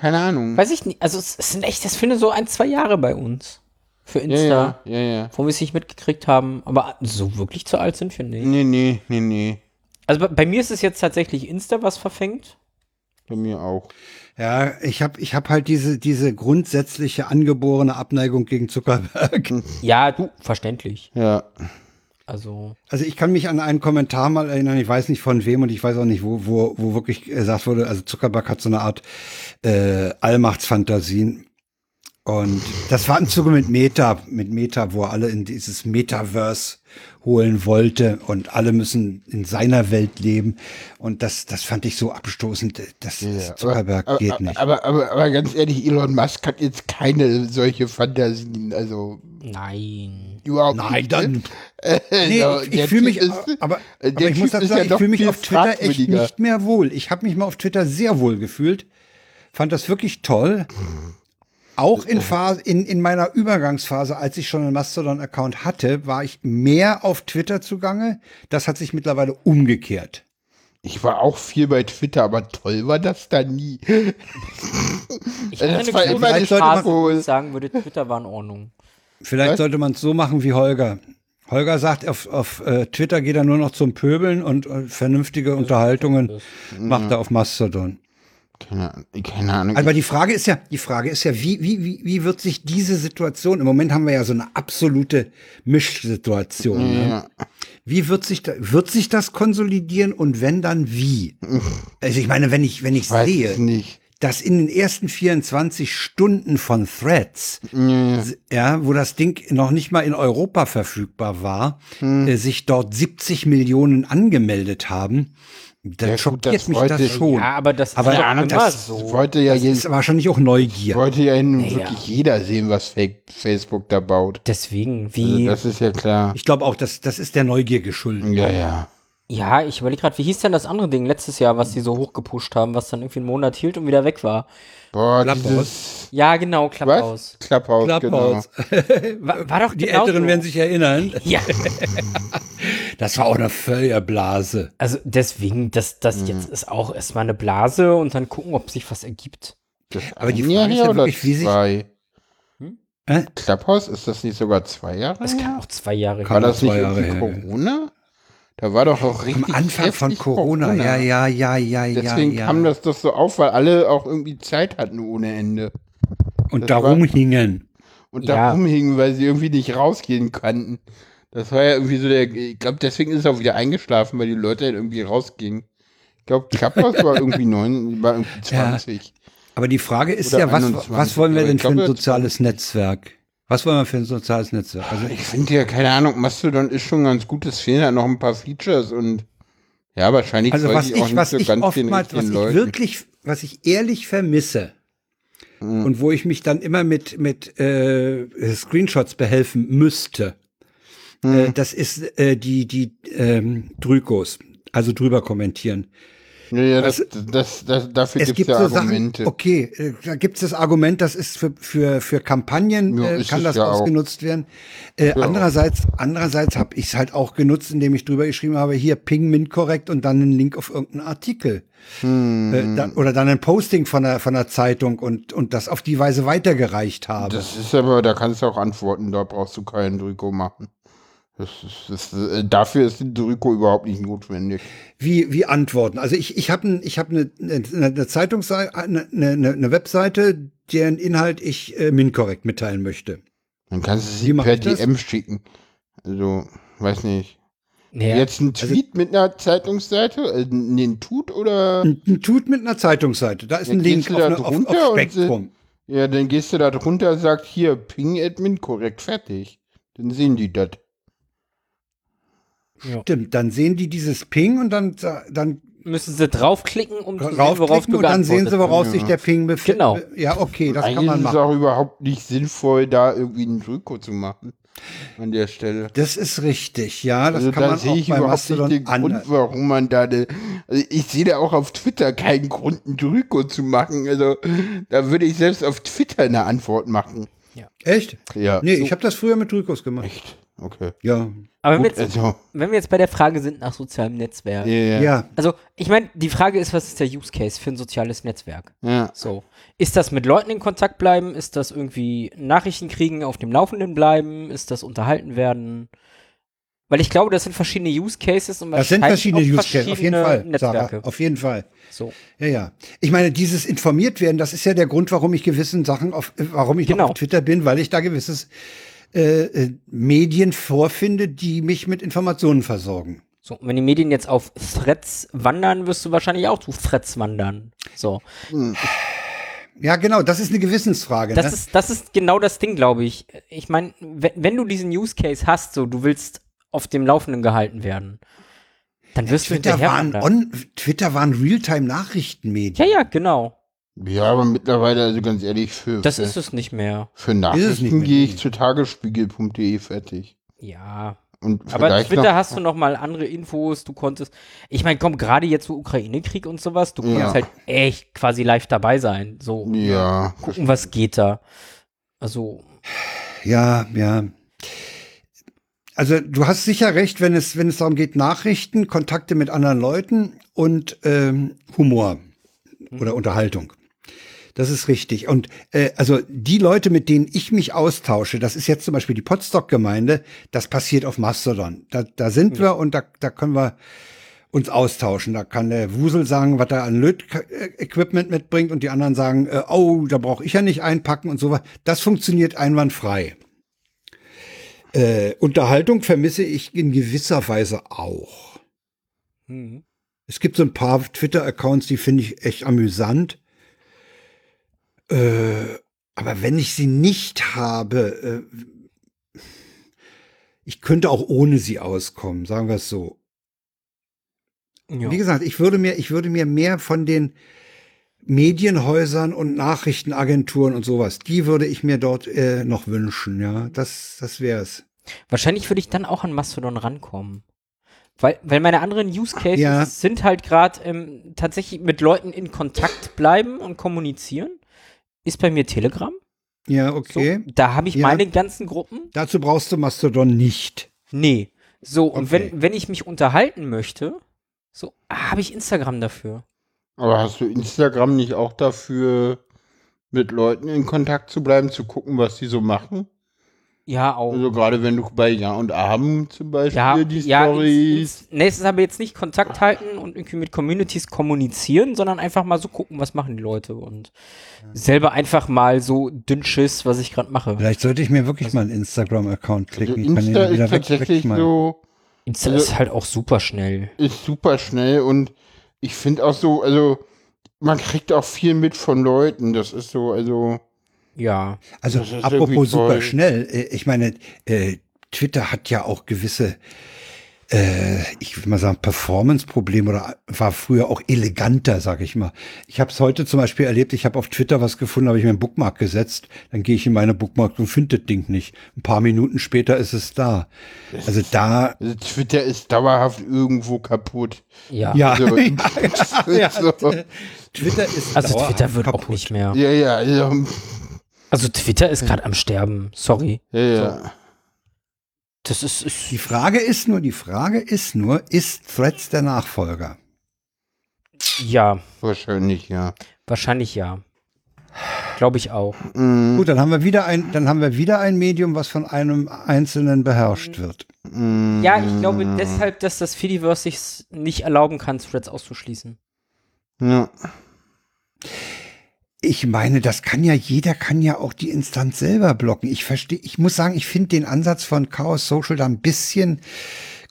Speaker 1: Keine Ahnung.
Speaker 2: Weiß ich nicht. Also, es, es sind echt, das finde so ein, zwei Jahre bei uns. Für
Speaker 1: Ja,
Speaker 2: Insta.
Speaker 1: ja, ja, ja.
Speaker 2: Wo wir es nicht mitgekriegt haben. Aber so wirklich zu alt sind wir nicht.
Speaker 1: Nee, nee, nee, nee.
Speaker 2: Also, bei, bei mir ist es jetzt tatsächlich Insta, was verfängt.
Speaker 1: Bei mir auch.
Speaker 3: Ja, ich habe ich hab halt diese, diese grundsätzliche angeborene Abneigung gegen Zuckerberg.
Speaker 2: Ja, du, verständlich.
Speaker 1: Ja.
Speaker 2: Also.
Speaker 3: Also ich kann mich an einen Kommentar mal erinnern, ich weiß nicht von wem und ich weiß auch nicht, wo, wo, wo wirklich gesagt wurde, also Zuckerberg hat so eine Art äh, Allmachtsfantasien. Und das war im Zuge mit Meta, mit Meta, wo er alle in dieses Metaverse holen wollte und alle müssen in seiner Welt leben. Und das, das fand ich so abstoßend. Das
Speaker 1: Ja,
Speaker 3: Zuckerberg
Speaker 1: aber,
Speaker 3: geht
Speaker 1: aber,
Speaker 3: nicht.
Speaker 1: Aber, aber, aber ganz ehrlich, Elon Musk hat jetzt keine solche Fantasien, also
Speaker 2: Nein.
Speaker 1: überhaupt
Speaker 3: Nein,
Speaker 1: nicht.
Speaker 3: dann. Nee,
Speaker 1: Also,
Speaker 3: ich,
Speaker 1: der
Speaker 3: ich fühle mich,
Speaker 1: Typ
Speaker 3: aber,
Speaker 1: ist- äh,
Speaker 3: aber
Speaker 1: der
Speaker 3: ich muss
Speaker 1: Typ
Speaker 3: dazu
Speaker 1: ist ja
Speaker 3: sagen, ich
Speaker 1: doch
Speaker 3: fühle mich
Speaker 1: viel
Speaker 3: auf Twitter echt
Speaker 1: fragwürdiger.
Speaker 3: nicht mehr wohl. Ich habe mich mal auf Twitter sehr wohl gefühlt, fand das wirklich toll. Auch in, Phase, in, in meiner Übergangsphase, als ich schon einen Mastodon-Account hatte, war ich mehr auf Twitter zugange. Das hat sich mittlerweile umgekehrt.
Speaker 1: Ich war auch viel bei Twitter, aber toll war das da nie.
Speaker 2: Ich
Speaker 1: Das
Speaker 2: hatte
Speaker 1: war
Speaker 2: eine
Speaker 1: immer
Speaker 2: große
Speaker 1: die
Speaker 2: Phase, wo
Speaker 1: Frage.
Speaker 2: ich sagen würde, Twitter war in Ordnung.
Speaker 3: Vielleicht sollte man es so machen wie Holger. Holger sagt, auf, auf äh, Twitter geht er nur noch zum Pöbeln und äh, vernünftige Unterhaltungen macht er auf Mastodon.
Speaker 1: Keine, Ahnung- keine Ahnung.
Speaker 3: Aber die Frage ist ja, die Frage ist ja, wie, wie, wie, wie wird sich diese Situation, im Moment haben wir ja so eine absolute Mischsituation. Ne? Wie wird sich, da, wird sich das konsolidieren und wenn dann wie? Also ich meine, wenn ich, wenn ich
Speaker 1: ich weiß es
Speaker 3: sehe,
Speaker 1: nicht.
Speaker 3: dass in den ersten 24 Stunden von Threads, s- ja, wo das Ding noch nicht mal in Europa verfügbar war,
Speaker 1: Hm.
Speaker 3: äh, sich dort 70 Millionen angemeldet haben, dann
Speaker 1: Ja, gut,
Speaker 3: schockiert
Speaker 1: das
Speaker 3: mich
Speaker 1: wollte-
Speaker 3: das schon.
Speaker 2: Ja, aber das
Speaker 3: Aber-
Speaker 2: ist
Speaker 1: Keine
Speaker 2: doch
Speaker 1: Ahnung,
Speaker 2: immer
Speaker 1: das
Speaker 2: so.
Speaker 1: wollte ja,
Speaker 3: das
Speaker 1: jetzt,
Speaker 3: ist wahrscheinlich auch Neugier.
Speaker 1: wollte ja nun
Speaker 2: Naja.
Speaker 1: wirklich jeder sehen, was Fake Facebook da baut.
Speaker 2: Deswegen,
Speaker 1: Also
Speaker 2: wie.
Speaker 1: das ist ja klar.
Speaker 3: Ich glaube auch, das, das ist der Neugier geschuldet.
Speaker 1: Ja, ja.
Speaker 2: ja, ich überlege gerade, wie hieß denn das andere Ding letztes Jahr, was die so hochgepusht haben, was dann irgendwie einen Monat hielt und wieder weg war?
Speaker 1: Boah,
Speaker 3: Clubhouse.
Speaker 1: dieses...
Speaker 2: Ja, genau, Clubhouse.
Speaker 1: Was? Clubhouse, genau.
Speaker 2: War, war doch
Speaker 3: Die
Speaker 2: genau
Speaker 3: Älteren
Speaker 2: so.
Speaker 3: werden sich erinnern.
Speaker 2: Ja,
Speaker 3: Das war auch eine Feuerblase.
Speaker 2: also deswegen, das, das
Speaker 1: Mhm.
Speaker 2: jetzt ist auch erstmal eine Blase und dann gucken, ob sich was ergibt.
Speaker 1: Das
Speaker 3: Aber die
Speaker 1: ein
Speaker 3: Frage
Speaker 1: Jahr
Speaker 3: ist
Speaker 1: her
Speaker 3: ja
Speaker 1: oder
Speaker 3: wirklich, wie sich-
Speaker 1: zwei?
Speaker 3: Äh?
Speaker 1: Clubhouse, ist das nicht sogar zwei Jahre?
Speaker 2: Das kann auch zwei Jahre
Speaker 1: War
Speaker 3: Kann
Speaker 1: das
Speaker 3: auch
Speaker 1: nicht
Speaker 3: zwei Jahre
Speaker 1: irgendwie
Speaker 3: her, ja.
Speaker 1: Corona? Da war doch auch
Speaker 3: Am
Speaker 1: richtig.
Speaker 3: Anfang von
Speaker 1: heftig
Speaker 3: Corona. Ja, ja, ja, ja, ja.
Speaker 1: Deswegen
Speaker 3: ja.
Speaker 1: kam das doch so auf, weil alle auch irgendwie Zeit hatten ohne Ende.
Speaker 3: Und
Speaker 1: das
Speaker 3: darum hingen.
Speaker 1: Und
Speaker 2: Ja.
Speaker 1: da rumhingen, weil sie irgendwie nicht rausgehen konnten. Das war ja irgendwie so der. Ich glaube, deswegen ist er auch wieder eingeschlafen, weil die Leute halt irgendwie rausgingen. Ich glaube, Clubhouse war irgendwie neun, war irgendwie 20.
Speaker 3: Aber die Frage ist
Speaker 1: Oder
Speaker 3: ja, was,
Speaker 1: 21,
Speaker 3: was wollen wir
Speaker 1: aber
Speaker 3: denn
Speaker 1: ich
Speaker 3: für ein
Speaker 1: glaube,
Speaker 3: soziales Netzwerk? Was wollen wir für ein soziales Netzwerk? Also
Speaker 1: Ich finde ja, keine Ahnung, Mastodon ist schon ganz gut. Es fehlen halt noch ein paar Features und ja, wahrscheinlich
Speaker 3: Also
Speaker 1: folge
Speaker 3: was
Speaker 1: auch
Speaker 3: ich, was ich
Speaker 1: den
Speaker 3: oftmals, was
Speaker 1: richtigen
Speaker 3: ich
Speaker 1: Leuten.
Speaker 3: wirklich, was ich ehrlich vermisse
Speaker 1: Mhm.
Speaker 3: und wo ich mich dann immer mit mit äh, Screenshots behelfen müsste, äh,
Speaker 1: Mhm.
Speaker 3: das ist äh, die die ähm, Drykos, also drüber kommentieren.
Speaker 1: Ja, ja, das, das, das, dafür
Speaker 3: Es
Speaker 1: gibt's
Speaker 3: gibt
Speaker 1: ja
Speaker 3: so
Speaker 1: Argumente.
Speaker 3: Sachen. Okay, äh, da gibt es das Argument, das ist für für für Kampagnen
Speaker 1: Ja,
Speaker 3: äh,
Speaker 1: ist
Speaker 3: kann
Speaker 1: es
Speaker 3: das
Speaker 1: ja auch.
Speaker 3: ausgenutzt werden. Äh, Andererseits andererseits habe ich es halt auch genutzt, indem ich drüber geschrieben habe, hier Ping Mint korrekt und dann einen Link auf irgendeinen Artikel.
Speaker 1: Hm.
Speaker 3: Äh, dann, oder dann ein Posting von der, von der Zeitung und, und das auf die Weise weitergereicht habe.
Speaker 1: Das ist aber, da kannst du auch antworten, da brauchst du keinen Drüko machen. Das ist, das ist, äh, dafür ist die Drüko überhaupt nicht notwendig.
Speaker 3: Wie, wie antworten? Also ich, ich habe ein, ich hab ne, eine, eine, eine Zeitungsseite, ne, eine, eine, eine Webseite, deren Inhalt ich äh, min korrekt mitteilen möchte.
Speaker 1: Dann kannst du
Speaker 3: Wie
Speaker 1: sie
Speaker 3: mache
Speaker 1: per
Speaker 3: ich das?
Speaker 1: DM schicken. Also, weiß nicht.
Speaker 2: Naja,
Speaker 1: Jetzt ein
Speaker 3: Also
Speaker 1: Tweet mit einer Zeitungsseite? Äh, nee, ein Tut oder?
Speaker 3: Ein, ein Tut mit einer Zeitungsseite. Da ist ein
Speaker 1: Ja,
Speaker 3: Link
Speaker 1: gehst
Speaker 3: auf,
Speaker 1: du da
Speaker 3: eine, auf, auf
Speaker 1: drunter und se-
Speaker 3: Spektrum.
Speaker 1: Ja, dann gehst du da drunter, sagt hier, Ping-Admin korrekt, fertig. Dann sehen die das.
Speaker 2: ja.
Speaker 3: Stimmt, dann sehen die dieses Ping und dann, dann
Speaker 2: müssen sie draufklicken, um zu sehen, worauf
Speaker 3: raufklicken
Speaker 2: du
Speaker 3: und dann sehen sie,
Speaker 2: geantwortet
Speaker 3: worauf
Speaker 1: hast.
Speaker 3: sich der Ping befindet.
Speaker 2: Genau.
Speaker 3: Ja, okay, das kann
Speaker 1: Eigentlich
Speaker 3: man
Speaker 1: ist es
Speaker 3: machen.
Speaker 1: auch überhaupt nicht sinnvoll, da irgendwie einen Drüko zu machen. An der Stelle.
Speaker 3: Das ist richtig, ja, das
Speaker 1: also
Speaker 3: kann
Speaker 1: da
Speaker 3: man
Speaker 1: sehe
Speaker 3: auch
Speaker 1: ich
Speaker 3: bei
Speaker 1: überhaupt nicht
Speaker 3: Mastodon
Speaker 1: den Grund,
Speaker 3: anders.
Speaker 1: warum man da ne, also ich sehe da auch auf Twitter keinen Grund, einen Drüko zu machen. Also da würde ich selbst auf Twitter eine Antwort machen.
Speaker 3: Echt?
Speaker 1: Ja.
Speaker 3: Nee,
Speaker 1: so.
Speaker 3: ich habe das früher mit Drykos gemacht.
Speaker 1: Echt? Okay.
Speaker 3: Ja.
Speaker 2: hast. Aber wenn wir,
Speaker 1: Gut,
Speaker 2: jetzt,
Speaker 1: also,
Speaker 2: wenn wir jetzt bei der Frage sind nach sozialem Netzwerk.
Speaker 1: ja, ja, ja.
Speaker 3: Ja.
Speaker 2: Also, ich meine, die Frage ist, was ist der Use Case für ein soziales Netzwerk?
Speaker 1: ja.
Speaker 2: So. Ist das mit Leuten in Kontakt bleiben? Ist das irgendwie Nachrichten kriegen, auf dem Laufenden bleiben? Ist das unterhalten werden? Weil ich glaube, das sind verschiedene Use Cases und
Speaker 3: Das sind
Speaker 2: wahrscheinlich
Speaker 3: verschiedene
Speaker 2: auch
Speaker 3: Use Cases, auf jeden
Speaker 2: verschiedene
Speaker 3: Fall,
Speaker 2: Netzwerke.
Speaker 3: Sarah, auf jeden Fall.
Speaker 2: So.
Speaker 3: Ja, ja. Ich meine, dieses informiert werden, das ist ja der Grund, warum ich gewissen Sachen auf, äh, warum ich
Speaker 2: Genau.
Speaker 3: noch auf Twitter bin, weil ich da gewisses äh, äh, Medien vorfinde, die mich mit Informationen versorgen.
Speaker 2: So, und wenn die Medien jetzt auf Threads wandern, wirst du wahrscheinlich auch zu Threads wandern. So.
Speaker 3: Ja, genau, das ist eine Gewissensfrage.
Speaker 2: Das
Speaker 3: ne?
Speaker 2: ist, das ist genau das Ding, glaube ich. Ich meine, wenn, wenn du diesen Use Case hast, so, du willst auf dem Laufenden gehalten werden, dann wirst du
Speaker 3: Twitter
Speaker 2: hinterher
Speaker 3: waren,
Speaker 2: wandern.
Speaker 3: on, Twitter waren Realtime-Nachrichtenmedien.
Speaker 2: Ja, ja, genau.
Speaker 1: Ja, aber mittlerweile, also ganz ehrlich, für,
Speaker 2: Das
Speaker 1: für,
Speaker 2: ist es nicht mehr.
Speaker 1: für
Speaker 3: Ist es nicht
Speaker 1: Nachrichten
Speaker 3: mehr.
Speaker 1: gehe ich zu tagesspiegel.de fertig.
Speaker 2: Ja.
Speaker 1: Und
Speaker 2: Aber
Speaker 1: vielleicht
Speaker 2: Twitter
Speaker 1: noch,
Speaker 2: hast du noch mal andere Infos, du konntest, ich meine, komm, gerade jetzt so Ukraine-Krieg und sowas, du
Speaker 1: Ja.
Speaker 2: kannst halt echt quasi live dabei sein, so
Speaker 1: Ja.
Speaker 2: gucken, was geht da. Also,
Speaker 3: Ja, ja. Also du hast sicher recht, wenn es, wenn es darum geht, Nachrichten, Kontakte mit anderen Leuten und ähm, Humor oder Unterhaltung. Das ist richtig. Und äh, also die Leute, mit denen ich mich austausche, das ist jetzt zum Beispiel die Potsdok-Gemeinde, das passiert auf Mastodon. Da, da sind wir und da, da können wir uns austauschen. Da kann der Wusel sagen, was er an Löt-Equipment mitbringt und die anderen sagen, äh, oh, da brauche ich ja nicht einpacken und sowas. Das funktioniert einwandfrei. Äh, Unterhaltung vermisse ich in gewisser Weise auch.
Speaker 2: hm.
Speaker 3: Es gibt so ein paar Twitter-Accounts, die finde ich echt amüsant. Äh, aber wenn ich sie nicht habe, äh, ich könnte auch ohne sie auskommen, sagen wir es so.
Speaker 2: ja.
Speaker 3: Wie gesagt, ich würde mir, ich würde mir mehr von den Medienhäusern und Nachrichtenagenturen und sowas, die würde ich mir dort äh, noch wünschen, ja. Das, das wär's.
Speaker 2: Wahrscheinlich würde ich dann auch an Mastodon rankommen. Weil, weil meine anderen Use Cases
Speaker 3: Ja.
Speaker 2: sind halt gerade ähm, tatsächlich mit Leuten in Kontakt bleiben und kommunizieren. Ist bei mir Telegram.
Speaker 3: Ja,
Speaker 2: So,
Speaker 3: okay.
Speaker 2: Da habe ich
Speaker 3: Ja.
Speaker 2: meine ganzen Gruppen.
Speaker 3: Dazu brauchst du Mastodon nicht.
Speaker 2: Nee. So, und
Speaker 3: Okay.
Speaker 2: wenn, wenn ich mich unterhalten möchte, so habe ich Instagram dafür.
Speaker 1: aber hast du Instagram nicht auch dafür mit Leuten in Kontakt zu bleiben, zu gucken, was die so machen.
Speaker 2: Ja, auch.
Speaker 1: Also gerade wenn du bei Ja und Abend zum Beispiel
Speaker 2: ja,
Speaker 1: die
Speaker 2: ja,
Speaker 1: Stories.
Speaker 2: ins, ins, nee, es ist aber jetzt nicht Kontakt halten und irgendwie mit Communities kommunizieren, sondern einfach mal so gucken, was machen die Leute und selber einfach mal so dünnschiss, was ich gerade mache.
Speaker 3: Vielleicht sollte ich mir wirklich mal einen Instagram-Account
Speaker 1: Also
Speaker 3: klicken. Ich kann
Speaker 1: Insta
Speaker 3: den wieder
Speaker 1: ist
Speaker 3: weg,
Speaker 1: tatsächlich
Speaker 3: weg
Speaker 1: so,
Speaker 2: Insta
Speaker 1: Also-
Speaker 2: ist halt auch super schnell.
Speaker 1: ist super schnell und ich finde auch so, also man kriegt auch viel mit von Leuten. Das ist so, also
Speaker 2: Ja.
Speaker 3: Also
Speaker 1: Das ist irgendwie
Speaker 3: apropos
Speaker 1: voll-
Speaker 3: super schnell, äh, ich meine, äh, Twitter hat ja auch gewisse, äh, ich will mal sagen, Performance-Probleme oder war früher auch eleganter, sag ich mal. Ich habe es heute zum Beispiel erlebt, ich habe auf Twitter was gefunden, habe ich mir einen Bookmark gesetzt, dann gehe ich in meine Bookmark und finde das Ding nicht. Ein paar Minuten später ist es da. Also da,
Speaker 1: also Twitter ist dauerhaft irgendwo kaputt.
Speaker 2: Ja.
Speaker 3: ja,
Speaker 1: Also,
Speaker 3: ja, ja,
Speaker 1: so.
Speaker 3: Twitter ist
Speaker 2: Also
Speaker 3: dauerhaft
Speaker 2: Twitter wird auch
Speaker 3: kaputt.
Speaker 2: nicht mehr.
Speaker 1: Ja, ja, ja.
Speaker 2: Also Twitter ist gerade am Sterben. Sorry.
Speaker 1: ja, ja.
Speaker 2: Das ist, ist
Speaker 3: Die Frage ist nur, die Frage ist nur, ist Threads der Nachfolger?
Speaker 2: ja,
Speaker 1: Wahrscheinlich, ja.
Speaker 2: wahrscheinlich ja. Glaube ich auch.
Speaker 1: Mm,
Speaker 3: Gut, dann haben wir wieder ein, dann haben wir wieder ein Medium, was von einem Einzelnen beherrscht wird.
Speaker 1: mm,
Speaker 2: Ja, ich glaube deshalb, dass das Fediverse sich nicht erlauben kann, Threads auszuschließen.
Speaker 1: Ja.
Speaker 3: Ich meine, das kann ja jeder, kann ja auch die Instanz selber blocken. Ich verstehe, ich muss sagen, ich finde den Ansatz von Chaos Social da ein bisschen
Speaker 1: Eben,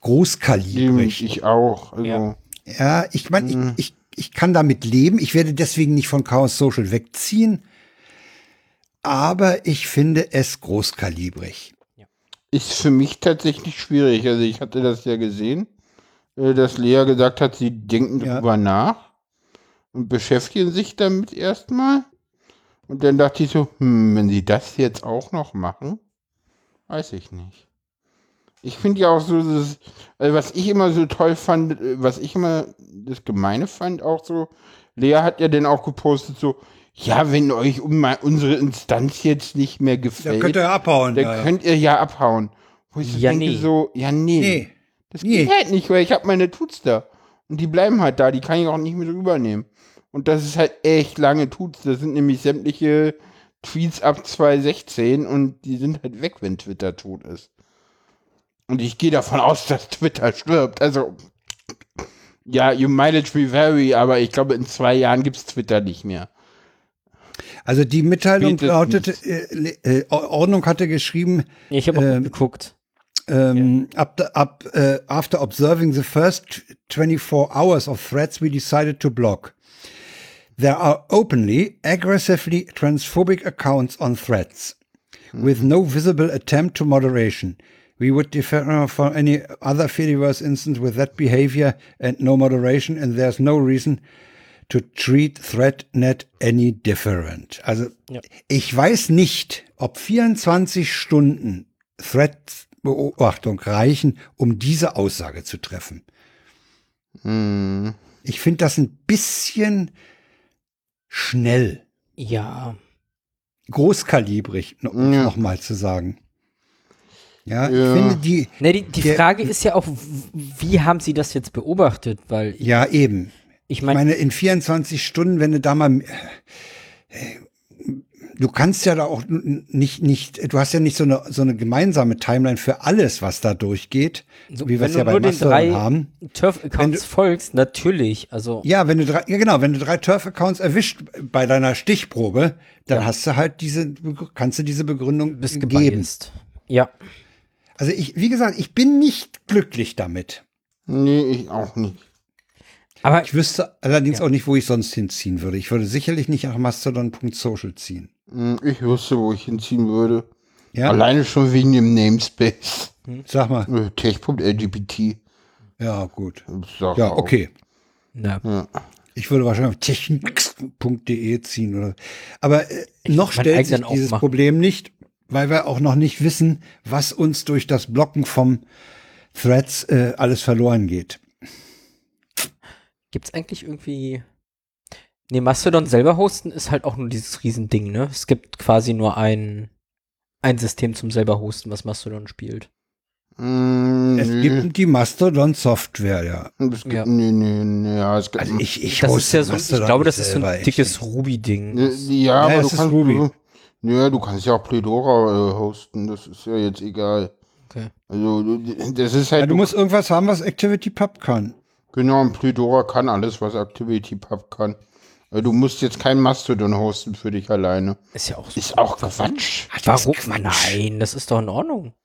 Speaker 3: großkalibrig.
Speaker 1: ich auch. Also,
Speaker 2: Ja.
Speaker 3: Ja, ich meine, ich, ich, ich kann damit leben. Ich werde deswegen nicht von Chaos Social wegziehen. Aber ich finde es großkalibrig.
Speaker 1: Ist für mich tatsächlich schwierig. Also ich hatte das ja gesehen, äh, dass Lea gesagt hat, sie denken
Speaker 3: Ja.
Speaker 1: drüber nach und beschäftigen sich damit erstmal. Und dann dachte ich so, hm, wenn sie das jetzt auch noch machen, weiß ich nicht. Ich finde ja auch so, das, also was ich immer so toll fand, äh, was ich immer das Gemeine fand, auch so, Lea hat ja dann auch gepostet so, ja, wenn euch um, unsere Instanz jetzt nicht mehr gefällt.
Speaker 3: ihr abhauen.
Speaker 1: Dann könnt ihr ja abhauen. Wo ich so
Speaker 2: Ja,
Speaker 1: denke
Speaker 2: nee.
Speaker 1: so, ja nee,
Speaker 3: nee.
Speaker 1: das
Speaker 3: nee.
Speaker 1: geht halt nicht, weil ich habe meine Tuts da. Und die bleiben halt da, die kann ich auch nicht mit rübernehmen. Und das ist halt echt lange Tuts. Das sind nämlich sämtliche Tweets ab 2016 und die sind halt weg, wenn Twitter tot ist. Und ich gehe davon aus, dass Twitter stirbt. Also, ja, you mileage will vary, aber ich glaube, in zwei Jahren gibt's Twitter nicht mehr.
Speaker 3: Also die Mitteilung
Speaker 1: Bietet
Speaker 3: lautete, äh, äh, Ordnung hatte geschrieben,
Speaker 2: Ja, ich habe auch
Speaker 3: Ähm,
Speaker 2: geguckt.
Speaker 3: ähm, ab, ab, äh, after observing the first 24 hours of threats, we decided to block. There are openly, aggressively transphobic accounts on threats with no visible attempt to moderation. We would differ from any other Fediverse instance with that behavior and no moderation, and there's no reason to treat ThreadNet any different. Also,
Speaker 2: Ja.
Speaker 3: ich weiß nicht, ob 24 Stunden Thread-Beobachtung reichen, um diese Aussage zu treffen.
Speaker 1: Hm.
Speaker 3: Ich finde das ein bisschen schnell,
Speaker 2: Ja.
Speaker 3: großkalibrig, no- um
Speaker 1: Ja.
Speaker 3: noch mal zu sagen. Ja,
Speaker 1: Ja.
Speaker 3: ich finde die,
Speaker 2: Ne, die die
Speaker 3: Der-
Speaker 2: Frage ist ja auch, w- wie haben sie das jetzt beobachtet? Weil ich,
Speaker 3: ja eben.
Speaker 2: ich
Speaker 3: Ich
Speaker 2: meine,
Speaker 3: meine, in 24 Stunden, wenn du da mal. äh, Du kannst ja da auch n- nicht, nicht, du hast ja nicht so eine, so eine gemeinsame Timeline für alles, was da durchgeht,
Speaker 2: so,
Speaker 3: wie wir
Speaker 2: wenn
Speaker 3: es
Speaker 2: du
Speaker 3: ja bei
Speaker 2: nur den drei
Speaker 3: Mastodon haben. Wenn du-
Speaker 2: Turf-Accounts folgst, natürlich. Also,
Speaker 3: Ja, wenn du drei, ja genau, wenn du drei Turf-Accounts erwischt bei deiner Stichprobe, dann hast du halt diese, kannst du diese Begründung
Speaker 2: bist
Speaker 3: geben.
Speaker 2: gebiased. Ja.
Speaker 3: Also ich, wie gesagt, ich bin nicht glücklich damit.
Speaker 1: Nee, ich auch nicht.
Speaker 2: Aber
Speaker 3: Ich wüsste allerdings auch nicht, wo ich sonst hinziehen würde. Ich würde sicherlich nicht nach mastodon.social ziehen.
Speaker 1: Hm, Ich wüsste, wo ich hinziehen würde.
Speaker 3: Ja,
Speaker 1: Alleine schon wegen dem Namespace.
Speaker 3: sag mal.
Speaker 1: Äh, Tech.lgbt.
Speaker 3: Ja, gut.
Speaker 1: Sag
Speaker 3: Ja,
Speaker 1: auch.
Speaker 3: okay.
Speaker 2: na,
Speaker 3: Ich würde wahrscheinlich auf technik.de ziehen oder. Aber äh, noch
Speaker 2: meinen
Speaker 3: stellt sich
Speaker 2: eigenen
Speaker 3: dieses
Speaker 2: aufmachen.
Speaker 3: Problem nicht, weil wir auch noch nicht wissen, was uns durch das Blocken vom Threads äh, alles verloren geht.
Speaker 2: gibt's eigentlich irgendwie. Ne, Mastodon selber hosten ist halt auch nur dieses Riesending, ne? Es gibt quasi nur ein, ein System zum selber hosten, was Mastodon spielt.
Speaker 1: Mm,
Speaker 3: Es
Speaker 1: nee.
Speaker 2: Mhm.
Speaker 3: gibt die Mastodon Software, ja.
Speaker 1: Es gibt,
Speaker 2: Ja.
Speaker 1: Nee, nee, nee, ja, es gibt,
Speaker 3: Also ich, ich
Speaker 2: Das
Speaker 3: hoste
Speaker 2: ist ja so, ich
Speaker 3: Mastodon
Speaker 2: glaube,
Speaker 3: nicht
Speaker 2: das ist so
Speaker 3: selber,
Speaker 2: ein
Speaker 3: echt
Speaker 2: dickes
Speaker 3: nicht.
Speaker 2: Ruby-Ding.
Speaker 1: nee, ja,
Speaker 3: Ja,
Speaker 1: aber
Speaker 3: es
Speaker 1: du
Speaker 3: ist
Speaker 1: kannst,
Speaker 3: Ruby.
Speaker 1: du, ja, du kannst ja auch Pledora äh, hosten, das ist ja jetzt egal.
Speaker 2: Okay.
Speaker 1: Also, du- das ist
Speaker 3: Ja,
Speaker 1: halt,
Speaker 3: du musst irgendwas haben, was ActivityPub kann.
Speaker 1: genau, und Pledora kann alles, was ActivityPub kann. Äh, Du musst jetzt kein Mastodon hosten für dich alleine.
Speaker 2: Ist ja auch so.
Speaker 1: Ist auch Quatsch.
Speaker 2: Warum? Nein, das ist doch in Ordnung.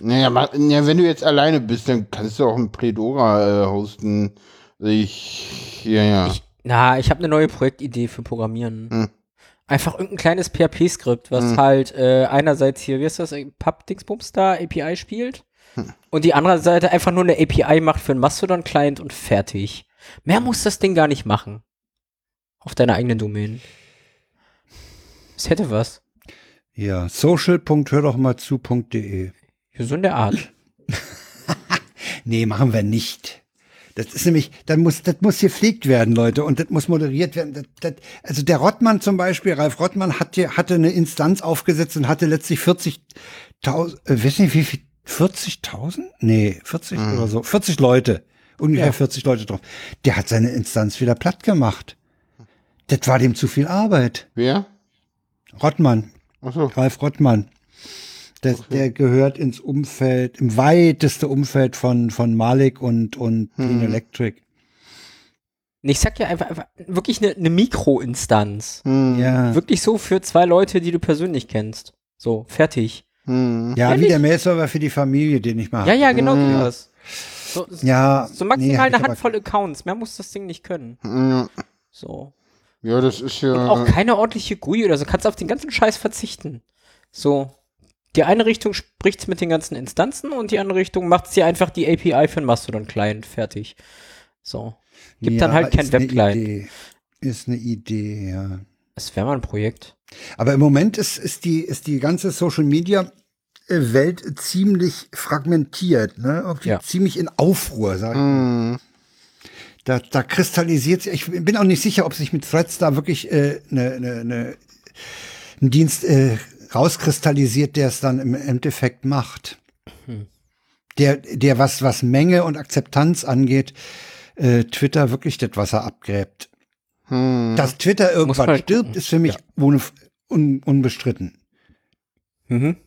Speaker 1: Naja, ma- ja, wenn du jetzt alleine bist, dann kannst du auch ein Pledora äh, hosten. Ich, ja, ja.
Speaker 2: Ich, na, ich habe eine neue Projektidee für Programmieren.
Speaker 1: Hm.
Speaker 2: Einfach irgendein kleines PHP-Skript, was halt äh, einerseits hier, wie ist das, äh, Pub-Dingsbums da, API spielt
Speaker 1: Hm.
Speaker 2: und die andere Seite einfach nur 'ne eine API macht für einen Mastodon-Client und fertig. Mehr muss das Ding gar nicht machen. Auf deiner eigenen Domain. Es hätte was.
Speaker 3: Ja, social.hördochmalzu.de.
Speaker 2: Gesunde Art.
Speaker 3: Nee, machen wir nicht. Das ist nämlich, dann muss, das muss gepflegt werden, Leute, und das muss moderiert werden. Das, das, also der Rottmann zum Beispiel, Ralf Rottmann, hat, hier- hatte eine Instanz aufgesetzt und hatte letztlich 40.000, äh, weiß nicht wie viel, 40.000? Nee, 40 oder so, 40 Leute, ungefähr 40 Leute drauf. Der hat seine Instanz wieder platt gemacht. Das war dem zu viel Arbeit.
Speaker 1: Wer?
Speaker 3: Rottmann,
Speaker 1: Achso.
Speaker 3: Ralf Rottmann. Der, der gehört ins Umfeld, im weiteste Umfeld von, von Malik und, und Clean Electric.
Speaker 2: Und Ich sag ja einfach, einfach wirklich eine, eine Mikroinstanz.
Speaker 1: Hm,
Speaker 3: Ja,
Speaker 2: Wirklich so für zwei Leute, die du persönlich kennst. So, fertig.
Speaker 1: hm.
Speaker 3: ja wie
Speaker 2: ehrlich?
Speaker 3: der Mailserver für die Familie, den ich mache.
Speaker 2: Ja, ja, genau so das. So, so-
Speaker 3: Ja,
Speaker 2: so maximal
Speaker 3: nee, hab ich
Speaker 2: eine
Speaker 3: aber-
Speaker 2: Handvoll Accounts. Mehr muss das Ding nicht können.
Speaker 1: hm, Ja.
Speaker 2: So.
Speaker 1: Ja, das ist ja.
Speaker 2: Und auch keine ordentliche GUI oder so. Kannst auf den ganzen Scheiß verzichten. So. Die eine Richtung spricht's mit den ganzen Instanzen und die andere Richtung macht's dir einfach die API für den Mastodon-Client fertig. So. Gibt dann halt
Speaker 3: aber
Speaker 2: kein
Speaker 3: ist eine
Speaker 2: Webclient.
Speaker 3: Idee. Ist eine Idee, ja.
Speaker 2: Das wäre mal ein Projekt.
Speaker 3: Aber im Moment ist, ist, die, ist die ganze Social Media äh, Welt ziemlich fragmentiert, ne? Irgendwie
Speaker 2: Ja.
Speaker 3: ziemlich in Aufruhr, sag ich
Speaker 1: Hm.
Speaker 3: da, da kristallisiert sich, ich bin auch nicht sicher, ob sich mit Threads da wirklich äh, ne, ne, ne, ein Dienst äh, rauskristallisiert, der es dann im Endeffekt macht. Der, der was, was Menge und Akzeptanz angeht, äh, Twitter wirklich das Wasser abgräbt.
Speaker 1: Hm.
Speaker 3: Dass Twitter irgendwann
Speaker 2: man
Speaker 3: stirbt,
Speaker 2: gucken.
Speaker 3: ist für mich ohne, un, unbestritten.
Speaker 2: Mhm.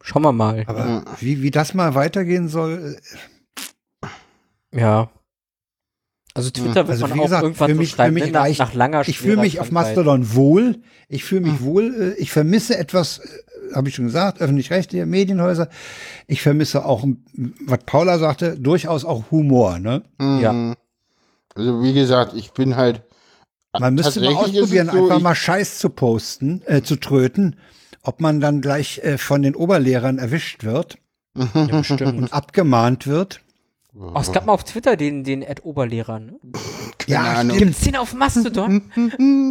Speaker 2: Schauen wir mal.
Speaker 3: Aber wie, wie das mal weitergehen soll, äh,
Speaker 2: Ja. Also Twitter wird
Speaker 3: Also
Speaker 2: man
Speaker 3: wie
Speaker 2: auch
Speaker 3: gesagt,
Speaker 2: irgendwann
Speaker 3: für
Speaker 2: so
Speaker 3: mich- für
Speaker 2: schreiben,
Speaker 3: mich
Speaker 2: ne? nach,
Speaker 3: reicht-
Speaker 2: nach langer
Speaker 3: ich fühle mich
Speaker 2: schwerer
Speaker 3: auf
Speaker 2: Krankheit.
Speaker 3: Mastodon wohl. Ich fühle
Speaker 1: Mhm.
Speaker 3: mich wohl. äh, Ich vermisse etwas, habe ich schon gesagt, öffentlich-rechtliche Medienhäuser. Ich vermisse auch, was Paula sagte, durchaus auch Humor. Ne?
Speaker 2: Ja.
Speaker 1: Also, wie gesagt, ich bin halt.
Speaker 3: Man müsste mal
Speaker 1: Tatsächlich ist es
Speaker 3: ausprobieren,
Speaker 1: so,
Speaker 3: einfach
Speaker 1: ich-
Speaker 3: mal Scheiß zu posten, äh, zu tröten, ob man dann gleich äh, von den Oberlehrern erwischt wird
Speaker 2: Ja, bestimmt.
Speaker 3: und abgemahnt wird.
Speaker 2: Oh, es
Speaker 3: Mhm.
Speaker 2: gab mal auf Twitter den, den Ad-Oberlehrer, ne?
Speaker 3: Ja,
Speaker 1: Ahnung.
Speaker 3: stimmt.
Speaker 2: Gibt's den auf Mastodon?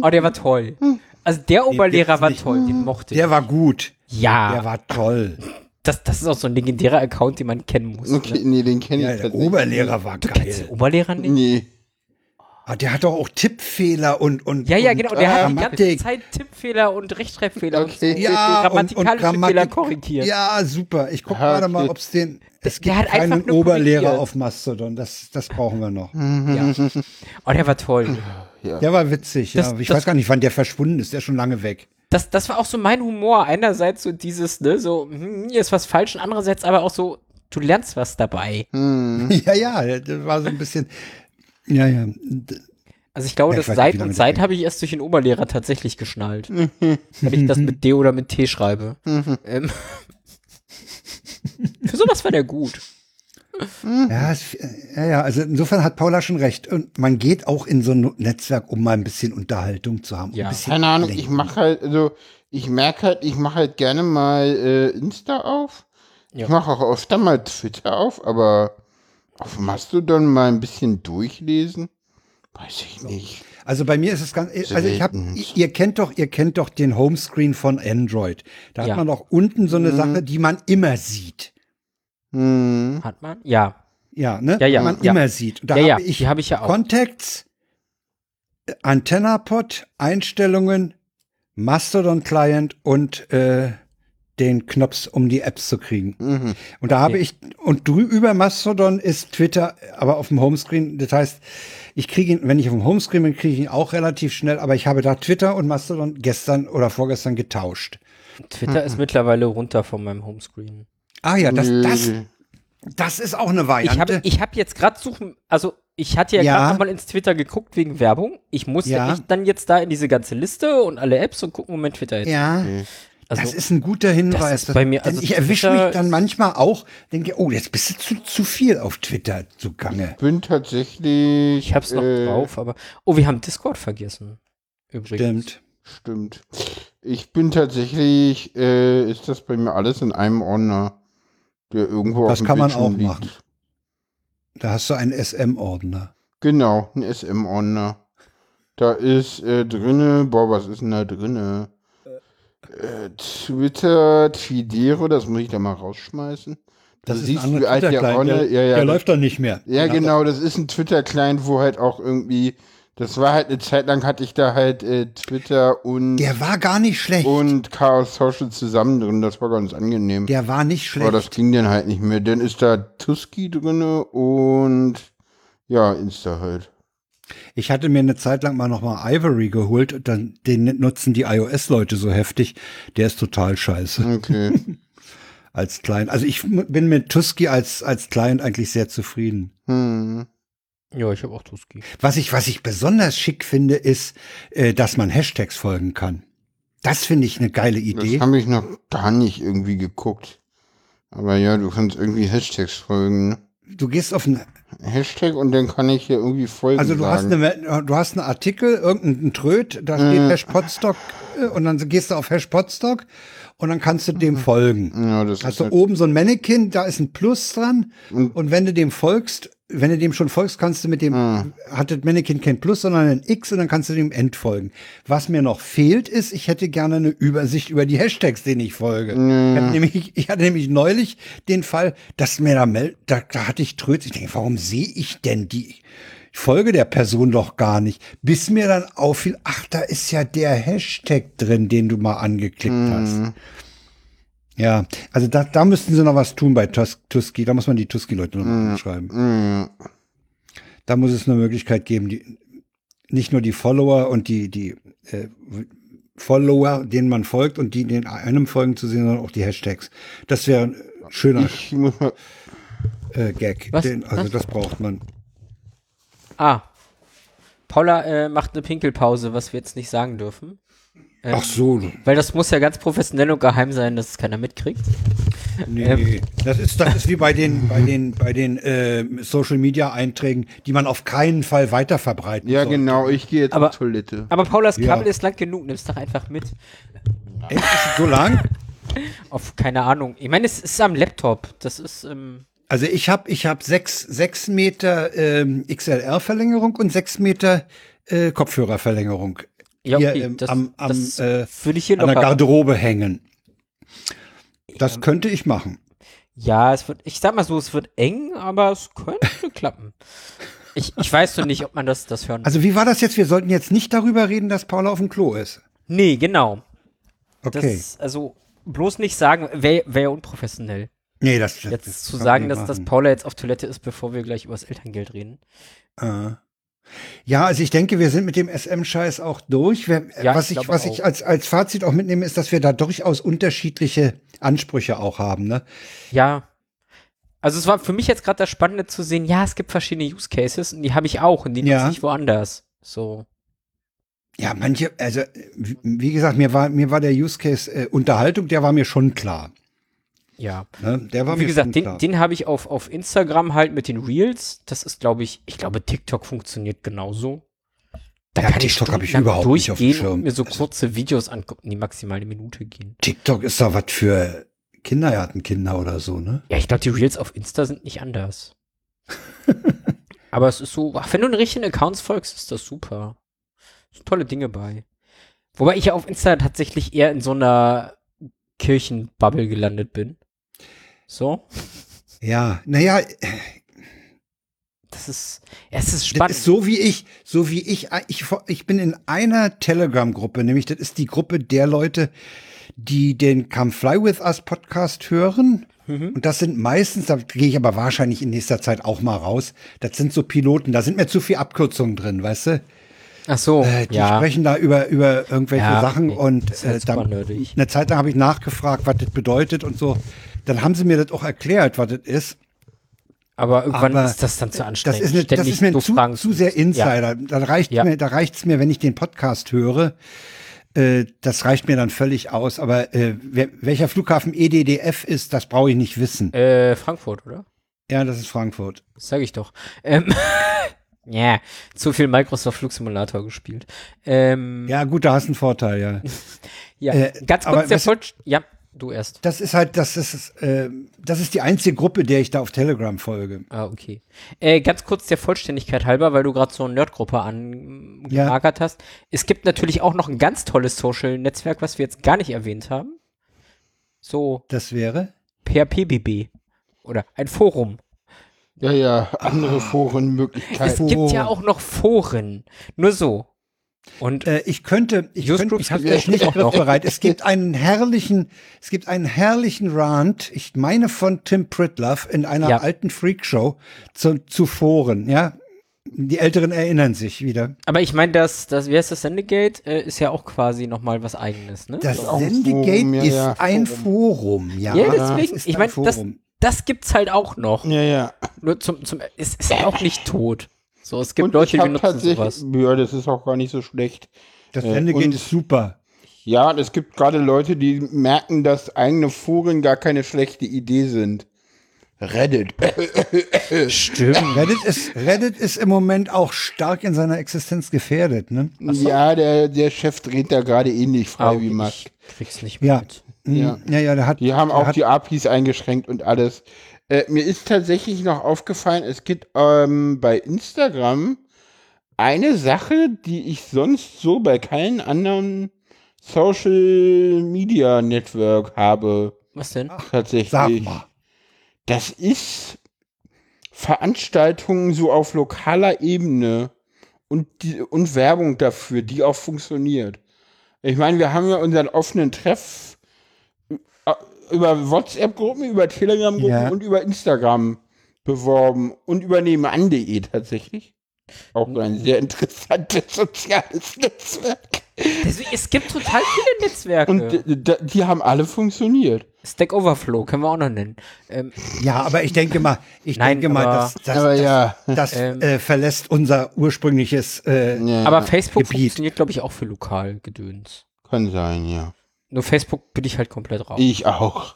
Speaker 2: oh, der war toll. Also der Oberlehrer
Speaker 3: gibt's
Speaker 2: war
Speaker 3: nicht.
Speaker 2: toll, den mochte ich.
Speaker 3: Der war gut.
Speaker 2: ja,
Speaker 3: Der war toll.
Speaker 2: das, das ist auch so ein legendärer Account, den man kennen muss.
Speaker 1: Okay,
Speaker 2: Ne?
Speaker 1: nee, den kenne
Speaker 3: Ja,
Speaker 1: ich
Speaker 3: der
Speaker 1: tatsächlich.
Speaker 3: Oberlehrer war
Speaker 2: Kennst du
Speaker 3: geil.
Speaker 2: den Oberlehrer nicht?
Speaker 1: Nee.
Speaker 3: Ah, Der hat doch auch Tippfehler und und
Speaker 2: Ja, ja,
Speaker 3: und äh,
Speaker 2: genau. Der hat die ganze
Speaker 3: Grammatik.
Speaker 2: Zeit Tippfehler und Rechtschreibfehler und so
Speaker 1: Okay.
Speaker 3: ja, und, und
Speaker 2: grammatikalische Fehler
Speaker 3: Grammatik,
Speaker 2: korrigiert.
Speaker 3: Ja, super. Ich gucke
Speaker 1: Ja,
Speaker 3: gerade mal,
Speaker 1: okay.
Speaker 3: ob es den. Es
Speaker 2: der
Speaker 3: gibt
Speaker 2: hat einfach
Speaker 3: keinen
Speaker 2: nur
Speaker 3: Oberlehrer
Speaker 2: korrigiert.
Speaker 3: auf Mastodon. Das, das brauchen wir noch.
Speaker 1: Hm.
Speaker 2: Ja. Oh, der war toll.
Speaker 3: Der war witzig. ja.
Speaker 2: Das-
Speaker 3: Ich
Speaker 2: das-
Speaker 3: weiß gar nicht, wann der verschwunden ist. Der ist schon lange weg.
Speaker 2: das, das war auch so mein Humor. Einerseits so dieses, ne, so, hm, hier ist was falsch, und andererseits aber auch so, du lernst was dabei.
Speaker 1: Hm.
Speaker 3: Ja, ja, der, der war so ein bisschen. Ja, ja.
Speaker 1: Hm.
Speaker 3: D-
Speaker 2: Also ich glaube,
Speaker 3: Ja, ich
Speaker 2: das
Speaker 3: weiß nicht,
Speaker 2: Seit
Speaker 3: wie lange
Speaker 2: und
Speaker 3: das
Speaker 2: Seit habe ich erst durch den Oberlehrer tatsächlich geschnallt. wenn ich das mit D oder mit T schreibe. ähm. Für sowas war der gut.
Speaker 3: Ja, es, ja, ja, also insofern hat Paula schon recht. Und man geht auch in so ein Netzwerk, um mal ein bisschen Unterhaltung zu haben. um
Speaker 2: Ja.
Speaker 3: Ein bisschen
Speaker 1: Keine Ahnung, ich
Speaker 3: ablenken.
Speaker 1: mache halt, also, ich merke halt, ich mache halt gerne mal äh, Insta auf.
Speaker 2: Ja.
Speaker 1: Ich mache auch öfter mal Twitter auf, aber auf Mastodon mal ein bisschen durchlesen? Weiß ich nicht.
Speaker 3: Also bei mir ist es ganz, also ich habe,
Speaker 1: Selten.
Speaker 3: ihr kennt doch, ihr kennt doch den Homescreen von Android. Da
Speaker 2: Ja.
Speaker 3: hat man doch unten so eine Sache, die man immer sieht.
Speaker 1: Hm.
Speaker 2: Hat man? Ja.
Speaker 3: Ja, ne?
Speaker 2: Ja, ja,
Speaker 3: Die man
Speaker 2: ja.
Speaker 3: immer sieht. Und da
Speaker 2: Ja, ja,
Speaker 3: habe ich
Speaker 2: die habe ich ja auch.
Speaker 3: Contacts, äh, Antennapod, Einstellungen, Mastodon Client und äh, den Knops, um die Apps zu kriegen.
Speaker 1: Mhm.
Speaker 3: Und da habe
Speaker 2: Okay.
Speaker 3: ich, und drü- über Mastodon ist Twitter, aber auf dem Homescreen. Das heißt, ich kriege ihn, wenn ich auf dem Homescreen bin, kriege ich ihn auch relativ schnell, aber ich habe da Twitter und Mastodon gestern oder vorgestern getauscht.
Speaker 2: Twitter ist mittlerweile runter von meinem Homescreen.
Speaker 3: Ah ja, das, das,
Speaker 1: Nö.
Speaker 3: das ist auch eine
Speaker 2: Ich
Speaker 3: Variante.
Speaker 2: habe ich hab jetzt gerade suchen, also ich hatte ja,
Speaker 3: Ja.
Speaker 2: gerade nochmal ins Twitter geguckt wegen Werbung. Ich musste
Speaker 3: Ja.
Speaker 2: echt dann jetzt da in diese ganze Liste und alle Apps und gucken, Moment, Twitter jetzt.
Speaker 3: ja.
Speaker 2: also,
Speaker 3: das ist ein guter Hinweis.
Speaker 2: das ist bei mir-
Speaker 3: Denn
Speaker 2: also
Speaker 3: ich erwische
Speaker 2: Twitter
Speaker 3: mich dann
Speaker 2: ist-
Speaker 3: manchmal auch, denke, oh, jetzt bist du zu, zu viel auf Twitter zugange.
Speaker 1: bin tatsächlich.
Speaker 2: ich hab's noch
Speaker 1: äh,
Speaker 2: drauf, aber. Oh, wir haben Discord vergessen. Übrigens.
Speaker 3: Stimmt.
Speaker 1: Stimmt. Ich bin tatsächlich, äh, ist das bei mir alles in einem Ordner, der irgendwo
Speaker 3: Das
Speaker 1: auf dem
Speaker 3: kann man
Speaker 1: Bildschirm
Speaker 3: auch
Speaker 1: liegt.
Speaker 3: machen. Da hast du einen SM-Ordner.
Speaker 1: Genau, ein SM-Ordner. ne? Da ist äh, drinne, boah, was ist denn da drinne? Äh, Twitter, Twidero, das muss ich da mal rausschmeißen.
Speaker 3: Das
Speaker 1: Du
Speaker 3: ist
Speaker 1: siehst,
Speaker 3: ein
Speaker 1: wie
Speaker 3: anderer
Speaker 1: alt der
Speaker 3: Twitter-Client. Der,
Speaker 1: Ordner- ja, ja,
Speaker 3: der
Speaker 1: das-
Speaker 3: läuft doch nicht mehr.
Speaker 1: Ja, genau, das ist ein Twitter-Client, wo halt auch irgendwie, das war halt eine Zeit lang, hatte ich da halt äh, Twitter und,
Speaker 3: Der war gar nicht schlecht.
Speaker 1: und Chaos Social zusammen drin, das war ganz angenehm.
Speaker 3: der war nicht
Speaker 1: Hm. Aber
Speaker 3: schlecht.
Speaker 1: das ging dann halt nicht mehr. Dann ist da Tuski drinne und ja, Insta halt.
Speaker 3: Ich hatte mir eine Zeit lang mal nochmal Ivory geholt. und Dann, den nutzen die iOS-Leute so heftig. Der ist total
Speaker 1: Hm.
Speaker 3: scheiße
Speaker 1: Okay.
Speaker 3: als Client. Also ich m- bin mit Tusky als, als Client eigentlich sehr zufrieden.
Speaker 1: hm.
Speaker 2: Ja, ich habe auch Tuski.
Speaker 3: Was ich, was ich besonders schick finde, ist, äh, dass man Hashtags folgen kann. Das finde ich eine geile Idee.
Speaker 1: Das habe ich noch gar nicht irgendwie geguckt. Aber ja, du kannst irgendwie Hashtags folgen. ne?
Speaker 3: Du gehst auf ein
Speaker 1: Hashtag und dann kann ich hier irgendwie folgen.
Speaker 3: Also du hast,
Speaker 1: sagen. Hm.
Speaker 3: eine, du hast einen Artikel, irgendeinen Tröd, da steht Hash Podstock äh, und dann gehst du auf Hash Podstock und dann kannst du
Speaker 1: Hm.
Speaker 3: dem folgen.
Speaker 1: Ja, das
Speaker 3: Hast
Speaker 1: ist
Speaker 3: du
Speaker 1: halt-
Speaker 3: Also oben so ein Mannequin, da ist ein Plus dran und wenn du dem folgst, wenn du dem schon folgst, kannst du mit dem,
Speaker 1: Ah.
Speaker 3: hat das Mannequin kein Plus, sondern ein X und dann kannst du dem entfolgen. Was mir noch fehlt ist, ich hätte gerne eine Übersicht über die Hashtags, denen ich folge. Ich, hab nämlich, ich hatte nämlich neulich den Fall, dass mir da, mel- da, da hatte ich Tröd, ich denke, warum sehe ich denn die? Ich folge der Person doch gar nicht. Bis mir dann auffiel, ach, da ist ja der Hashtag drin, den du mal angeklickt
Speaker 1: Mhm.
Speaker 3: hast. Ja, also da, da müssten sie noch was tun bei Tus Tuski. Da muss man die Tuski-Leute noch mal anschreiben. mm.
Speaker 1: Hm,
Speaker 3: Da muss es eine Möglichkeit geben, die, nicht nur die Follower und die, die äh, Follower, denen man folgt und die den einem folgen zu sehen, sondern auch die Hashtags. Das wäre ein schöner
Speaker 1: Ich muss mal.
Speaker 3: äh, Gag.
Speaker 2: Was?
Speaker 3: Den, also das braucht man.
Speaker 2: Ah. Paula äh, macht eine Pinkelpause, was wir jetzt nicht sagen dürfen.
Speaker 3: Ach so,
Speaker 2: Weil das muss ja ganz professionell und geheim sein, dass es keiner mitkriegt.
Speaker 3: nee, nee. Das ist, das ist wie bei den, bei den, bei den äh, Social Media Einträgen, die man auf keinen Fall weiter verbreiten
Speaker 1: Ja,
Speaker 3: sollte.
Speaker 1: genau, ich gehe jetzt
Speaker 2: Aber-
Speaker 1: auf Toilette.
Speaker 2: Aber Paulas Kabel
Speaker 3: Ja.
Speaker 2: ist lang genug, nimm's doch einfach mit.
Speaker 3: Echt? Ist es so lang?
Speaker 2: Auf keine Ahnung. Ich meine, es ist am Laptop. Das ist, ähm,
Speaker 3: Also ich habe ich hab sechs, sechs Meter ähm, XLR-Verlängerung und sechs Meter äh, Kopfhörerverlängerung.
Speaker 2: ja,
Speaker 3: Hier,
Speaker 2: okay,
Speaker 3: ähm,
Speaker 2: das,
Speaker 3: am- am,
Speaker 2: das
Speaker 3: äh,
Speaker 2: würde ich hier
Speaker 3: an der
Speaker 2: locker.
Speaker 3: Garderobe hängen. Das könnte ich machen.
Speaker 2: Ja, es wird, ich sag mal so, es wird eng, aber es könnte klappen. Ich, ich weiß nur nicht, ob man das, das hören
Speaker 3: Also wie war das jetzt? Wir sollten jetzt nicht darüber reden, dass Paula auf dem Klo ist.
Speaker 2: Nee, genau. Das
Speaker 3: Okay.
Speaker 2: ist, also, bloß nicht sagen, wäre wär ja unprofessionell.
Speaker 3: nee, das, das
Speaker 2: Jetzt zu
Speaker 3: kann man
Speaker 2: sagen,
Speaker 3: nicht
Speaker 2: dass, dass
Speaker 3: machen.
Speaker 2: Paula jetzt auf Toilette ist, bevor wir gleich über das Elterngeld reden.
Speaker 3: Ah. Ja, also ich denke, wir sind mit dem SM-Scheiß auch durch. Wir, äh,
Speaker 2: Ja,
Speaker 3: was
Speaker 2: ich
Speaker 3: ich,
Speaker 2: glaube
Speaker 3: was
Speaker 2: auch.
Speaker 3: ich als, als Fazit auch mitnehme, ist, dass wir da durchaus unterschiedliche Ansprüche auch haben. Ne?
Speaker 2: Ja. Also es war für mich jetzt gerade das Spannende zu sehen, ja, es gibt verschiedene Use Cases und die habe ich auch und die
Speaker 3: Ja.
Speaker 2: nutze ich woanders. So.
Speaker 3: Ja, manche, also wie- wie gesagt, mir war, mir war der Use Case äh, Unterhaltung, der war mir schon klar.
Speaker 2: Ja.
Speaker 3: Ne? Der war
Speaker 2: Wie
Speaker 3: mir schon
Speaker 2: gesagt, den,
Speaker 3: klar.
Speaker 2: den habe ich auf, auf Instagram halt mit den Reels. Das ist, glaube ich, ich glaube, TikTok funktioniert genauso. Da
Speaker 3: Ja,
Speaker 2: kann
Speaker 3: TikTok habe ich
Speaker 2: stundenlang
Speaker 3: überhaupt nicht auf dem
Speaker 2: durchgehen und
Speaker 3: Schirm. Also
Speaker 2: mir so kurze Videos angucken, die maximal eine Minute gehen.
Speaker 3: TikTok ist doch was für Kindergartenkinder oder so, ne?
Speaker 2: Ja, ich glaube, die Reels auf Insta sind nicht anders. Aber es ist so, ach, wenn du den richtigen Accounts folgst, ist das super. Sind tolle Dinge bei. Wobei ich ja auf Insta tatsächlich eher in so einer Kirchenbubble gelandet bin. So,
Speaker 3: Ja, naja,
Speaker 2: das ist, es ist
Speaker 3: das
Speaker 2: spannend.
Speaker 3: ist so wie ich, so wie ich, ich, ich bin in einer Telegram-Gruppe, nämlich das ist die Gruppe der Leute, die den Come Fly With Us Podcast hören.
Speaker 2: Mhm.
Speaker 3: Und das sind meistens, da gehe ich aber wahrscheinlich in nächster Zeit auch mal raus. Das sind so Piloten, da sind mir zu viel Abkürzungen drin, weißt du?
Speaker 2: Ach so,
Speaker 3: Äh, die
Speaker 2: ja.
Speaker 3: sprechen da über, über irgendwelche
Speaker 2: Ja,
Speaker 3: Sachen
Speaker 2: nee,
Speaker 3: und
Speaker 2: das ist halt
Speaker 3: äh,
Speaker 2: super
Speaker 3: dann,
Speaker 2: nerdig.
Speaker 3: eine Zeit lang habe ich nachgefragt, was das bedeutet und so. Dann haben sie mir das auch erklärt, was das ist.
Speaker 2: Aber irgendwann
Speaker 3: aber
Speaker 2: ist das dann zu anstrengend.
Speaker 3: Das ist, eine, das
Speaker 2: ständig
Speaker 3: ist mir
Speaker 2: so
Speaker 3: zu,
Speaker 2: Fragen
Speaker 3: zu sehr
Speaker 2: stellen. Ja.
Speaker 3: Insider. Da reicht
Speaker 2: Ja.
Speaker 3: mir, da reicht's mir, wenn ich den Podcast höre. Äh, das reicht mir dann völlig aus. Aber äh, wer, welcher Flughafen E EDDF ist, das brauche ich nicht wissen.
Speaker 2: Äh, Frankfurt, oder?
Speaker 3: Ja, das ist Frankfurt.
Speaker 2: Das sag ich doch. Ähm, ja, zu viel Microsoft Flugsimulator gespielt. Ähm, ja,
Speaker 3: Ja, gut, da hast du einen Vorteil, ja. äh,
Speaker 2: ganz
Speaker 3: aber
Speaker 2: kurz der
Speaker 3: was-
Speaker 2: Voll... Ja, du erst.
Speaker 3: Das ist halt, das ist, äh, das ist die einzige Gruppe, der ich da auf Telegram folge.
Speaker 2: Ah, okay. Äh, ganz kurz der Vollständigkeit halber, weil du gerade so eine Nerdgruppe angeagert hast. Es gibt natürlich auch noch ein ganz tolles Social-Netzwerk, was wir jetzt gar nicht erwähnt haben. So
Speaker 3: Das wäre?
Speaker 2: per PBB. Oder ein Forum.
Speaker 1: Ja, ja, andere
Speaker 2: Es
Speaker 1: Forenmöglichkeiten.
Speaker 2: gibt ja auch noch Foren. Nur so. Und
Speaker 3: Äh, ich könnte, ich
Speaker 2: Just
Speaker 3: könnte,
Speaker 2: Groups
Speaker 3: ich habe
Speaker 2: gibt's
Speaker 3: das nicht
Speaker 2: auch noch.
Speaker 3: griffbereit. Es gibt einen herrlichen, es gibt einen herrlichen Rant, ich meine von Tim Pritloff in einer
Speaker 2: Ja.
Speaker 3: alten Freakshow zu, zu Foren, ja. Die Älteren erinnern sich wieder.
Speaker 2: Aber ich meine, das, das, wie heißt das Sendegate? Äh, ist ja auch quasi nochmal was eigenes, ne?
Speaker 3: Das
Speaker 1: ist auch ein
Speaker 3: Sendegate
Speaker 1: Forum, ja,
Speaker 3: ist
Speaker 1: ja,
Speaker 3: ein Forum, ja.
Speaker 2: ja,
Speaker 3: Das
Speaker 2: deswegen,
Speaker 3: ist
Speaker 2: ich
Speaker 3: ein
Speaker 2: meine, das,
Speaker 3: Forum.
Speaker 2: das gibt's halt auch noch.
Speaker 1: Ja, ja.
Speaker 2: Nur zum, zum, es ist ja auch nicht tot. So, es gibt
Speaker 1: Und
Speaker 2: Leute,
Speaker 1: ich
Speaker 2: die
Speaker 1: hab
Speaker 2: benutzen
Speaker 1: tatsächlich,
Speaker 2: sowas.
Speaker 1: ja, das ist auch gar nicht so schlecht.
Speaker 3: das
Speaker 1: äh,
Speaker 3: Sendegate
Speaker 1: und-
Speaker 3: ist super.
Speaker 1: Ja, und es gibt gerade Leute, die merken, dass eigene Foren gar keine schlechte Idee sind. Reddit.
Speaker 2: Stimmt.
Speaker 3: Reddit ist, Reddit ist im Moment auch stark in seiner Existenz gefährdet, ne?
Speaker 1: Ja, der, der Chef dreht da gerade ähnlich frei wie Musk.
Speaker 2: Ah, ich krieg's nicht mehr
Speaker 3: Ja.
Speaker 2: mit.
Speaker 3: Hm,
Speaker 1: Ja.
Speaker 3: ja, ja, der hat.
Speaker 1: Die haben
Speaker 3: der
Speaker 1: auch
Speaker 3: hat,
Speaker 1: die APIs eingeschränkt und alles. Äh, mir ist tatsächlich noch aufgefallen, es gibt ähm, bei Instagram eine Sache, die ich sonst so bei keinem anderen Social Media Network habe.
Speaker 2: Was denn?
Speaker 1: Tatsächlich.
Speaker 3: Sag mal.
Speaker 1: Das ist Veranstaltungen so auf lokaler Ebene und, die, und Werbung dafür, die auch funktioniert. Ich meine, wir haben ja unseren offenen Treff äh, über WhatsApp-Gruppen, über Telegram-Gruppen
Speaker 3: Ja.
Speaker 1: und über Instagram beworben und über nebenan.de tatsächlich. Auch so ein sehr interessantes soziales Netzwerk.
Speaker 2: Deswegen, es gibt total viele Netzwerke.
Speaker 1: Und d- d- die haben alle funktioniert.
Speaker 2: Stack Overflow können wir auch noch nennen. Ähm,
Speaker 3: Ja, aber ich denke mal, ich
Speaker 2: Nein,
Speaker 3: denke mal,
Speaker 2: aber-
Speaker 3: dass, dass,
Speaker 1: Aber ja.
Speaker 3: Das
Speaker 2: Ähm.
Speaker 3: äh, verlässt unser ursprüngliches. Äh,
Speaker 1: ja.
Speaker 2: aber Facebook
Speaker 3: Gebiet.
Speaker 2: funktioniert, glaube ich, auch für Lokalgedöns.
Speaker 1: kann sein, ja.
Speaker 2: Nur Facebook bin ich halt komplett raus. Ich,
Speaker 1: Ich auch.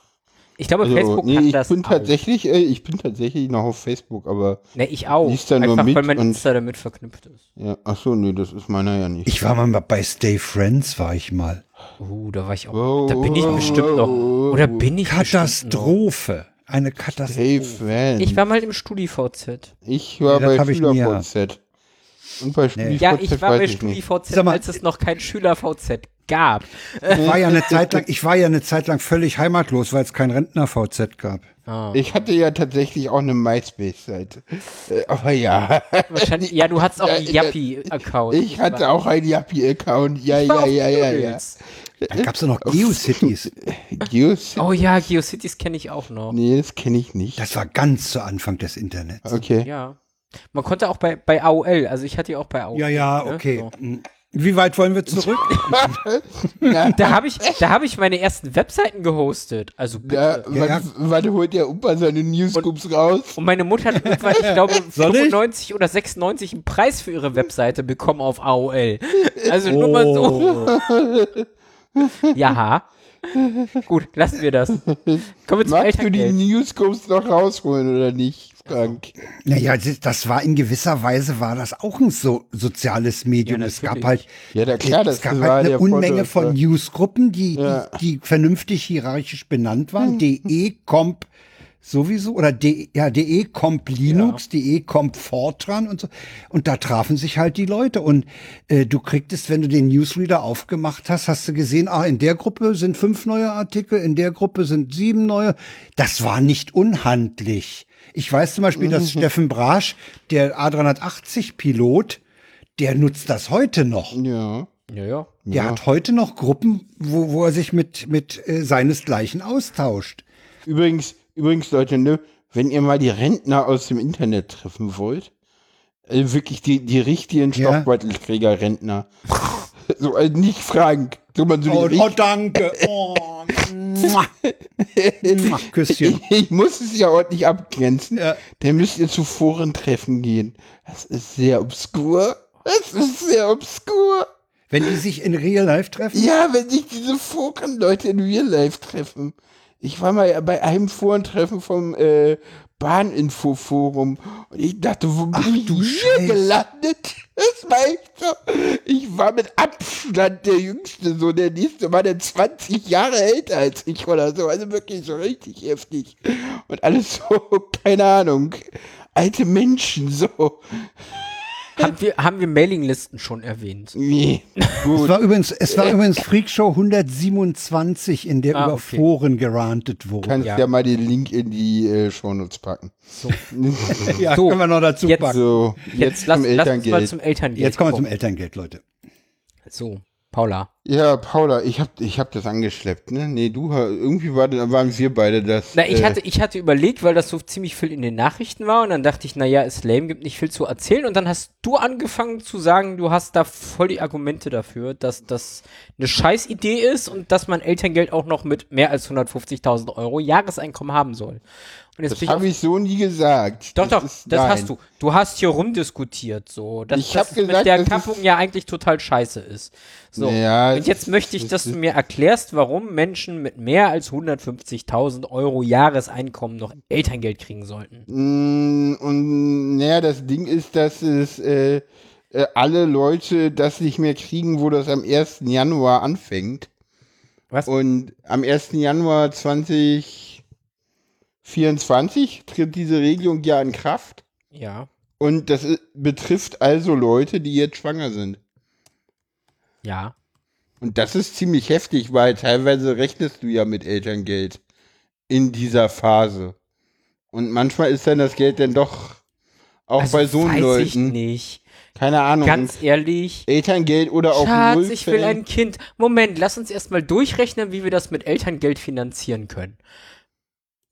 Speaker 2: glaube,
Speaker 1: Also,
Speaker 2: Facebook
Speaker 1: nee,
Speaker 2: kann
Speaker 1: ich
Speaker 2: das
Speaker 1: bin
Speaker 2: auch.
Speaker 1: tatsächlich, äh, ich bin tatsächlich noch auf Facebook, aber
Speaker 2: Ne, ich auch.
Speaker 1: Liest da nur
Speaker 2: Einfach,
Speaker 1: mit
Speaker 2: weil mein
Speaker 1: und-
Speaker 2: Insta damit verknüpft ist.
Speaker 1: ja, ach so, nee, das ist meiner ja nicht.
Speaker 3: Ich war mal bei Stay Friends, war ich mal.
Speaker 2: Uh, da war ich auch.
Speaker 1: Wow,
Speaker 2: da bin ich
Speaker 1: wow,
Speaker 2: bestimmt
Speaker 1: wow,
Speaker 2: noch.
Speaker 1: wow,
Speaker 2: Oder bin ich bestimmt noch.
Speaker 3: Katastrophe. Eine Katastrophe.
Speaker 1: hey Fan,
Speaker 2: Ich war mal im StudiVZ.
Speaker 1: ich war
Speaker 3: Nee, das
Speaker 1: bei
Speaker 3: hab ich nie
Speaker 1: SchülerVZ und bei StudiVZ
Speaker 2: Ja, ich war bei
Speaker 1: weiß ich nicht.
Speaker 2: StudiVZ,
Speaker 3: Sag mal,
Speaker 2: als es noch kein Schüler-VZ gab.
Speaker 3: Ich war ja eine Zeit lang, ich war ja eine Zeit lang völlig heimatlos, weil es kein Rentner-VZ gab.
Speaker 1: Ich hatte ja tatsächlich auch eine MySpace-Seite, äh, aber ja,
Speaker 2: Wahrscheinlich, ja, du hattest auch einen
Speaker 1: ich- ja,
Speaker 2: Yappi-Account.
Speaker 1: ich hatte auch einen Yappy-Account, ja,
Speaker 2: Ich war
Speaker 1: ja,
Speaker 2: auf
Speaker 1: ja, ja, ja.
Speaker 2: Goodreads.
Speaker 3: Dann gab es noch Geocities.
Speaker 1: Geos,
Speaker 2: Oh ja, GeoCities kenne ich auch noch.
Speaker 1: nee, das kenne ich nicht.
Speaker 3: Das war ganz zu Anfang des Internets.
Speaker 1: Okay,
Speaker 2: Ja. Man konnte auch bei, bei AOL, also ich hatte ja auch bei AOL.
Speaker 3: Ja, ja,
Speaker 2: ne?
Speaker 3: okay. Hm.
Speaker 2: So.
Speaker 3: Wie weit wollen wir zurück?
Speaker 2: Da habe ich, da hab ich meine ersten Webseiten gehostet. Also bitte.
Speaker 1: ja,
Speaker 3: Ja, ja.
Speaker 1: Äh, wann, wann holt der Opa seine Newsgroups raus?
Speaker 2: Und meine Mutter hat irgendwann, ich glaube,
Speaker 3: Soll ich?
Speaker 2: 95 oder 96 einen Preis für ihre Webseite bekommen auf AOL. Also nur mal so. Ja. Gut, lassen wir das. Kommen wir zum
Speaker 1: Magst du die
Speaker 2: Elterngeld.
Speaker 1: Newscopes noch rausholen oder nicht, Frank?
Speaker 3: Naja, das das war in gewisser Weise war das auch ein so soziales Medium.
Speaker 2: Ja,
Speaker 3: es gab
Speaker 2: natürlich.
Speaker 3: halt,
Speaker 1: Ja, da- klar, das
Speaker 3: es gab
Speaker 1: war
Speaker 3: halt eine
Speaker 1: der Vorteil,
Speaker 3: Unmenge von
Speaker 1: ja.
Speaker 3: Newsgruppen, die,
Speaker 1: Ja. Hm.
Speaker 3: die, die vernünftig hierarchisch benannt waren. DE Comp sowieso oder de, ja, DE Comp Linux, DE Comp Fortran und so. Und da trafen sich halt die Leute. Und äh, du kriegtest, wenn du den Newsreader aufgemacht hast, hast du gesehen, ah, in der Gruppe sind fünf neue Artikel, in der Gruppe sind sieben neue. Das war nicht unhandlich. Ich weiß zum Beispiel, dass
Speaker 1: Mhm.
Speaker 3: Steffen Brasch, der A380-Pilot, der nutzt das heute noch.
Speaker 1: Ja.
Speaker 2: Ja, ja.
Speaker 3: Der hat heute noch Gruppen, wo, wo er sich mit, mit äh, seinesgleichen austauscht.
Speaker 1: Übrigens, übrigens, Leute, ne, wenn ihr mal die Rentner aus dem Internet treffen wollt, also wirklich die, die richtigen
Speaker 3: Ja.
Speaker 1: Stoffbeutelträger-Rentner. so, also nicht Frank. So, man so die
Speaker 3: Oh,
Speaker 1: richt-
Speaker 3: oh danke. Oh, mua. Mua, Küsschen.
Speaker 1: ich muss es ja ordentlich abgrenzen.
Speaker 3: Ja.
Speaker 1: Dann müsst ihr zu Forentreffen gehen. Das ist sehr obskur. Das ist sehr obskur.
Speaker 3: Wenn die sich in Real Life treffen,
Speaker 1: Ja, wenn sich diese Forenleute in Real Life treffen. Ich war mal bei einem Forentreffen vom äh, Bahninfo-Forum und ich dachte, wo bin ich
Speaker 3: du
Speaker 1: hier
Speaker 3: Scheiße.
Speaker 1: gelandet? Das war echt so. Ich war mit Abstand der Jüngste, so der nächste war dann 20 Jahre älter als ich oder so. Also wirklich so richtig heftig. Und alles so, keine Ahnung. Alte Menschen, so.
Speaker 2: Haben wir, haben wir Mailinglisten schon erwähnt?
Speaker 1: Nee.
Speaker 3: es
Speaker 1: Gut.
Speaker 3: war übrigens, es war übrigens Freakshow 127, in der
Speaker 2: Äh. Ah,
Speaker 3: über
Speaker 2: okay.
Speaker 3: Foren gerantet wurde.
Speaker 1: Kannst
Speaker 2: Ja.
Speaker 1: ja mal den Link in die äh, Shownotes packen.
Speaker 3: ja,
Speaker 2: So,
Speaker 3: können wir noch dazu
Speaker 2: jetzt-
Speaker 3: packen.
Speaker 1: So,
Speaker 2: Jetzt
Speaker 1: jetzt,
Speaker 2: lass,
Speaker 1: zum
Speaker 2: lass uns mal
Speaker 1: Elterngeld.
Speaker 2: zum Elterngeld.
Speaker 3: Jetzt kommen wir zum
Speaker 2: kommen.
Speaker 3: Elterngeld, Leute.
Speaker 2: So, Paula.
Speaker 1: ja, Paula, ich hab, ich hab das angeschleppt, ne? Nee, du, ha- irgendwie war, waren wir beide das.
Speaker 2: Na, ich
Speaker 1: äh,
Speaker 2: hatte, ich hatte überlegt, weil das so ziemlich viel in den Nachrichten war und dann dachte ich, naja, ist lame, gibt nicht viel zu erzählen und dann hast du angefangen zu sagen, du hast da voll die Argumente dafür, dass das eine Scheißidee ist und dass man Elterngeld auch noch mit mehr als 150.000 Euro Jahreseinkommen haben soll. Und jetzt
Speaker 1: Das habe ich so nie gesagt.
Speaker 2: Doch, doch, das
Speaker 1: ist- nein.
Speaker 2: hast du. Du hast hier rumdiskutiert, so. Dass,
Speaker 1: Ich
Speaker 2: dass
Speaker 1: hab
Speaker 2: es mit
Speaker 1: gesagt,
Speaker 2: der
Speaker 1: das ist-
Speaker 2: Kappung ja eigentlich total scheiße ist. So.
Speaker 1: Ja,
Speaker 2: Und jetzt
Speaker 1: es-
Speaker 2: möchte ich,
Speaker 1: es-
Speaker 2: dass du mir erklärst, warum Menschen mit mehr als 150.000 Euro Jahreseinkommen noch Elterngeld kriegen sollten.
Speaker 1: Mm, Und naja, das Ding ist, dass es äh, äh, alle Leute das nicht mehr kriegen, wo das am 1. Januar anfängt.
Speaker 2: Was?
Speaker 1: Und am 1. Januar 2024 tritt diese Regelung ja in Kraft.
Speaker 2: Ja.
Speaker 1: Und das i- betrifft also Leute, die jetzt schwanger sind.
Speaker 2: Ja.
Speaker 1: Und das ist ziemlich heftig, weil teilweise rechnest du ja mit Elterngeld in dieser Phase. Und manchmal ist dann das Geld dann doch auch
Speaker 2: Also
Speaker 1: bei so
Speaker 2: weiß Ich
Speaker 1: Leuten.
Speaker 2: nicht.
Speaker 1: Keine Ahnung.
Speaker 2: Ganz ehrlich.
Speaker 1: Elterngeld oder auch
Speaker 2: Schatz,
Speaker 1: Nullfällen.
Speaker 2: ich will ein Kind. Moment, lass uns erstmal durchrechnen, wie wir das mit Elterngeld finanzieren können.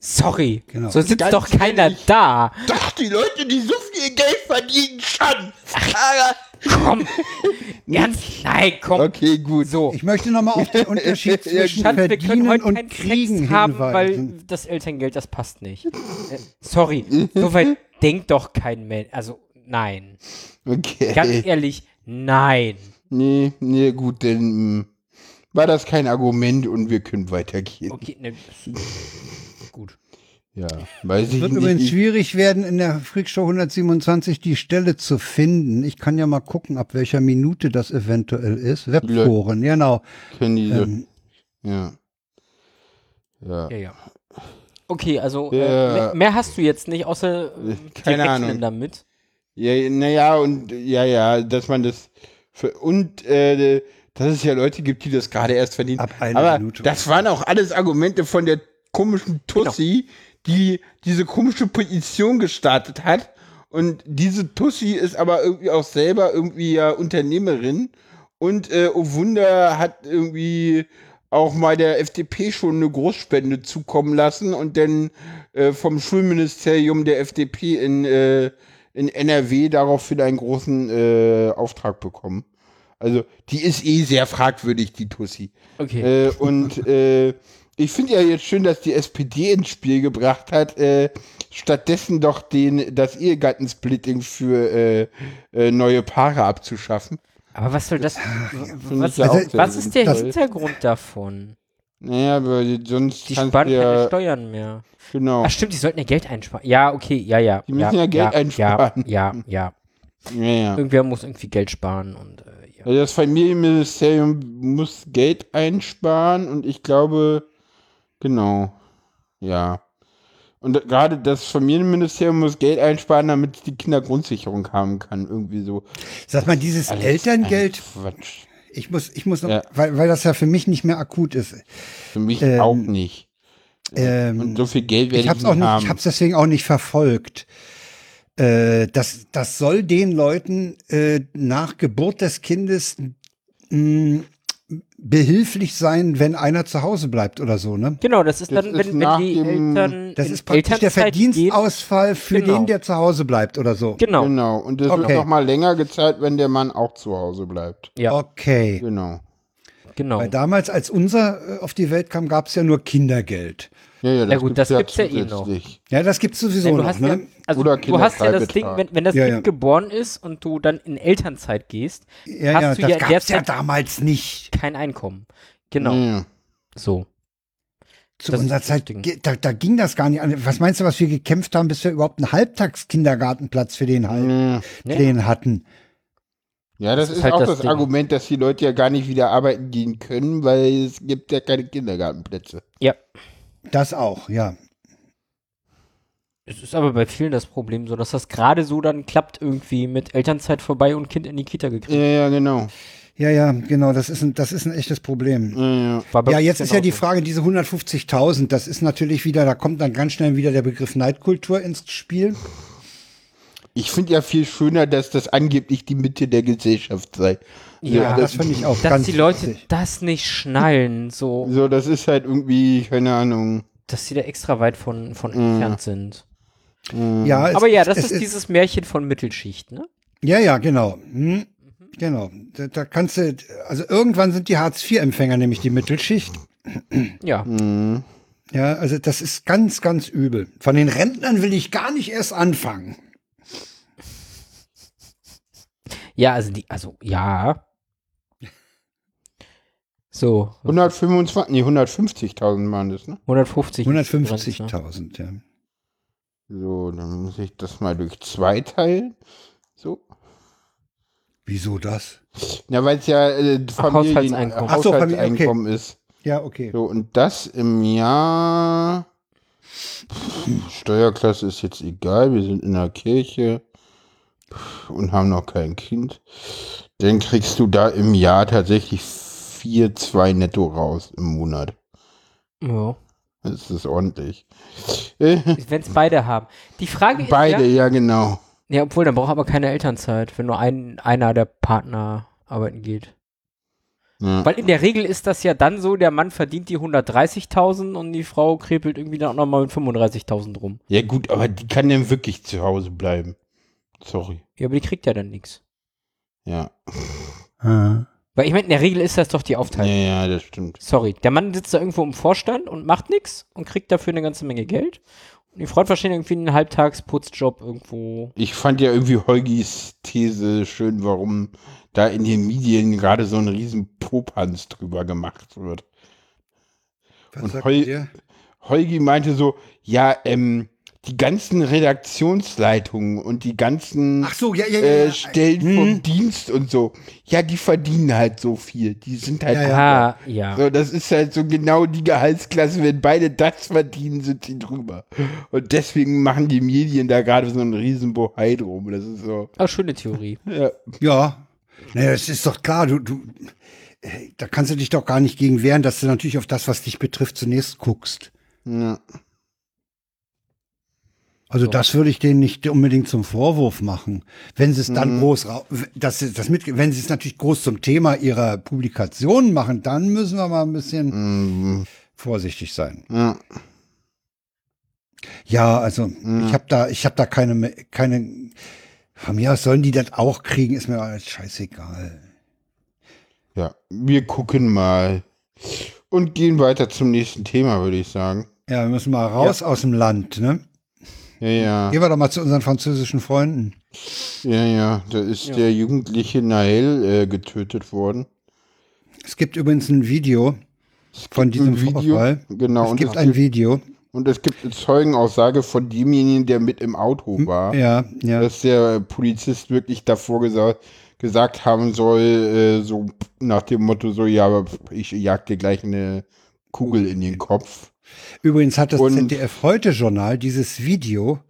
Speaker 2: Sorry.
Speaker 3: Genau.
Speaker 2: So sitzt
Speaker 1: Ganz
Speaker 2: doch keiner
Speaker 1: ehrlich.
Speaker 2: da.
Speaker 1: Doch, die Leute, die so viel Geld verdienen, schon.
Speaker 2: Komm. Ernst? Nein, komm.
Speaker 1: Okay, gut.
Speaker 2: So.
Speaker 3: Ich möchte nochmal auf den Unterschied zwischen
Speaker 2: Schatz, wir können
Speaker 3: verdienen
Speaker 2: heute
Speaker 3: und
Speaker 2: keinen
Speaker 3: kriegen
Speaker 2: Sex haben, weil
Speaker 3: hinweisen.
Speaker 2: das Elterngeld, das passt nicht. Äh, sorry, so weit denkt doch kein Mensch. Also, nein.
Speaker 1: Okay.
Speaker 2: Ganz ehrlich, nein.
Speaker 1: Nee, nee, gut, dann mm, war das kein Argument und wir können weitergehen.
Speaker 2: Okay, ne, gut.
Speaker 1: Ja, weiß
Speaker 3: Es
Speaker 1: ich
Speaker 3: wird übrigens
Speaker 1: nicht.
Speaker 3: schwierig werden, in der Freakshow 127 die Stelle zu finden. Ich kann ja mal gucken, ab welcher Minute das eventuell ist. Webforen, genau.
Speaker 1: Können diese,
Speaker 3: Ähm,
Speaker 1: ja. Ja.
Speaker 2: Ja, ja. Okay, also
Speaker 1: Ja.
Speaker 2: äh, mehr, mehr hast du jetzt nicht, außer äh, die
Speaker 1: Keine
Speaker 2: rechnen
Speaker 1: Ahnung.
Speaker 2: damit.
Speaker 1: ja naja, und ja, ja, dass man das für, und äh, dass es ja Leute gibt, die das gerade erst verdienen.
Speaker 3: Ab einer
Speaker 1: Aber
Speaker 3: Minute.
Speaker 1: das waren auch alles Argumente von der komischen Tussi, die diese komische Petition gestartet hat. Und diese Tussi ist aber irgendwie auch selber irgendwie ja Unternehmerin. Und äh, oh Wunder hat irgendwie auch mal der FDP schon eine Großspende zukommen lassen und dann äh, vom Schulministerium der FDP in, äh, in NRW daraufhin einen großen äh, Auftrag bekommen. Also die ist eh sehr fragwürdig, die Tussi.
Speaker 2: Okay.
Speaker 1: Äh, und äh, ich finde ja jetzt schön, dass die SPD ins Spiel gebracht hat, äh, stattdessen doch den, das Ehegattensplitting für äh, äh, neue Paare abzuschaffen.
Speaker 2: Aber was soll das?
Speaker 1: Finde ich
Speaker 2: Was,
Speaker 1: ja
Speaker 3: also,
Speaker 1: auch sehr
Speaker 2: was ist der
Speaker 1: sinnvoll.
Speaker 2: Hintergrund davon?
Speaker 1: Naja, weil sonst
Speaker 2: Die
Speaker 1: kannst
Speaker 2: sparen
Speaker 1: du
Speaker 2: keine
Speaker 1: ja,
Speaker 2: Steuern mehr.
Speaker 1: genau.
Speaker 2: Ach stimmt, die sollten ja Geld einsparen. Ja, okay, ja, ja.
Speaker 1: Die müssen ja Geld einsparen.
Speaker 2: Ja, ja, ja.
Speaker 1: Ja, ja.
Speaker 2: Irgendwer muss irgendwie Geld sparen und äh, ja.
Speaker 1: Also das Familienministerium muss Geld einsparen und ich glaube, genau, ja. Und da- gerade das Familienministerium muss Geld einsparen, damit die Kinder Grundsicherung haben kann, irgendwie so.
Speaker 3: Sag mal, dieses
Speaker 1: Alles
Speaker 3: Elterngeld,
Speaker 1: ein Quatsch.
Speaker 3: ich muss, ich muss noch,
Speaker 1: Ja.
Speaker 3: weil, weil das ja für mich nicht mehr akut ist.
Speaker 1: Für mich
Speaker 3: Ähm,
Speaker 1: auch nicht.
Speaker 3: Ähm,
Speaker 1: Und so viel Geld werde
Speaker 3: ich
Speaker 1: ich,
Speaker 3: hab's
Speaker 1: nicht
Speaker 3: auch nicht,
Speaker 1: haben.
Speaker 3: ich hab's deswegen auch nicht verfolgt. Äh, das, das soll den Leuten äh, nach Geburt des Kindes mh, behilflich sein, wenn einer zu Hause bleibt oder so, ne?
Speaker 2: Genau, das ist
Speaker 1: Das
Speaker 2: dann,
Speaker 1: ist
Speaker 2: wenn,
Speaker 1: nach
Speaker 2: wenn die
Speaker 1: dem-
Speaker 2: Eltern.
Speaker 3: Das
Speaker 2: in
Speaker 3: ist praktisch der
Speaker 2: Elternzeit
Speaker 3: Verdienstausfall für
Speaker 2: Genau.
Speaker 3: den, der zu Hause bleibt oder so.
Speaker 2: Gehen. Genau.
Speaker 1: Genau. Und das wird
Speaker 3: Okay.
Speaker 1: noch mal länger gezahlt, wenn der Mann auch zu Hause bleibt.
Speaker 2: Ja,
Speaker 3: Okay.
Speaker 1: Genau.
Speaker 2: genau.
Speaker 3: Weil damals, als unser äh, auf die Welt kam, gab es ja nur Kindergeld.
Speaker 1: Ja, ja, das
Speaker 2: gut, das gibt's ja eh noch.
Speaker 1: zusätzlich.
Speaker 3: Ja, das gibt es sowieso
Speaker 2: Ja, du
Speaker 3: noch,
Speaker 2: hast ja,
Speaker 3: ne?
Speaker 2: also
Speaker 1: Oder
Speaker 2: du hast ja das Ding,
Speaker 1: Kinderfreibetrag.
Speaker 2: wenn, wenn das
Speaker 3: Ja,
Speaker 2: Kind
Speaker 3: ja.
Speaker 2: geboren ist und du dann in Elternzeit gehst,
Speaker 3: Ja,
Speaker 2: hast
Speaker 3: ja,
Speaker 2: du
Speaker 3: das
Speaker 2: ja
Speaker 3: gab's gab es ja
Speaker 2: derzeit-
Speaker 3: damals nicht.
Speaker 2: kein Einkommen. Genau,
Speaker 1: Ja.
Speaker 2: so.
Speaker 3: Zu
Speaker 2: Das ist
Speaker 3: unserer
Speaker 2: das
Speaker 3: Zeit,
Speaker 2: Ding.
Speaker 3: ge- da, da ging das gar nicht an. Was meinst du, was wir gekämpft haben, bis wir überhaupt einen Halbtagskindergartenplatz für den,
Speaker 2: Mhm.
Speaker 3: Hal
Speaker 1: Ja.
Speaker 2: Ja.
Speaker 3: den hatten?
Speaker 1: Ja, das,
Speaker 2: ist
Speaker 1: ist,
Speaker 2: halt
Speaker 1: auch
Speaker 2: das
Speaker 1: das,
Speaker 2: Ding.
Speaker 1: Argument, dass die Leute ja gar nicht wieder arbeiten gehen können, weil es gibt ja keine Kindergartenplätze.
Speaker 2: Ja,
Speaker 3: Das auch, ja.
Speaker 2: es ist aber bei vielen das Problem so, dass das gerade so dann klappt irgendwie mit Elternzeit vorbei und Kind in die Kita
Speaker 1: Ja,
Speaker 2: gekriegt.
Speaker 1: ja, genau.
Speaker 3: Ja, ja, genau, das ist ein, das ist ein echtes Problem.
Speaker 1: Ja, ja.
Speaker 2: War bei
Speaker 3: Ja,
Speaker 2: uns
Speaker 3: jetzt
Speaker 1: genau
Speaker 3: ist ja die
Speaker 2: genauso.
Speaker 3: Frage, diese 150.000, das ist natürlich wieder, da kommt dann ganz schnell wieder der Begriff Neidkultur ins Spiel.
Speaker 1: Ich finde ja viel schöner, dass das angeblich die Mitte der Gesellschaft sei.
Speaker 2: Ja,
Speaker 1: so,
Speaker 3: Das finde ich auch
Speaker 2: Dass
Speaker 3: ganz
Speaker 2: die Leute
Speaker 3: witzig.
Speaker 2: das nicht schnallen, so,
Speaker 1: So, das ist halt irgendwie, keine Ahnung.
Speaker 2: dass sie da extra weit von, von entfernt sind.
Speaker 1: Mhm.
Speaker 3: Ja, Mhm. es,
Speaker 2: Aber ja, das
Speaker 3: es
Speaker 2: ist, dieses Märchen von Mittelschicht, ne?
Speaker 3: Ja, ja, genau. Hm. Genau. Da, da kannst du, also irgendwann sind die Hartz-IV-Empfänger nämlich die Mittelschicht.
Speaker 2: Ja.
Speaker 3: Mhm.
Speaker 1: hm,
Speaker 3: Ja, also das ist ganz, ganz übel. Von den Rentnern will ich gar nicht erst anfangen.
Speaker 2: Ja, also die, also, ja. So,
Speaker 1: 125, nee, 150.000 waren das, ne?
Speaker 2: 150. ne?
Speaker 3: 150.000, ja.
Speaker 1: So, dann muss ich das mal durch zwei teilen. So.
Speaker 3: Wieso das?
Speaker 1: Na, weil es ja äh, Familien, äh,
Speaker 2: Haushaltseinkommen.
Speaker 3: Ach so, Familie-
Speaker 1: Haushaltseinkommen ist.
Speaker 3: Ja, okay.
Speaker 1: So, und das im Jahr. Pff, Steuerklasse ist jetzt egal, wir sind in der Kirche Pff, und haben noch kein Kind. Dann kriegst du da im Jahr tatsächlich 4,2 netto raus im Monat.
Speaker 2: Ja.
Speaker 1: Das ist ordentlich. Äh,
Speaker 3: Hm.
Speaker 2: Wenn es beide haben. Die Frage ist
Speaker 1: Beide,
Speaker 2: ja,
Speaker 1: ja, genau.
Speaker 2: ja, obwohl, dann braucht aber keine Elternzeit, wenn nur ein, einer der Partner arbeiten geht.
Speaker 1: Ja.
Speaker 2: Weil in der Regel ist das ja dann so, der Mann verdient die 130.000 und die Frau krepelt irgendwie dann auch nochmal mit 35.000 rum.
Speaker 1: ja, gut, aber die kann dann wirklich zu Hause bleiben. Sorry.
Speaker 2: Ja, aber die kriegt ja dann nichts.
Speaker 1: Ja.
Speaker 3: Ah.
Speaker 2: Weil ich meine, in der Regel ist das doch die
Speaker 1: Ja,
Speaker 2: Aufteilung.
Speaker 1: ja, das stimmt.
Speaker 2: Sorry, der Mann sitzt da irgendwo im Vorstand und macht nichts und kriegt dafür eine ganze Menge Geld. Und die Frau hat wahrscheinlich irgendwie einen Halbtagsputzjob irgendwo.
Speaker 1: Ich fand ja irgendwie Holgis These schön, warum da in den Medien gerade so ein riesen Popanz drüber gemacht wird.
Speaker 3: Was
Speaker 1: Und
Speaker 3: sagt
Speaker 1: Heu-
Speaker 3: ihr?
Speaker 1: Holgi meinte so, ja, ähm, die ganzen Redaktionsleitungen und die ganzen
Speaker 3: Ach so, ja, Hm. ja, ja.
Speaker 1: äh,
Speaker 3: ja.
Speaker 1: Stellen vom Dienst und so, ja, die verdienen halt so viel. Die sind halt.
Speaker 3: Ja,
Speaker 2: Ah, ja.
Speaker 1: So, das ist halt so genau die Gehaltsklasse. Wenn beide das verdienen, sind sie drüber. Und deswegen machen die Medien da gerade so einen riesen Bohai drum. Das ist so.
Speaker 2: Ah, schöne Theorie.
Speaker 1: Ja.
Speaker 3: Ja, naja, es ist doch klar, du, du, äh, da kannst du dich doch gar nicht gegen wehren, dass du natürlich auf das, was dich betrifft, zunächst guckst.
Speaker 1: ja.
Speaker 3: Also
Speaker 2: So.
Speaker 3: das würde ich denen nicht unbedingt zum Vorwurf machen, wenn sie es dann groß, rau- dass sie das mit, wenn sie es natürlich groß zum Thema ihrer Publikationen machen, dann müssen wir mal ein bisschen
Speaker 1: Mm,
Speaker 3: vorsichtig sein.
Speaker 1: ja.
Speaker 3: Ja, also ich habe da, ich habe da keine, keine. Von mir aus sollen die das auch kriegen, ist mir alles scheißegal.
Speaker 1: ja, wir gucken mal. Und gehen weiter zum nächsten Thema, würde ich sagen.
Speaker 3: Ja, wir müssen mal raus aus dem Land, ne?
Speaker 1: Ja, ja.
Speaker 3: Gehen wir doch mal zu unseren französischen Freunden.
Speaker 1: Ja, ja. Da ist der jugendliche Nael äh, getötet worden.
Speaker 3: Es gibt übrigens ein Video von diesem
Speaker 1: Ein Video.
Speaker 3: Vorfall.
Speaker 1: Genau.
Speaker 3: Es
Speaker 1: Und,
Speaker 3: gibt
Speaker 1: es,
Speaker 3: ein Video.
Speaker 1: und es gibt eine Zeugenaussage von demjenigen, der mit im Auto war.
Speaker 3: Hm, Ja, ja.
Speaker 1: dass der Polizist wirklich davor gesa gesagt haben soll, äh, so nach dem Motto, so, ja, aber ich jag dir gleich eine Kugel in den Kopf.
Speaker 3: Übrigens hat das
Speaker 1: Und-
Speaker 3: ZDF heute Journal dieses Video,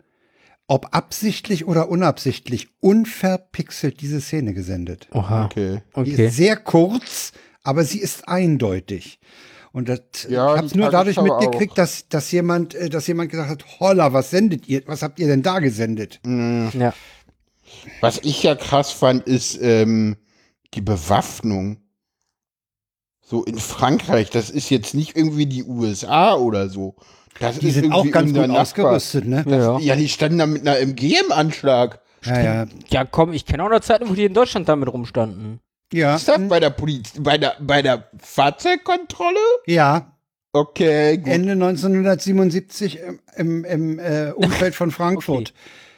Speaker 3: ob absichtlich oder unabsichtlich, unverpixelt diese Szene gesendet.
Speaker 2: Oha.
Speaker 1: Okay.
Speaker 3: Die ist sehr kurz, aber sie ist eindeutig. Und das,
Speaker 1: Ja,
Speaker 3: ich habe es
Speaker 1: die
Speaker 3: nur dadurch
Speaker 1: Tagesschau
Speaker 3: mitgekriegt,
Speaker 1: auch.
Speaker 3: dass, dass, jemand, äh, dass jemand gesagt hat, holla, was sendet ihr, was habt ihr denn da gesendet?
Speaker 2: Ja.
Speaker 1: Was ich ja krass fand, ist ähm, die Bewaffnung. so in Frankreich, das ist jetzt nicht irgendwie die USA oder so. Das
Speaker 3: Die
Speaker 1: ist
Speaker 3: sind auch
Speaker 1: irgendwie
Speaker 3: ganz
Speaker 1: unser
Speaker 3: gut
Speaker 1: Nachbar.
Speaker 3: ausgerüstet, ne?
Speaker 2: Ja, ja.
Speaker 1: Ja, die standen da mit einer MG im Anschlag.
Speaker 3: Ja, ja.
Speaker 2: ja, komm, ich kenne auch noch Zeiten, wo die in Deutschland damit rumstanden.
Speaker 3: Ja, Hm,
Speaker 1: Ist das bei der Polizei, bei der, bei der Fahrzeugkontrolle?
Speaker 3: ja.
Speaker 1: Okay, gut.
Speaker 3: Ende 1977 im, im, im äh, Umfeld von Frankfurt.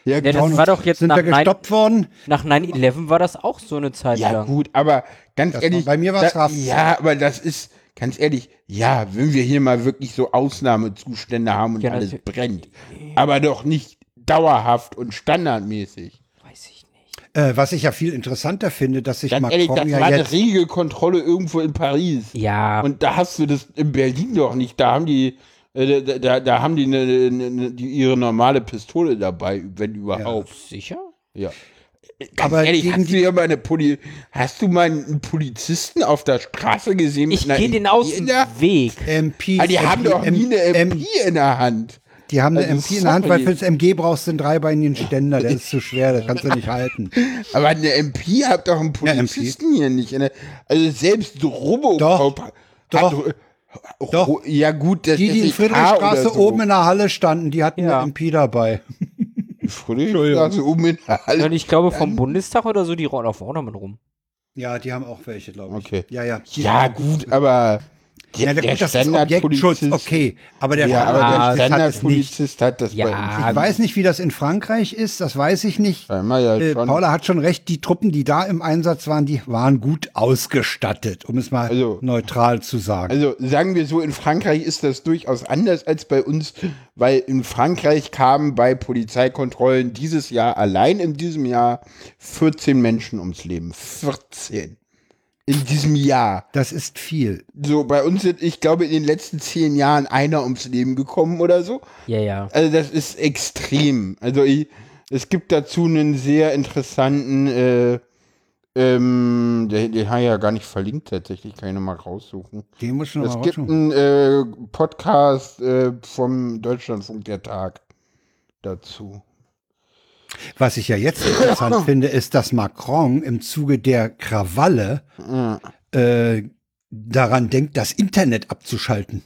Speaker 1: ja,
Speaker 2: Ja,
Speaker 1: gut.
Speaker 2: das war doch jetzt
Speaker 3: Sind
Speaker 2: nach
Speaker 3: wir
Speaker 2: 9
Speaker 3: gestoppt worden?
Speaker 2: nach 9-11 war das auch so eine Zeit
Speaker 1: ja
Speaker 2: lang.
Speaker 1: gut, aber ganz
Speaker 3: Das war-
Speaker 1: ehrlich.
Speaker 3: bei mir war's
Speaker 1: da,
Speaker 3: Haft.
Speaker 1: Ja, aber das ist, ganz ehrlich, ja, wenn wir hier mal wirklich so Ausnahmezustände haben und
Speaker 2: Ja,
Speaker 1: alles
Speaker 2: natürlich.
Speaker 1: brennt. Aber doch nicht dauerhaft und standardmäßig.
Speaker 2: Weiß ich nicht.
Speaker 3: Äh, was ich ja viel interessanter finde, dass sich
Speaker 1: Ganz ehrlich, das
Speaker 3: Macron
Speaker 1: war
Speaker 3: ja
Speaker 1: eine
Speaker 3: jetzt.
Speaker 1: riesige Kontrolle irgendwo in Paris.
Speaker 2: Ja,
Speaker 1: Und da hast du das in Berlin doch nicht. Da haben die, äh, da, da, da haben die, ne, ne, ne, die ihre normale Pistole dabei, wenn überhaupt.
Speaker 2: sicher?
Speaker 1: Ja.
Speaker 3: Äh,
Speaker 1: Ganz
Speaker 3: Aber
Speaker 1: ehrlich,
Speaker 3: gegen
Speaker 1: hast du
Speaker 3: die-
Speaker 1: ja mal eine Poli hast du mal einen Polizisten auf der Straße gesehen? mit
Speaker 2: Ich
Speaker 1: einer
Speaker 2: gehe den
Speaker 1: MP
Speaker 2: aus
Speaker 1: in
Speaker 2: dem
Speaker 1: der-
Speaker 2: Weg.
Speaker 3: MP,
Speaker 1: Ah, die haben doch nie eine
Speaker 3: M-
Speaker 1: MP in der Hand.
Speaker 3: Die haben eine
Speaker 1: Also,
Speaker 3: MP in der Hand, weil
Speaker 1: sorry.
Speaker 3: fürs MG brauchst du einen dreibeinigen Ständer, der ist zu schwer, das kannst du nicht halten.
Speaker 1: Aber eine MP hat doch einen
Speaker 3: MP.
Speaker 1: Polizisten hier nicht. in der- Also selbst Robocop
Speaker 3: Doch,
Speaker 1: hat-
Speaker 3: doch,
Speaker 1: Ro-
Speaker 3: doch.
Speaker 1: Ja gut, das
Speaker 3: Die,
Speaker 1: ist
Speaker 3: die in
Speaker 1: nicht A
Speaker 3: Friedrichstraße
Speaker 1: oder so.
Speaker 3: oben in der Halle standen, die hatten
Speaker 2: Ja.
Speaker 3: eine MP dabei.
Speaker 1: Friedrichstraße oben in der Halle.
Speaker 2: Ja, Und Also ich glaube, vom Bundestag oder so, die laufen auch damit rum.
Speaker 3: Ja, die haben auch welche, glaube ich.
Speaker 1: Okay.
Speaker 3: Ja, ja. Die
Speaker 1: Ja,
Speaker 3: sind auch
Speaker 1: gut, aber der,
Speaker 3: Ja,
Speaker 1: der
Speaker 3: gut, das ist Objektschutz,
Speaker 1: Standardpolizist.
Speaker 3: okay. Aber der
Speaker 1: Ja, aber
Speaker 3: Standardpolizist
Speaker 1: der
Speaker 3: hat es nicht.
Speaker 1: Standardpolizist hat das
Speaker 2: Ja.
Speaker 1: bei uns.
Speaker 3: Ich weiß nicht, wie das in Frankreich ist, das weiß ich nicht.
Speaker 1: Einmal Ah, ja
Speaker 3: Äh,
Speaker 1: schon.
Speaker 3: Paula hat schon recht, die Truppen, die da im Einsatz waren, die waren gut ausgestattet, um es mal
Speaker 1: Also-
Speaker 3: neutral zu sagen.
Speaker 1: Also sagen wir so, in Frankreich ist das durchaus anders als bei uns, weil in Frankreich kamen bei Polizeikontrollen dieses Jahr allein in diesem Jahr 14 Menschen ums Leben. 14. In diesem Jahr.
Speaker 3: das ist viel.
Speaker 1: So, bei uns sind, ich glaube, in den letzten zehn Jahren einer ums Leben gekommen oder so.
Speaker 2: Ja, ja.
Speaker 1: Also das ist extrem. Also ich, es gibt dazu einen sehr interessanten, äh, ähm, den, den habe ich ja gar nicht verlinkt tatsächlich, kann ich nochmal raussuchen.
Speaker 3: Den muss schon
Speaker 1: Es
Speaker 3: mal
Speaker 1: gibt einen äh, Podcast äh, vom Deutschlandfunk der Tag dazu.
Speaker 3: Was ich ja jetzt interessant finde, ist, dass Macron im Zuge der Krawalle äh, daran denkt, das Internet abzuschalten.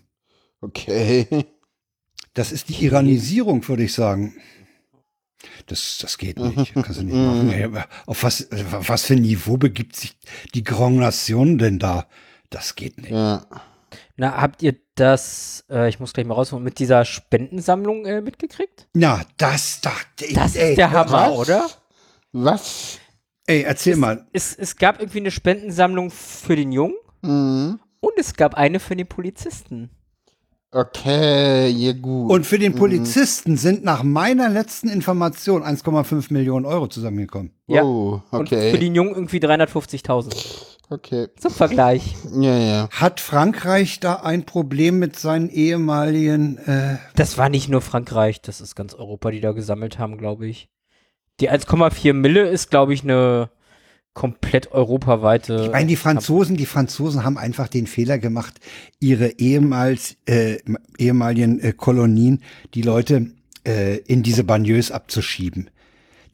Speaker 1: Okay.
Speaker 3: Das ist die Iranisierung, würde ich sagen. Das, das geht nicht. Kannst du nicht machen. Ey, aber auf was, auf was für ein Niveau begibt sich die Grand Nation denn da? Das geht nicht.
Speaker 1: Ja.
Speaker 2: Na, habt ihr das, äh, ich muss gleich mal rausholen, mit dieser Spendensammlung äh, mitgekriegt?
Speaker 3: Na, das dachte ich.
Speaker 2: Das
Speaker 3: ey,
Speaker 2: ist der Hammer,
Speaker 1: was?
Speaker 2: oder?
Speaker 1: Was?
Speaker 3: ey, erzähl mal.
Speaker 2: Es, es gab irgendwie eine Spendensammlung für den Jungen
Speaker 1: Mhm.
Speaker 2: und es gab eine für den Polizisten.
Speaker 1: Okay, ja gut.
Speaker 3: Und für den Polizisten sind nach meiner letzten Information 1,5 Millionen Euro zusammengekommen.
Speaker 2: Ja.
Speaker 1: Oh,
Speaker 2: Und für
Speaker 1: okay.
Speaker 2: den Jungen irgendwie 350.000.
Speaker 1: Okay.
Speaker 2: Zum Vergleich.
Speaker 1: Ja, ja.
Speaker 3: Hat Frankreich da ein Problem mit seinen ehemaligen? Äh,
Speaker 2: Das war nicht nur Frankreich, das ist ganz Europa, die da gesammelt haben, glaube ich. Die 1,4 Mille ist, glaube ich, eine komplett europaweite.
Speaker 3: ich meine, die Franzosen, die Franzosen haben einfach den Fehler gemacht, ihre ehemals äh, ehemaligen äh, Kolonien, die Leute äh, in diese Bagneus abzuschieben.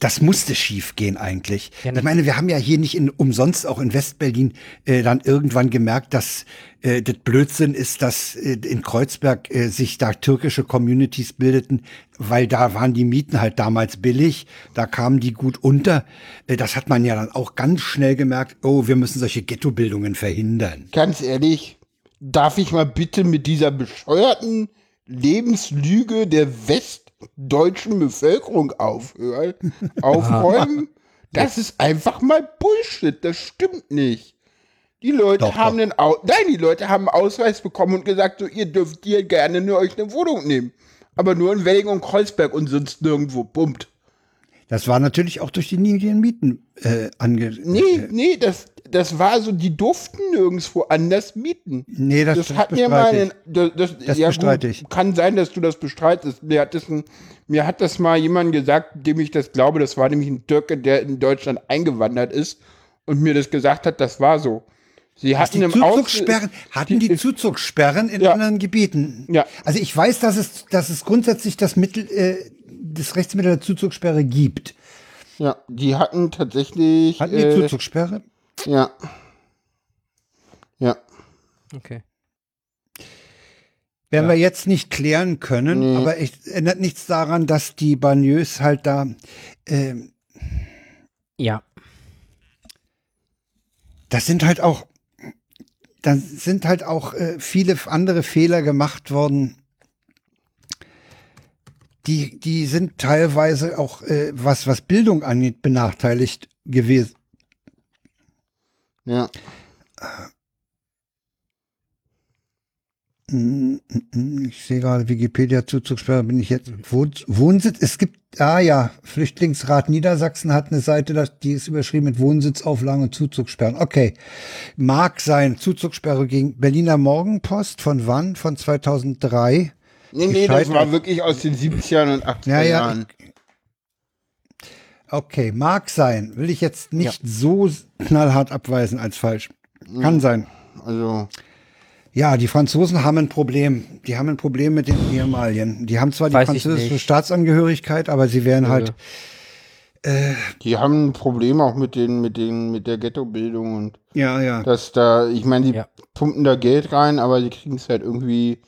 Speaker 3: Das musste schief gehen eigentlich.
Speaker 2: Ja,
Speaker 3: ich meine, wir haben ja hier nicht in, umsonst auch in Westberlin äh, dann irgendwann gemerkt, dass äh, das Blödsinn ist, dass äh, in Kreuzberg äh, sich da türkische Communities bildeten, weil da waren die Mieten halt damals billig, da kamen die gut unter. Äh, das hat man ja dann auch ganz schnell gemerkt, oh, wir müssen solche Ghettobildungen verhindern.
Speaker 1: Ganz ehrlich, darf ich mal bitte mit dieser bescheuerten Lebenslüge der westdeutschen Bevölkerung aufhören, aufräumen? Das ist einfach mal Bullshit. Das stimmt nicht. Die Leute
Speaker 3: Doch,
Speaker 1: haben
Speaker 3: doch.
Speaker 1: einen Au Nein, die Leute haben einen Ausweis bekommen und gesagt, so ihr dürft hier gerne nur euch eine Wohnung nehmen. Aber nur in Wedding und Kreuzberg und sonst nirgendwo pumpt.
Speaker 3: Das war natürlich auch durch die niedrigen Mieten äh, ange...
Speaker 1: Nee, nee, das, das war so, die durften nirgendwo anders mieten.
Speaker 3: Nee, das,
Speaker 1: das,
Speaker 3: das
Speaker 1: hat mir mal
Speaker 3: bestreite ich.
Speaker 1: einen, das, das,
Speaker 3: Das
Speaker 1: ja,
Speaker 3: bestreite
Speaker 1: gut,
Speaker 3: ich.
Speaker 1: Kann sein, dass du das bestreitest. Mir hat, das ein, mir hat das mal jemand gesagt, dem ich das glaube. Das war nämlich ein Türke, der in Deutschland eingewandert ist und mir das gesagt hat, das war so. Sie
Speaker 3: Dass
Speaker 1: hatten
Speaker 3: die
Speaker 1: im Aus
Speaker 3: Zuzugssperren, hatten die Zuzugssperren in
Speaker 1: Ja.
Speaker 3: anderen Gebieten.
Speaker 1: Ja.
Speaker 3: Also ich weiß, dass es, dass es grundsätzlich das Mittel, äh, das Rechtsmittel der Zuzugssperre gibt.
Speaker 1: Ja, die hatten tatsächlich.
Speaker 3: Hatten die
Speaker 1: äh,
Speaker 3: Zuzugssperre?
Speaker 1: ja. Ja.
Speaker 2: Okay.
Speaker 3: Werden wir jetzt nicht klären können,
Speaker 1: Nee.
Speaker 3: aber es ändert nichts daran, dass die Bagneus halt da. ähm,
Speaker 2: Ja.
Speaker 3: das sind halt auch. Da sind halt auch äh, viele andere Fehler gemacht worden. Die, die sind teilweise auch, äh, was, was Bildung angeht, benachteiligt gewesen.
Speaker 1: Ja.
Speaker 3: Mm, mm, mm, Ich sehe gerade Wikipedia-Zugriffssperre, bin ich jetzt. Wohn- Wohnsitz, es gibt, ah ja, Flüchtlingsrat Niedersachsen hat eine Seite, das- die ist überschrieben mit Wohnsitzauflagen und Zuzugssperren. Okay, mag sein, Zuzugssperre gegen Berliner Morgenpost, von wann? Von 2003.
Speaker 1: Nee, nee, das
Speaker 3: Gescheitert.
Speaker 1: war wirklich aus den 70ern und 80er
Speaker 3: Ja, ja,
Speaker 1: Jahren.
Speaker 3: Okay, mag sein, will ich jetzt nicht so knallhart abweisen als falsch. Kann sein.
Speaker 1: Also,
Speaker 3: Ja, die Franzosen haben ein Problem. Die haben ein Problem mit den Italien. Die haben zwar die
Speaker 2: Weiß ich nicht.
Speaker 3: französische
Speaker 2: Äh.
Speaker 3: Staatsangehörigkeit, aber sie werden halt
Speaker 1: die haben ein Problem auch mit den, mit den, mit der Ghettobildung und
Speaker 3: ja, ja.
Speaker 1: dass da, ich meine, die
Speaker 2: Ja.
Speaker 1: pumpen da Geld rein, aber die kriegen es halt irgendwie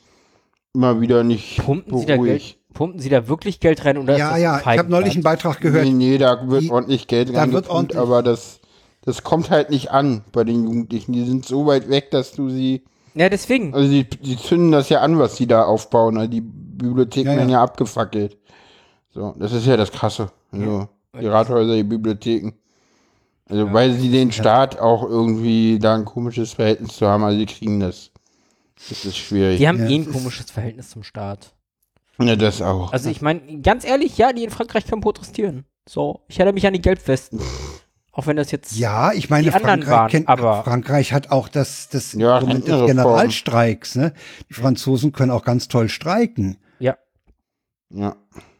Speaker 1: immer wieder nicht
Speaker 2: Pumpen Sie, da Geld,
Speaker 1: beruhigt.
Speaker 2: pumpen Sie da wirklich Geld rein oder ist
Speaker 3: Ja,
Speaker 2: das
Speaker 3: ja,
Speaker 2: ein
Speaker 3: ich habe neulich einen Beitrag gehört.
Speaker 1: Nee, nee, da wird
Speaker 3: Die-
Speaker 1: ordentlich Geld
Speaker 3: da wird
Speaker 1: reingepumpt,
Speaker 3: ordentlich-
Speaker 1: aber das, das kommt halt nicht an bei den Jugendlichen. Die sind so weit weg, dass du sie,
Speaker 2: Feigenblatt? Ja, deswegen.
Speaker 1: also die, die zünden das ja an, was sie da aufbauen. Also die Bibliotheken
Speaker 3: Ja, ja.
Speaker 1: werden ja abgefackelt. So, das ist ja das Krasse. Also, die Rathäuser, die Bibliotheken. Also, weil sie den Staat auch irgendwie da ein komisches Verhältnis zu haben, also die kriegen das. Das ist schwierig.
Speaker 2: Die haben
Speaker 3: Ja,
Speaker 2: eh ein
Speaker 3: es ist-
Speaker 2: komisches Verhältnis zum Staat.
Speaker 1: Ja, das auch.
Speaker 2: Also ich meine, ganz ehrlich, ja, die in Frankreich können protestieren. So, ich erinnere mich an die Gelbwesten. Auch wenn das jetzt
Speaker 3: Ja, ich meine,
Speaker 2: Die anderen
Speaker 3: Frankreich,
Speaker 2: waren,
Speaker 3: kennt,
Speaker 2: aber-
Speaker 3: Frankreich hat auch das, das
Speaker 1: Ja,
Speaker 3: Instrument des
Speaker 1: Rentenreform.
Speaker 3: Generalstreiks. Ne? Die Franzosen können auch ganz toll streiken.
Speaker 2: ja.
Speaker 1: Ja.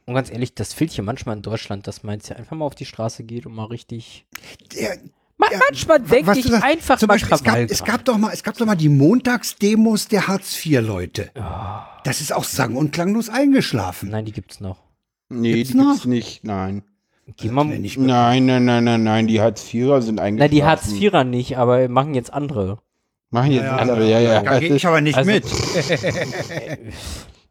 Speaker 2: Und ganz ehrlich, das fehlt hier manchmal in Deutschland, dass man jetzt ja einfach mal auf die Straße geht und mal richtig.
Speaker 3: Der,
Speaker 2: Man, manchmal denke
Speaker 3: was
Speaker 2: ich
Speaker 3: du sagst,
Speaker 2: einfach
Speaker 3: zum
Speaker 2: mal
Speaker 3: Beispiel, es gab,
Speaker 2: Krawall
Speaker 3: es
Speaker 2: dran.
Speaker 3: gab doch mal, es gab doch mal die Montagsdemos der Hartz IV Leute. Das ist auch sang- und klanglos eingeschlafen.
Speaker 2: Nein, die gibt's noch.
Speaker 1: Nee,
Speaker 3: Gibt's
Speaker 1: die gibt's
Speaker 3: noch?
Speaker 1: nicht, nein.
Speaker 2: Geh mal,
Speaker 3: Wenn ich-
Speaker 1: Nein, nein, nein, nein, nein, die Hartz-Vierer sind eigentlich.
Speaker 2: na, die Hartz-Vierer nicht, aber machen jetzt andere.
Speaker 1: Machen jetzt andere, ja, ja.
Speaker 3: Da gehe ich aber nicht
Speaker 2: Also-
Speaker 3: mit.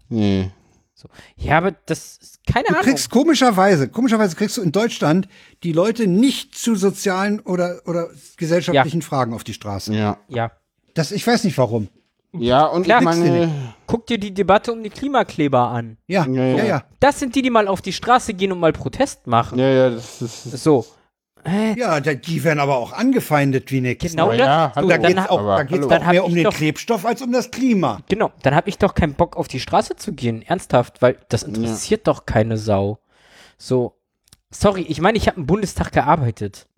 Speaker 1: nee.
Speaker 2: So. Ja, aber das ist keine
Speaker 3: Du
Speaker 2: Ahnung.
Speaker 3: kriegst komischerweise, komischerweise kriegst du in Deutschland die Leute nicht zu sozialen oder, oder gesellschaftlichen Fragen auf die Straße.
Speaker 1: Ja.
Speaker 2: ja.
Speaker 3: Das, ich weiß nicht warum.
Speaker 1: Ja, und
Speaker 2: Klar.
Speaker 1: ich meine,
Speaker 2: Guck dir die Debatte um die Klimakleber an.
Speaker 3: Ja,
Speaker 1: Ja, ja.
Speaker 3: ja, ja.
Speaker 2: Das sind die, die mal auf die Straße gehen und mal Protest machen.
Speaker 1: ja, ja, das ist.
Speaker 2: So.
Speaker 3: Ja, da, die werden aber auch angefeindet wie nix.
Speaker 2: Genau
Speaker 1: Na Oh
Speaker 2: das.
Speaker 1: ja,
Speaker 2: so,
Speaker 1: hallo.
Speaker 3: Da
Speaker 2: dann
Speaker 3: geht es
Speaker 2: ha-
Speaker 3: auch,
Speaker 1: aber
Speaker 3: da geht's
Speaker 1: hallo.
Speaker 2: Dann
Speaker 3: auch
Speaker 2: hab
Speaker 3: mehr
Speaker 2: ich
Speaker 3: um den
Speaker 2: doch-
Speaker 3: Klebstoff als um das Klima.
Speaker 2: Genau, dann habe ich doch keinen Bock auf die Straße zu gehen, ernsthaft, weil das interessiert doch keine Sau. So, sorry, ich meine, ich habe im Bundestag gearbeitet.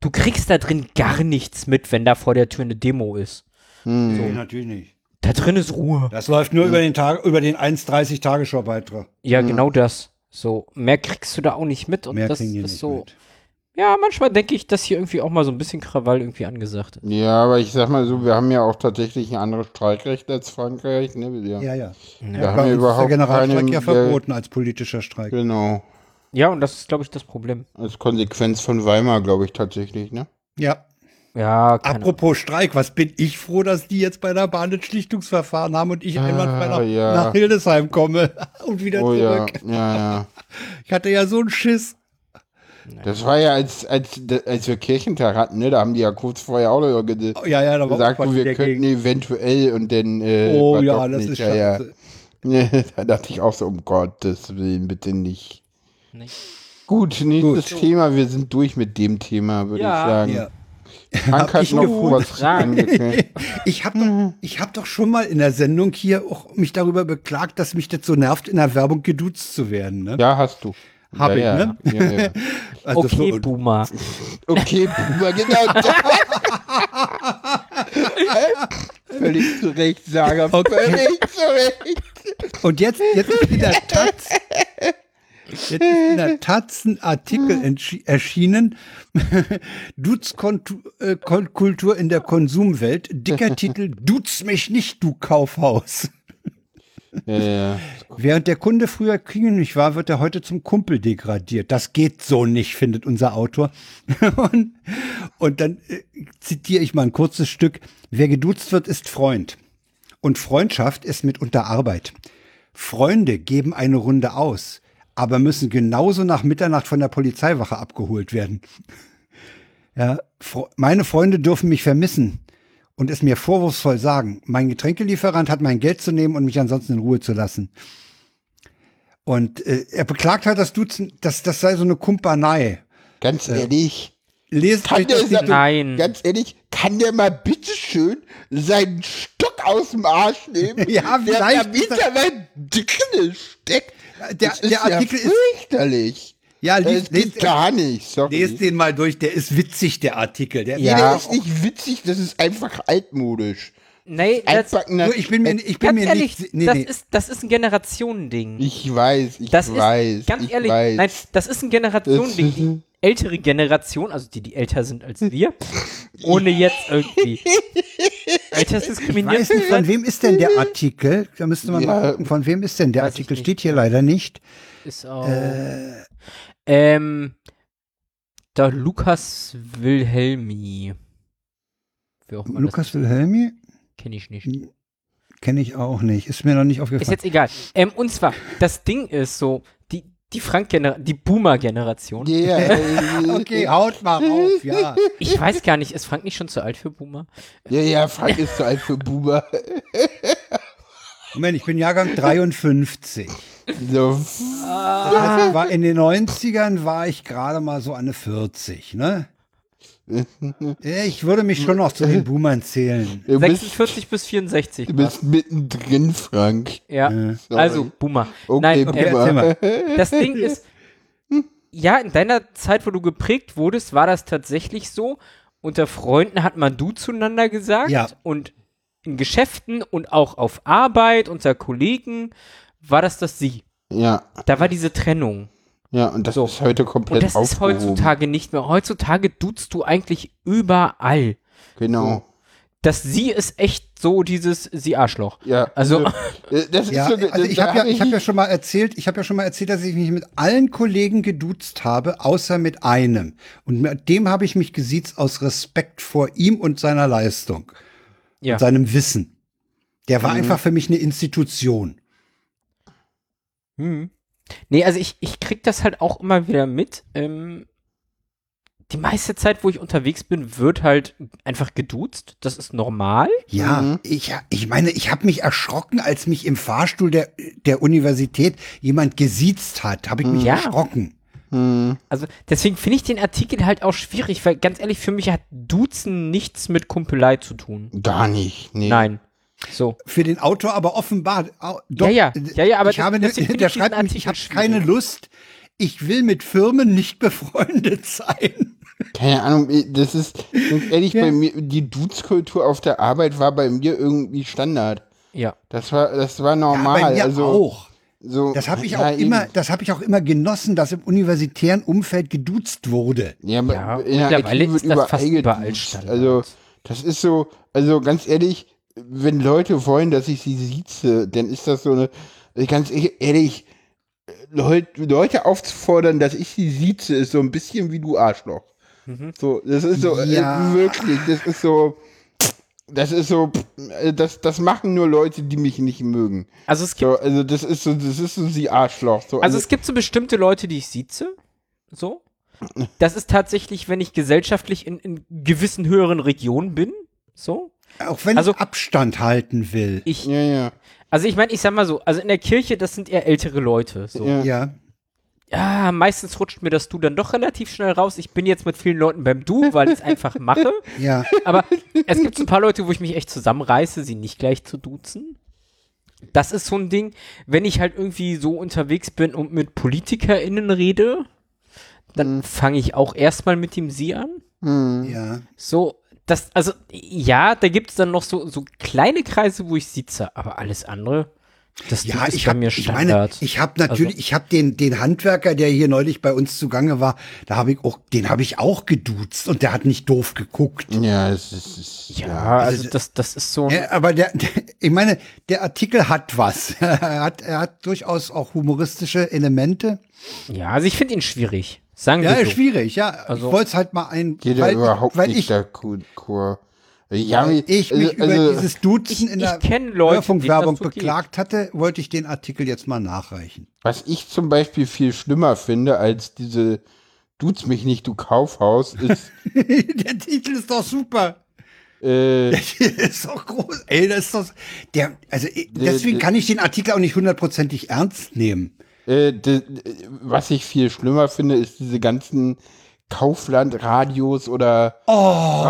Speaker 2: Du kriegst da drin gar nichts mit, wenn da vor der Tür eine Demo ist. Mhm.
Speaker 3: Nee, natürlich nicht.
Speaker 2: Da drin ist Ruhe.
Speaker 3: Das läuft nur über den Tag, über den 1,30 Tagesschau-Beitrag.
Speaker 2: Ja, genau das. So, mehr kriegst du da auch nicht mit und
Speaker 3: Mehr
Speaker 2: das
Speaker 3: kriegen die
Speaker 2: ist
Speaker 3: nicht
Speaker 2: so.
Speaker 3: mit.
Speaker 2: Ja, manchmal denke ich, dass hier irgendwie auch mal so ein bisschen Krawall irgendwie angesagt ist.
Speaker 1: Ja, aber ich sag mal so, wir haben ja auch tatsächlich ein anderes Streikrecht als Frankreich, ne? Ja,
Speaker 3: Ja, ja.
Speaker 1: da haben
Speaker 3: Bei
Speaker 1: wir
Speaker 3: uns ist der
Speaker 1: überhaupt
Speaker 3: Generalstreik
Speaker 1: keinen,
Speaker 3: ja
Speaker 1: der-
Speaker 3: verboten als politischer Streik.
Speaker 1: Genau.
Speaker 2: Ja, und das ist, glaube ich, das Problem.
Speaker 1: Als Konsequenz von Weimar, glaube ich, tatsächlich, ne?
Speaker 3: Ja.
Speaker 2: Ja, keine Ahnung.
Speaker 3: Apropos Streik, was bin ich froh, dass die jetzt bei der Bahn ein Schlichtungsverfahren haben und ich einwandfrei nach,
Speaker 1: Ah, ja.
Speaker 3: nach Hildesheim komme und wieder
Speaker 1: Oh ja,
Speaker 3: zurück.
Speaker 1: ja,
Speaker 3: Ich hatte ja so einen Schiss.
Speaker 1: ja. Das war ja, als, als, als wir Kirchentag hatten, ne? Da haben die ja kurz vorher auch noch ge
Speaker 3: Oh, Ja, ja, da war
Speaker 1: gesagt,
Speaker 3: auch was
Speaker 1: du, wir
Speaker 3: dagegen.
Speaker 1: könnten eventuell und dann. Äh,
Speaker 3: Oh
Speaker 1: war
Speaker 3: ja,
Speaker 1: doch
Speaker 3: das
Speaker 1: nicht.
Speaker 3: ist
Speaker 1: ja, ja.
Speaker 3: scheiße.
Speaker 1: Nee, da dachte ich auch so, um Gottes Willen, bitte nicht.
Speaker 2: Nicht.
Speaker 1: Gut, nächstes Thema. Wir sind durch mit dem Thema, würde
Speaker 2: Ja.
Speaker 1: ich sagen.
Speaker 3: Ja.
Speaker 1: Frank hat
Speaker 3: ich
Speaker 1: noch
Speaker 3: gefunden.
Speaker 1: was angekündigt.
Speaker 3: Ich habe
Speaker 1: Mhm.
Speaker 3: doch, ich hab doch schon mal in der Sendung hier auch mich darüber beklagt, dass mich das so nervt, in der Werbung geduzt zu werden. Ne?
Speaker 1: Ja, hast du.
Speaker 3: Hab
Speaker 1: ja,
Speaker 3: ich,
Speaker 1: ja.
Speaker 3: ne?
Speaker 1: Ja, ja.
Speaker 3: Also
Speaker 2: Okay,
Speaker 3: so,
Speaker 2: Boomer.
Speaker 1: Okay, Boomer, genau. völlig zu Recht, Sager. Völlig zu Recht.
Speaker 3: und jetzt, jetzt ist in der Taz, jetzt ist in der Taz ein Artikel entschi- erschienen, äh, Duzkultur in der Konsumwelt, dicker Titel, Duz mich nicht, du Kaufhaus.
Speaker 1: Ja, ja.
Speaker 3: Während der Kunde früher König war, wird er heute zum Kumpel degradiert. Das geht so nicht, findet unser Autor. und, und dann äh, zitiere ich mal ein kurzes Stück. Wer geduzt wird, ist Freund. Und Freundschaft ist mitunter Arbeit. Freunde geben eine Runde aus, aber müssen genauso nach Mitternacht von der Polizeiwache abgeholt werden. Ja, Fre meine Freunde dürfen mich vermissen und es mir vorwurfsvoll sagen. Mein Getränkelieferant hat mein Geld zu nehmen und mich ansonsten in Ruhe zu lassen. Und äh, er beklagt halt das Duzen, das, das sei so eine Kumpanei.
Speaker 1: Ganz ehrlich.
Speaker 3: Lest
Speaker 1: Kann
Speaker 3: euch das
Speaker 1: der sein,
Speaker 3: nicht durch.
Speaker 2: Nein.
Speaker 1: Ganz ehrlich, kann der mal bitte schön seinen Stock aus dem Arsch nehmen,
Speaker 3: Ja,
Speaker 1: der
Speaker 3: vielleicht
Speaker 1: am
Speaker 3: ist das-
Speaker 1: Internet drin steckt?
Speaker 3: Der-
Speaker 1: Das ist
Speaker 3: der Artikel
Speaker 1: ja
Speaker 3: ist-
Speaker 1: fürchterlich.
Speaker 3: Ja, lies-
Speaker 1: das geht
Speaker 3: lest-
Speaker 1: gar nicht, sorry.
Speaker 3: Lest den mal durch, der ist witzig, der Artikel. Der
Speaker 1: Nee,
Speaker 2: Ja. oh.
Speaker 1: der ist nicht witzig, das ist einfach altmodisch.
Speaker 2: Nee, das,
Speaker 1: Einfach
Speaker 3: Nur ich bin mir, ich bin
Speaker 2: ganz
Speaker 3: mir
Speaker 2: ehrlich,
Speaker 3: nicht. Nee,
Speaker 2: das,
Speaker 3: nee.
Speaker 2: Ist, das ist ein Generationending.
Speaker 1: Ich weiß, ich
Speaker 2: Das
Speaker 1: weiß.
Speaker 2: ist, ganz
Speaker 1: ich
Speaker 2: ehrlich,
Speaker 1: weiß.
Speaker 2: nein, das ist ein Generationending. Die ältere Generation, also die, die älter sind als wir, ohne jetzt irgendwie altersdiskriminierend
Speaker 3: Weiß
Speaker 2: zu
Speaker 3: nicht, von
Speaker 2: sein,
Speaker 3: wem ist denn der Artikel? Da müsste man mal
Speaker 1: Ja.
Speaker 3: gucken, von wem ist denn der
Speaker 2: Weiß ich
Speaker 3: Artikel?
Speaker 2: nicht.
Speaker 3: Steht hier leider nicht.
Speaker 2: ist auch.
Speaker 3: Äh.
Speaker 2: ähm, da Lukas Wilhelmi. Wer auch immer
Speaker 3: Lukas Hm. Wilhelmi?
Speaker 2: kenne ich nicht.
Speaker 3: Kenne ich auch nicht. Ist mir noch nicht
Speaker 2: Ist
Speaker 3: aufgefallen.
Speaker 2: jetzt egal. Ähm, und zwar, das Ding ist so, die, die Frank-Generation, die Boomer-Generation.
Speaker 1: Yeah.
Speaker 3: Okay, haut mal rauf, ja.
Speaker 2: Ich weiß gar nicht, ist Frank nicht schon zu alt für Boomer?
Speaker 1: Ja, ja, Frank ist zu alt für Buber.
Speaker 3: Moment, ich bin Jahrgang 53.
Speaker 1: So,
Speaker 3: Das heißt, ich war in den 90ern war ich gerade mal so an eine 40, ne? Ich würde mich schon noch zu den Boomern zählen.
Speaker 1: du, bist,
Speaker 2: 46 bis 64.
Speaker 1: du bist mittendrin, Frank.
Speaker 2: Ja,
Speaker 1: sorry.
Speaker 2: also Boomer.
Speaker 1: Okay,
Speaker 2: Nein,
Speaker 3: Okay,
Speaker 2: äh,
Speaker 1: Boomer.
Speaker 3: erzähl mal.
Speaker 2: das Ding ist, ja, in deiner Zeit, wo du geprägt wurdest, war das tatsächlich so. Unter Freunden hat man du zueinander gesagt
Speaker 3: Ja.
Speaker 2: und in Geschäften und auch auf Arbeit unter Kollegen war das das sie.
Speaker 1: Ja,
Speaker 2: Da war diese Trennung.
Speaker 1: ja, und das ist heute
Speaker 2: Und
Speaker 1: komplett
Speaker 2: das ist
Speaker 1: aufgehoben.
Speaker 2: heutzutage nicht mehr. Heutzutage duzt du eigentlich überall.
Speaker 1: Genau.
Speaker 2: Das Sie ist echt so dieses Sie Arschloch.
Speaker 1: Ja,
Speaker 2: Also,
Speaker 1: äh, das
Speaker 3: Ja,
Speaker 1: ist so, ge-
Speaker 3: also ich
Speaker 1: da
Speaker 3: habe ja, ich hab ja
Speaker 1: nicht-
Speaker 3: schon mal erzählt, ich habe ja schon mal erzählt, dass ich mich mit allen Kollegen geduzt habe, außer mit einem. Und mit dem habe ich mich gesiezt aus Respekt vor ihm und seiner Leistung,
Speaker 2: ja.
Speaker 3: seinem Wissen. Der war einfach für mich eine Institution.
Speaker 2: Hm. Nee, also ich, ich krieg das halt auch immer wieder mit. Ähm, die meiste Zeit, wo ich unterwegs bin, wird halt einfach geduzt. Das ist normal.
Speaker 3: Ja,
Speaker 1: Mhm.
Speaker 3: ich, ich meine, ich habe mich erschrocken, als mich im Fahrstuhl der, der Universität jemand gesiezt hat. Habe ich mich
Speaker 2: Ja.
Speaker 3: erschrocken.
Speaker 1: Hm,
Speaker 2: Also deswegen finde ich den Artikel halt auch schwierig, weil ganz ehrlich, für mich hat Duzen nichts mit Kumpelei zu tun.
Speaker 1: gar nicht. Nee.
Speaker 2: Nein. So.
Speaker 3: für den Autor aber offenbar. au- äh,
Speaker 2: Ja, ja. Ja, ja, aber
Speaker 3: ich habe,
Speaker 2: deswegen finde
Speaker 3: der
Speaker 2: ich diesen
Speaker 3: schreibt nämlich, ich habe
Speaker 2: Artikel
Speaker 3: keine
Speaker 2: schwierig.
Speaker 3: Lust. Ich will mit Firmen nicht befreundet sein.
Speaker 1: Keine Ahnung, eh, das ist, ganz ehrlich, bei mir, die Dudes-Kultur auf der Arbeit war bei mir irgendwie Standard.
Speaker 2: Ja.
Speaker 1: Das war, das war
Speaker 3: Bei
Speaker 1: normal.
Speaker 3: mir
Speaker 1: also,
Speaker 3: auch.
Speaker 1: So,
Speaker 3: Das habe ich
Speaker 1: ja,
Speaker 3: auch
Speaker 1: eben.
Speaker 3: immer, das habe ich auch immer genossen, dass im universitären Umfeld geduzt wurde.
Speaker 1: Ja, aber
Speaker 2: Ja,
Speaker 1: in der
Speaker 2: mittlerweile
Speaker 1: IT wird
Speaker 2: ist das fast überall
Speaker 1: geduzt.
Speaker 2: Standard.
Speaker 1: Also, das ist so, also ganz ehrlich, wenn Leute wollen, dass ich sie sieze, dann ist das so eine, also ganz e-, ehrlich, Leut, Leute aufzufordern, dass ich sie sieze, ist so ein bisschen wie du Arschloch.
Speaker 2: Mhm.
Speaker 1: So, das ist so,
Speaker 3: Ja.
Speaker 1: äh, wirklich, das ist so, das ist so, äh, das, das machen nur Leute, die mich nicht mögen.
Speaker 2: Also es gibt
Speaker 1: So, also, das ist so, das ist so sie Arschloch. So,
Speaker 2: Also es gibt so bestimmte Leute, die ich sieze. So. Das ist tatsächlich, wenn ich gesellschaftlich in, in gewissen höheren Regionen bin. So.
Speaker 3: Auch wenn
Speaker 2: Also-
Speaker 3: ich Abstand halten will.
Speaker 2: Ich,
Speaker 1: ja, ja.
Speaker 2: also ich meine, ich sag mal so, also in der Kirche, das sind eher ältere Leute. So. Ja.
Speaker 1: Ja.
Speaker 3: ja.
Speaker 2: meistens rutscht mir das Du dann doch relativ schnell raus. Ich bin jetzt mit vielen Leuten beim Du, weil ich es einfach mache.
Speaker 3: Ja,
Speaker 2: Aber es gibt so ein paar Leute, wo ich mich echt zusammenreiße, sie nicht gleich zu duzen. Das ist so ein Ding, wenn ich halt irgendwie so unterwegs bin und mit PolitikerInnen rede, dann
Speaker 3: Mhm.
Speaker 2: fange ich auch erstmal mit dem Sie an.
Speaker 3: ja.
Speaker 2: So, das, also, ja, da gibt es dann noch so, so kleine Kreise, wo ich sitze, aber alles andere, Das
Speaker 3: Ja,
Speaker 2: ist
Speaker 3: ich
Speaker 2: bei
Speaker 3: hab,
Speaker 2: mir
Speaker 3: ich meine,
Speaker 2: Standard. Also
Speaker 3: ich habe natürlich, ich habe den den Handwerker, der hier neulich bei uns zugange war, da habe ich auch, den habe ich auch geduzt und der hat nicht doof geguckt. ne?
Speaker 1: Ja, es ist. Es ist
Speaker 2: ja,
Speaker 3: also
Speaker 2: also das, das ist so ein,
Speaker 3: Ja, aber der, der, ich meine, der Artikel hat was. Er hat, er hat durchaus auch humoristische Elemente.
Speaker 2: ja, also ich finde ihn schwierig. Sagen
Speaker 3: Ja,
Speaker 2: wir so.
Speaker 3: schwierig, ja.
Speaker 2: Also-
Speaker 3: ich wollte es halt mal ein,
Speaker 1: Geht ja
Speaker 3: weil,
Speaker 1: überhaupt
Speaker 3: weil
Speaker 1: nicht
Speaker 3: ich, äh,
Speaker 1: der Kur. Kur. Ja, also,
Speaker 3: ich
Speaker 2: Also,
Speaker 3: mich über dieses Duzen in
Speaker 2: ich
Speaker 3: der
Speaker 2: kenn Leute, denen
Speaker 3: Hörfunkwerbung
Speaker 2: das so geht.
Speaker 3: beklagt hatte, wollte ich den Artikel jetzt mal nachreichen.
Speaker 1: Was ich zum Beispiel viel schlimmer finde als diese Duzt mich nicht, du Kaufhaus, ist,
Speaker 3: der Titel ist doch super.
Speaker 1: äh,
Speaker 3: Der ist doch groß. Ey, das ist doch. Der, also, ich- deswegen
Speaker 1: der-
Speaker 3: kann ich den Artikel auch nicht hundertprozentig ernst nehmen.
Speaker 1: äh, de, was ich viel schlimmer finde, ist diese ganzen Kaufland-Radios oder,
Speaker 2: Oh,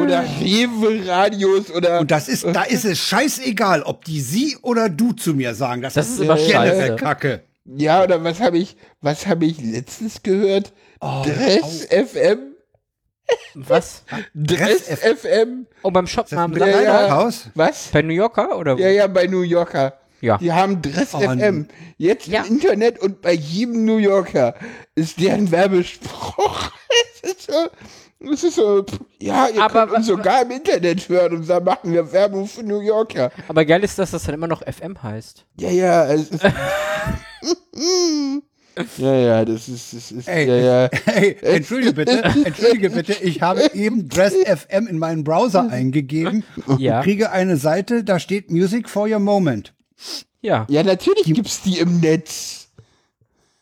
Speaker 1: oder Rewe-Radios oder.
Speaker 3: Und das ist, da ist es scheißegal, ob die sie oder du zu mir sagen. Das,
Speaker 2: Das ist immer
Speaker 3: generell
Speaker 2: scheiße.
Speaker 3: Kacke.
Speaker 1: Ja, oder was habe ich, was habe ich letztens gehört?
Speaker 3: Oh,
Speaker 1: Dress FM?
Speaker 2: was?
Speaker 1: Dress
Speaker 3: Dress
Speaker 1: FM?
Speaker 2: Oh, beim Shop
Speaker 3: Das
Speaker 2: haben
Speaker 3: mit
Speaker 2: wir
Speaker 1: Ja,
Speaker 3: ja,
Speaker 1: ja.
Speaker 3: raus.
Speaker 1: Was?
Speaker 2: bei New Yorker oder
Speaker 1: Ja, ja, bei New Yorker.
Speaker 2: Ja.
Speaker 1: Die haben Dress
Speaker 3: Oh,
Speaker 1: FM. Jetzt
Speaker 2: Ja.
Speaker 1: im Internet und bei jedem New Yorker ist deren Werbespruch. Es ist so, es ist so pff, ja, ihr
Speaker 2: Aber
Speaker 1: könnt uns
Speaker 2: wa-
Speaker 1: sogar im Internet hören und dann machen wir Werbung für New Yorker.
Speaker 2: Aber geil ist, dass das dann immer noch FM heißt.
Speaker 1: Ja, ja, es ist. ja, ja, das ist, es ist,
Speaker 3: Ey,
Speaker 1: ja, ja.
Speaker 3: Hey, entschuldige bitte, entschuldige bitte, ich habe eben Dress FM in meinen Browser eingegeben
Speaker 2: Ja.
Speaker 3: und kriege eine Seite, da steht Music for your moment.
Speaker 2: Ja.
Speaker 1: Ja, natürlich gibt's die im Netz.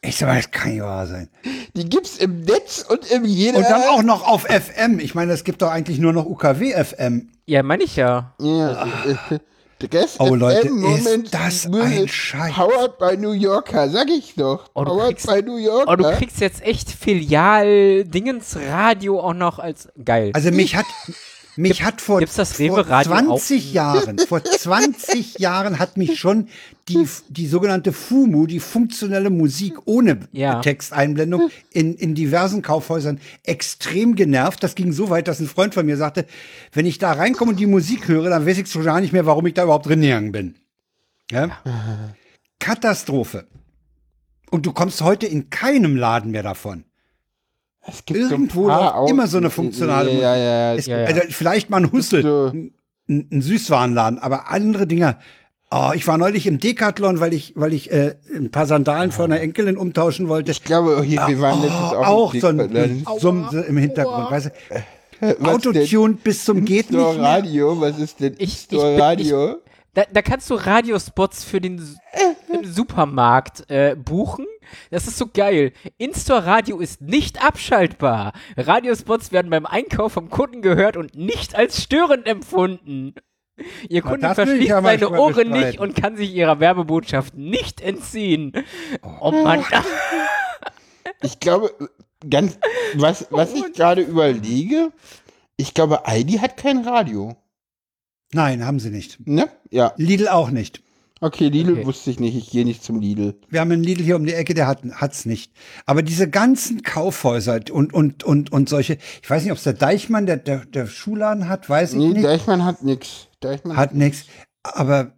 Speaker 3: Ich sag mal, das kann nicht wahr sein.
Speaker 1: Die gibt's im Netz und in jeder.
Speaker 3: Und dann auch noch auf FM. Ich meine, es gibt doch eigentlich nur noch UKW FM.
Speaker 2: Ja, meine ich ja.
Speaker 1: Ja, äh, Dress
Speaker 3: Oh,
Speaker 1: FM
Speaker 3: Leute, ist
Speaker 1: Moment
Speaker 3: das
Speaker 1: Music
Speaker 3: ein Scheiß.
Speaker 1: Powered by New Yorker, sag ich doch.
Speaker 2: Oh, du
Speaker 1: Powered
Speaker 2: kriegst-
Speaker 1: by New
Speaker 2: Oh, du
Speaker 1: Yorker.
Speaker 2: kriegst jetzt echt Filial-Dingens-Radio auch noch als geil.
Speaker 3: Also mich hat mich hat vor,
Speaker 2: gibt's das
Speaker 3: vor
Speaker 2: Rewe-Radio auch?
Speaker 3: 20 Jahren, vor 20 Jahren hat mich schon die, die sogenannte FUMU, die funktionelle Musik ohne
Speaker 2: Ja.
Speaker 3: Texteinblendung in, in diversen Kaufhäusern extrem genervt. Das ging so weit, dass ein Freund von mir sagte, wenn ich da reinkomme und die Musik höre, dann weiß ich schon gar nicht mehr, warum ich da überhaupt drin gegangen bin. Ja? Katastrophe. Und du kommst heute in keinem Laden mehr davon.
Speaker 1: es
Speaker 3: irgendwo läuft
Speaker 1: Aus-
Speaker 3: immer so eine funktionale Musik.
Speaker 1: Ja, ja, ja.
Speaker 3: Es,
Speaker 2: Ja, ja.
Speaker 3: Also vielleicht mal ein Hussel,
Speaker 1: So.
Speaker 3: ein, ein Süßwarenladen, aber andere Dinger. Oh, ich war neulich im Decathlon, weil ich, weil ich äh, ein paar Sandalen von einer Enkelin umtauschen wollte.
Speaker 1: Ich glaube, hier, Ah. wir waren
Speaker 3: Oh,
Speaker 1: letztens auch,
Speaker 3: auch
Speaker 1: im
Speaker 3: so ein
Speaker 1: Dickverland.
Speaker 3: Summ im Hintergrund. Weißt du?
Speaker 1: Was
Speaker 3: Autotune bis zum geht
Speaker 1: denn?
Speaker 3: nicht
Speaker 1: Store
Speaker 3: mehr.
Speaker 1: Radio, was ist denn
Speaker 2: Ich- ich
Speaker 1: Store
Speaker 2: bin-
Speaker 1: Radio?
Speaker 2: Da, da kannst du Radiospots für den Su-
Speaker 3: Mhm.
Speaker 2: im Supermarkt äh, buchen. Das ist so geil. In-Store-Radio ist nicht abschaltbar. Radiospots werden beim Einkauf vom Kunden gehört und nicht als störend empfunden. Ihr Kunde
Speaker 3: das will ich
Speaker 2: verschließt
Speaker 3: ja mal
Speaker 2: seine
Speaker 3: drüber
Speaker 2: Ohren
Speaker 3: bestreiten.
Speaker 2: nicht und kann sich ihrer Werbebotschaft nicht entziehen. Oh Mann.
Speaker 1: Ich glaube, ganz, was,
Speaker 3: Oh
Speaker 1: was ich gerade überlege, ich glaube, Aldi hat kein Radio.
Speaker 3: Nein, haben sie nicht.
Speaker 1: Ne? Ja.
Speaker 3: Lidl auch nicht.
Speaker 1: Okay, Lidl
Speaker 2: Okay.
Speaker 1: wusste ich nicht. Ich gehe nicht zum Lidl.
Speaker 3: Wir haben einen Lidl hier um die Ecke, der hat hat's nicht. Aber diese ganzen Kaufhäuser und und und und solche, ich weiß nicht, ob es der Deichmann, der, der der Schuhladen hat, weiß ich
Speaker 1: Nee,
Speaker 3: nicht.
Speaker 1: Deichmann hat nix. Deichmann
Speaker 3: hat nichts. Aber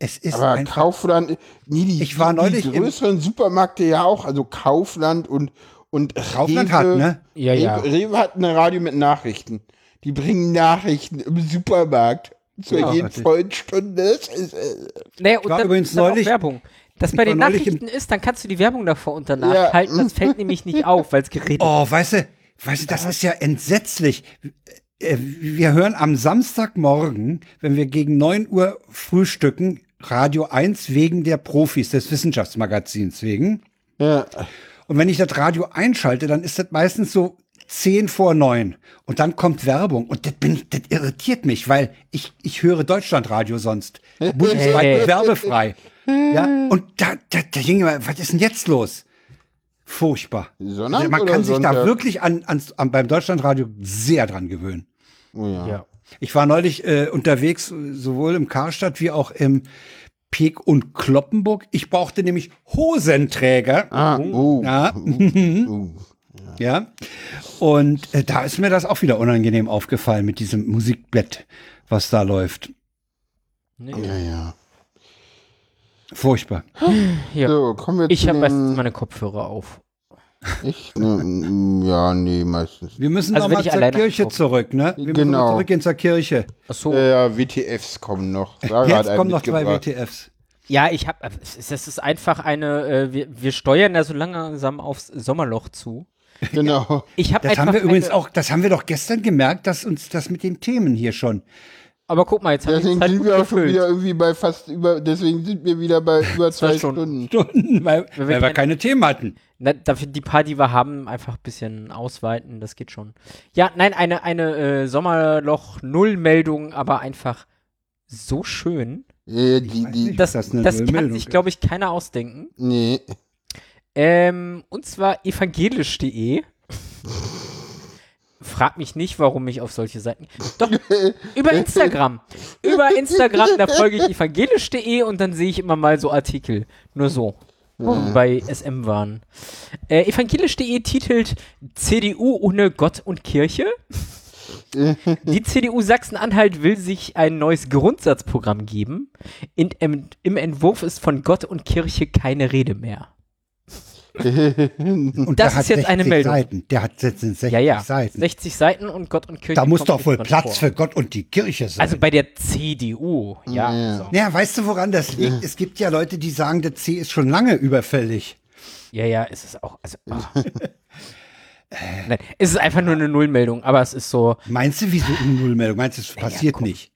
Speaker 3: es ist
Speaker 1: aber
Speaker 3: einfach.
Speaker 1: Kaufland, nee, die,
Speaker 3: Ich war
Speaker 1: die-
Speaker 3: neulich
Speaker 1: die
Speaker 3: im-
Speaker 1: größeren Supermärkte ja auch, also Kaufland und und
Speaker 3: Kaufland
Speaker 1: Rewe,
Speaker 3: hat, ne?
Speaker 2: Ja, ja.
Speaker 1: Rewe, Rewe hat ein Radio mit Nachrichten. Die bringen Nachrichten im Supermarkt zur
Speaker 3: Ja,
Speaker 1: jeden
Speaker 3: natürlich.
Speaker 1: vollen Stunde. Es ist, äh,
Speaker 2: Naja, und
Speaker 3: war
Speaker 2: dann,
Speaker 3: übrigens
Speaker 2: dann
Speaker 3: neulich-
Speaker 2: auch Werbung. Das bei
Speaker 3: war
Speaker 2: den
Speaker 3: neulich im-
Speaker 2: Nachrichten ist, dann kannst du die Werbung davor und danach
Speaker 1: Ja.
Speaker 2: halten. Das fällt nämlich nicht auf, weil es geredet
Speaker 3: Oh, weißt du, weißt du, das ist ja entsetzlich. Äh, Wir hören am Samstagmorgen, wenn wir gegen 9 Uhr frühstücken, Radio 1 wegen der Profis des Wissenschaftsmagazins wegen.
Speaker 1: ja.
Speaker 3: Und wenn ich das Radio einschalte, dann ist das meistens so 10 vor 9. Und dann kommt Werbung. Und das, bin, das irritiert mich, weil ich, ich höre Deutschlandradio sonst. Bundesweit
Speaker 2: Hey.
Speaker 3: werbefrei. Ja, und da, da, da ging immer, was ist denn jetzt los? Furchtbar.
Speaker 1: Sonnabend
Speaker 3: Also man
Speaker 1: oder
Speaker 3: kann sich
Speaker 1: Sonntag?
Speaker 3: da wirklich an, ans- an, beim Deutschlandradio sehr dran gewöhnen.
Speaker 1: Oh, ja.
Speaker 2: Ja.
Speaker 3: Ich war neulich äh, unterwegs, sowohl im Karstadt wie auch im Peek und Kloppenburg. Ich brauchte nämlich Hosenträger.
Speaker 1: Ah, oh,
Speaker 3: Ja.
Speaker 1: oh.
Speaker 3: Ja. Und äh, da ist mir das auch wieder unangenehm aufgefallen mit diesem Musikbett, was da läuft.
Speaker 2: Nee.
Speaker 1: Ja, ja.
Speaker 3: Furchtbar.
Speaker 2: Ja.
Speaker 1: So, kommen wir
Speaker 2: Ich
Speaker 1: zu
Speaker 2: habe meistens
Speaker 1: den,
Speaker 2: meine Kopfhörer auf.
Speaker 1: Ich, ne, ja, nee, meistens.
Speaker 3: Wir müssen
Speaker 2: Also
Speaker 3: noch
Speaker 2: wenn
Speaker 3: mal
Speaker 2: ich
Speaker 3: zur
Speaker 2: alleine
Speaker 3: Kirche
Speaker 2: gucke.
Speaker 3: zurück, ne? Wir müssen
Speaker 1: Genau.
Speaker 3: mal zurückgehen zur Kirche.
Speaker 2: Ach so.
Speaker 3: Äh,
Speaker 1: Ja, WTFs kommen noch. Sarah hat
Speaker 3: Jetzt
Speaker 1: einen
Speaker 3: kommen noch zwei
Speaker 1: mitgebracht.
Speaker 3: WTFs.
Speaker 2: Ja, ich habe. Es ist- es ist einfach eine. Äh, wir, wir steuern da so langsam aufs Sommerloch zu.
Speaker 1: Genau.
Speaker 2: Ich habe
Speaker 3: Das
Speaker 2: einfach
Speaker 3: haben wir übrigens
Speaker 2: eine,
Speaker 3: auch, das haben wir doch gestern gemerkt, dass uns das mit den Themen hier schon.
Speaker 2: Aber guck mal, jetzt haben wir
Speaker 1: Deswegen
Speaker 2: Zeit
Speaker 1: sind
Speaker 2: gut
Speaker 1: wir auch schon
Speaker 2: gefüllt.
Speaker 1: wieder irgendwie bei fast über, deswegen sind wir wieder bei über zwei Stunden.
Speaker 2: Stunden.
Speaker 3: Stunden, weil, weil, wir
Speaker 2: keine-
Speaker 3: keine Themen hatten.
Speaker 2: Na, dafür die paar, die wir haben, einfach ein bisschen ausweiten, das geht schon. Ja, nein, eine, eine äh, Sommerloch-Null-Meldung, aber einfach so schön.
Speaker 1: Äh, die,
Speaker 3: weiß
Speaker 1: die,
Speaker 3: nicht.
Speaker 2: Das,
Speaker 3: das
Speaker 2: das,
Speaker 3: eine
Speaker 2: kann
Speaker 3: Nullmeldung
Speaker 2: sich,
Speaker 3: ist.
Speaker 2: glaube ich, keiner ausdenken.
Speaker 1: nee.
Speaker 2: Ähm, und zwar evangelisch.de. Frag mich nicht, warum ich auf solche Seiten. Doch, über Instagram. Über Instagram, da folge ich evangelisch.de und dann sehe ich immer mal so Artikel. Nur so. Wo wir Bei SM waren. Äh, evangelisch.de titelt CDU ohne Gott und Kirche. Die CDU Sachsen-Anhalt will sich ein neues Grundsatzprogramm geben. In, im, Im Entwurf ist von Gott und Kirche keine Rede mehr.
Speaker 3: Und
Speaker 2: Das
Speaker 3: der
Speaker 2: ist
Speaker 3: hat
Speaker 2: jetzt eine
Speaker 3: 60
Speaker 2: Meldung.
Speaker 3: Seiten. Der hat jetzt 60
Speaker 2: Ja, ja.
Speaker 3: Seiten.
Speaker 2: 60 Seiten und Gott und Kirche.
Speaker 3: da muss
Speaker 2: kommt
Speaker 3: doch
Speaker 2: nicht
Speaker 3: wohl
Speaker 2: drin
Speaker 3: Platz
Speaker 2: vor.
Speaker 3: für Gott und die Kirche sein.
Speaker 2: Also bei der CDU, ja.
Speaker 1: Ja.
Speaker 2: So.
Speaker 3: ja, weißt du, woran das liegt? Es gibt ja Leute, die sagen, der C ist schon lange überfällig.
Speaker 2: Ja, ja, es ist auch. Also, ah. Nein, es ist einfach nur eine Nullmeldung, aber es ist so.
Speaker 3: Meinst du, wieso eine Nullmeldung? Meinst du, es passiert
Speaker 2: komm.
Speaker 3: nicht?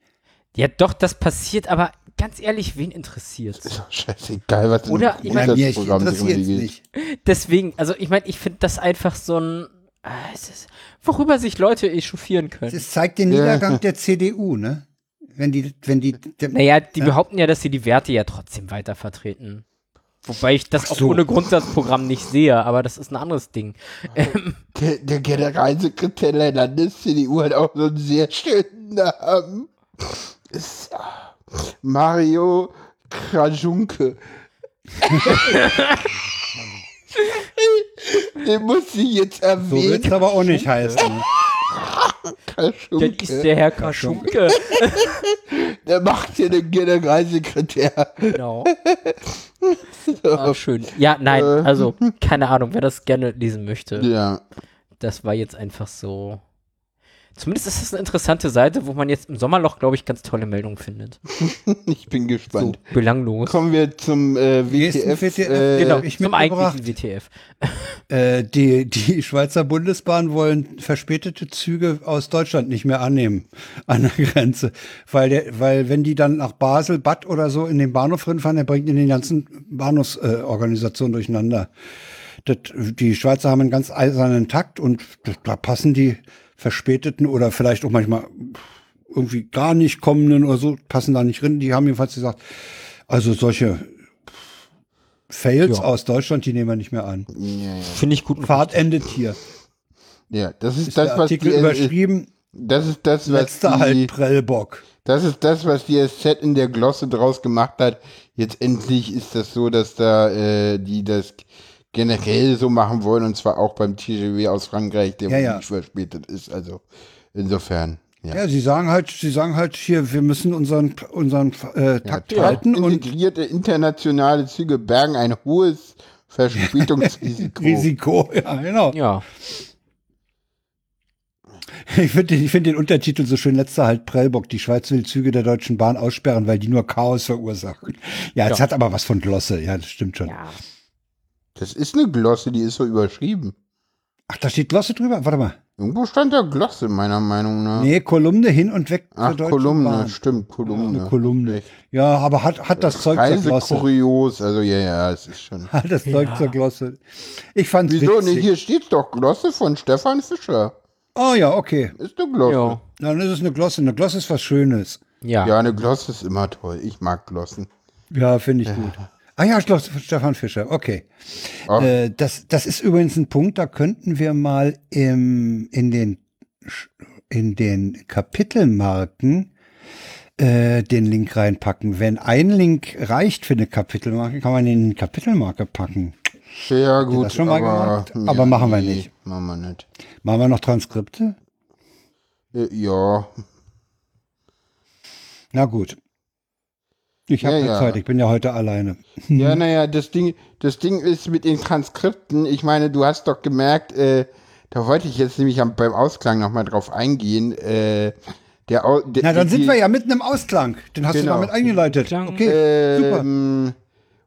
Speaker 2: Ja, doch, das passiert, aber ganz ehrlich, wen interessiert
Speaker 1: Scheißegal, was
Speaker 2: Oder-
Speaker 1: in
Speaker 3: Bei mir ich interessiert
Speaker 1: irgendwie
Speaker 3: es
Speaker 1: geht.
Speaker 3: nicht.
Speaker 2: Deswegen, also ich meine, ich finde das einfach so ein. ah, Es ist, worüber sich Leute echauffieren können.
Speaker 3: Es zeigt den Niedergang der CDU, ne? Wenn die, wenn die, der,
Speaker 2: Naja, die behaupten ja, dass sie die Werte ja trotzdem weiter vertreten. Wobei ich das
Speaker 3: Ach
Speaker 2: auch
Speaker 3: so.
Speaker 2: ohne Grundsatzprogramm nicht sehe, aber das ist ein anderes Ding.
Speaker 1: Der, der Generalsekretär der Landes-CDU hat auch so einen sehr schönen Namen. Ist ah, Mario Krajunke. Den muss ich jetzt
Speaker 3: so
Speaker 1: erwähnen.
Speaker 3: wird's aber auch nicht heißen. Ne?
Speaker 2: Dann ist der Herr Kaschunke.
Speaker 1: Der macht hier den Generalsekretär.
Speaker 2: Genau. Ach, schön. Ja, nein, also keine Ahnung, wer das gerne lesen möchte.
Speaker 1: Ja.
Speaker 2: Das war jetzt einfach so. Zumindest ist das eine interessante Seite, wo man jetzt im Sommerloch, glaube ich, ganz tolle Meldungen findet.
Speaker 1: Ich bin
Speaker 2: So,
Speaker 1: gespannt.
Speaker 2: belanglos.
Speaker 1: Kommen wir zum äh,
Speaker 3: Nächsten
Speaker 1: WTF.
Speaker 3: WTF,
Speaker 1: äh,
Speaker 2: genau,
Speaker 3: ich
Speaker 2: zum
Speaker 3: mitgebracht.
Speaker 2: eigentlichen WTF.
Speaker 3: Äh, die, die Schweizer Bundesbahn wollen verspätete Züge aus Deutschland nicht mehr annehmen an der Grenze. Weil, der, weil wenn die dann nach Basel, Bad oder so in den Bahnhof reinfahren, dann bringt die den ganzen Bahnhofsorganisationen äh, Organisation durcheinander. Das, die Schweizer haben einen ganz eisernen Takt und da- da passen die verspäteten oder vielleicht auch manchmal irgendwie gar nicht kommenden oder so, passen da nicht drin. Die haben jedenfalls gesagt, also solche Fails
Speaker 2: Ja.
Speaker 3: aus Deutschland, die nehmen wir nicht mehr an.
Speaker 1: ja, ja.
Speaker 2: Finde ich gut.
Speaker 3: Fahrt endet hier.
Speaker 1: ja, das ist,
Speaker 3: Das
Speaker 1: das,
Speaker 3: der
Speaker 1: was
Speaker 3: Artikel
Speaker 1: die,
Speaker 3: überschrieben.
Speaker 1: das ist das, was
Speaker 3: Letzter
Speaker 1: die,
Speaker 3: halt Prellbock.
Speaker 1: Das ist das, was die SZ in der Glosse draus gemacht hat. Jetzt endlich ist das so, dass da äh, die das generell so machen wollen und zwar auch beim TGW aus Frankreich, der
Speaker 3: Ja, ja.
Speaker 1: nicht verspätet ist. Also insofern. Ja.
Speaker 3: Ja, sie sagen halt, sie sagen halt hier, wir müssen unseren unseren äh, Takt
Speaker 1: Toll.
Speaker 3: halten und
Speaker 1: Integrierte internationale Züge bergen ein hohes Verspätungsrisiko.
Speaker 3: Risiko. Ja, genau.
Speaker 2: Ja,
Speaker 3: Ich finde den, ich find den Untertitel so schön. Letzter halt Prellbock. Die Schweiz will Züge der Deutschen Bahn aussperren, weil die nur Chaos verursachen. Ja, es
Speaker 2: Ja.
Speaker 3: hat aber was von Glosse. Ja, das stimmt schon.
Speaker 2: ja.
Speaker 1: Das ist eine Glosse, die ist so überschrieben.
Speaker 3: Ach, da steht Glosse drüber. Warte mal.
Speaker 1: Irgendwo stand da Glosse, meiner Meinung nach.
Speaker 3: Nee, Kolumne hin und weg
Speaker 1: Ach,
Speaker 3: zur Deutschen
Speaker 1: Kolumne,
Speaker 3: Bahn.
Speaker 1: stimmt, Kolumne.
Speaker 3: Eine Kolumne. Ja, aber hat, hat das Zeug zur
Speaker 1: Reise
Speaker 3: Glosse.
Speaker 1: kurios, also ja, ja, es ist schon.
Speaker 3: Hat das Zeug zur Glosse. Ich fand's
Speaker 1: Wieso
Speaker 3: witzig.
Speaker 1: nicht? Hier steht doch Glosse von Stefan Fischer.
Speaker 3: Oh ja, okay.
Speaker 1: Ist eine Glosse.
Speaker 2: Ja.
Speaker 1: Ja.
Speaker 3: Dann ist es eine Glosse. Eine Glosse ist was Schönes.
Speaker 2: Ja.
Speaker 1: eine Glosse ist immer toll. Ich mag Glossen.
Speaker 3: Ja, finde ich gut. Ah ja, Schloss von Stefan Fischer, okay.
Speaker 1: Ach.
Speaker 3: Äh, das, das ist übrigens ein Punkt, da könnten wir mal im, in, den, Sch- in den Kapitelmarken äh, den Link reinpacken. Wenn ein Link reicht für eine Kapitelmarke, kann man den in die Kapitelmarke packen.
Speaker 1: Sehr gut.
Speaker 3: das schon mal
Speaker 1: aber,
Speaker 3: gemacht? Aber machen wir
Speaker 1: nee,
Speaker 3: nicht.
Speaker 1: Machen wir nicht.
Speaker 3: Machen wir noch Transkripte?
Speaker 1: Äh, Ja,
Speaker 3: Na gut. Ich habe
Speaker 1: Ja,
Speaker 3: ja,
Speaker 1: ja.
Speaker 3: Zeit, ich bin ja heute alleine.
Speaker 1: Ja, naja, das Ding, das Ding ist mit den Transkripten, ich meine, du hast doch gemerkt, äh, da wollte ich jetzt nämlich am, beim Ausklang nochmal drauf eingehen. Äh, der, Au- der,
Speaker 3: Na, dann
Speaker 1: die-
Speaker 3: sind wir ja mitten im Ausklang. Den hast
Speaker 1: Genau.
Speaker 3: du damit eingeleitet.
Speaker 2: Klang.
Speaker 3: Okay, super.
Speaker 1: Ähm,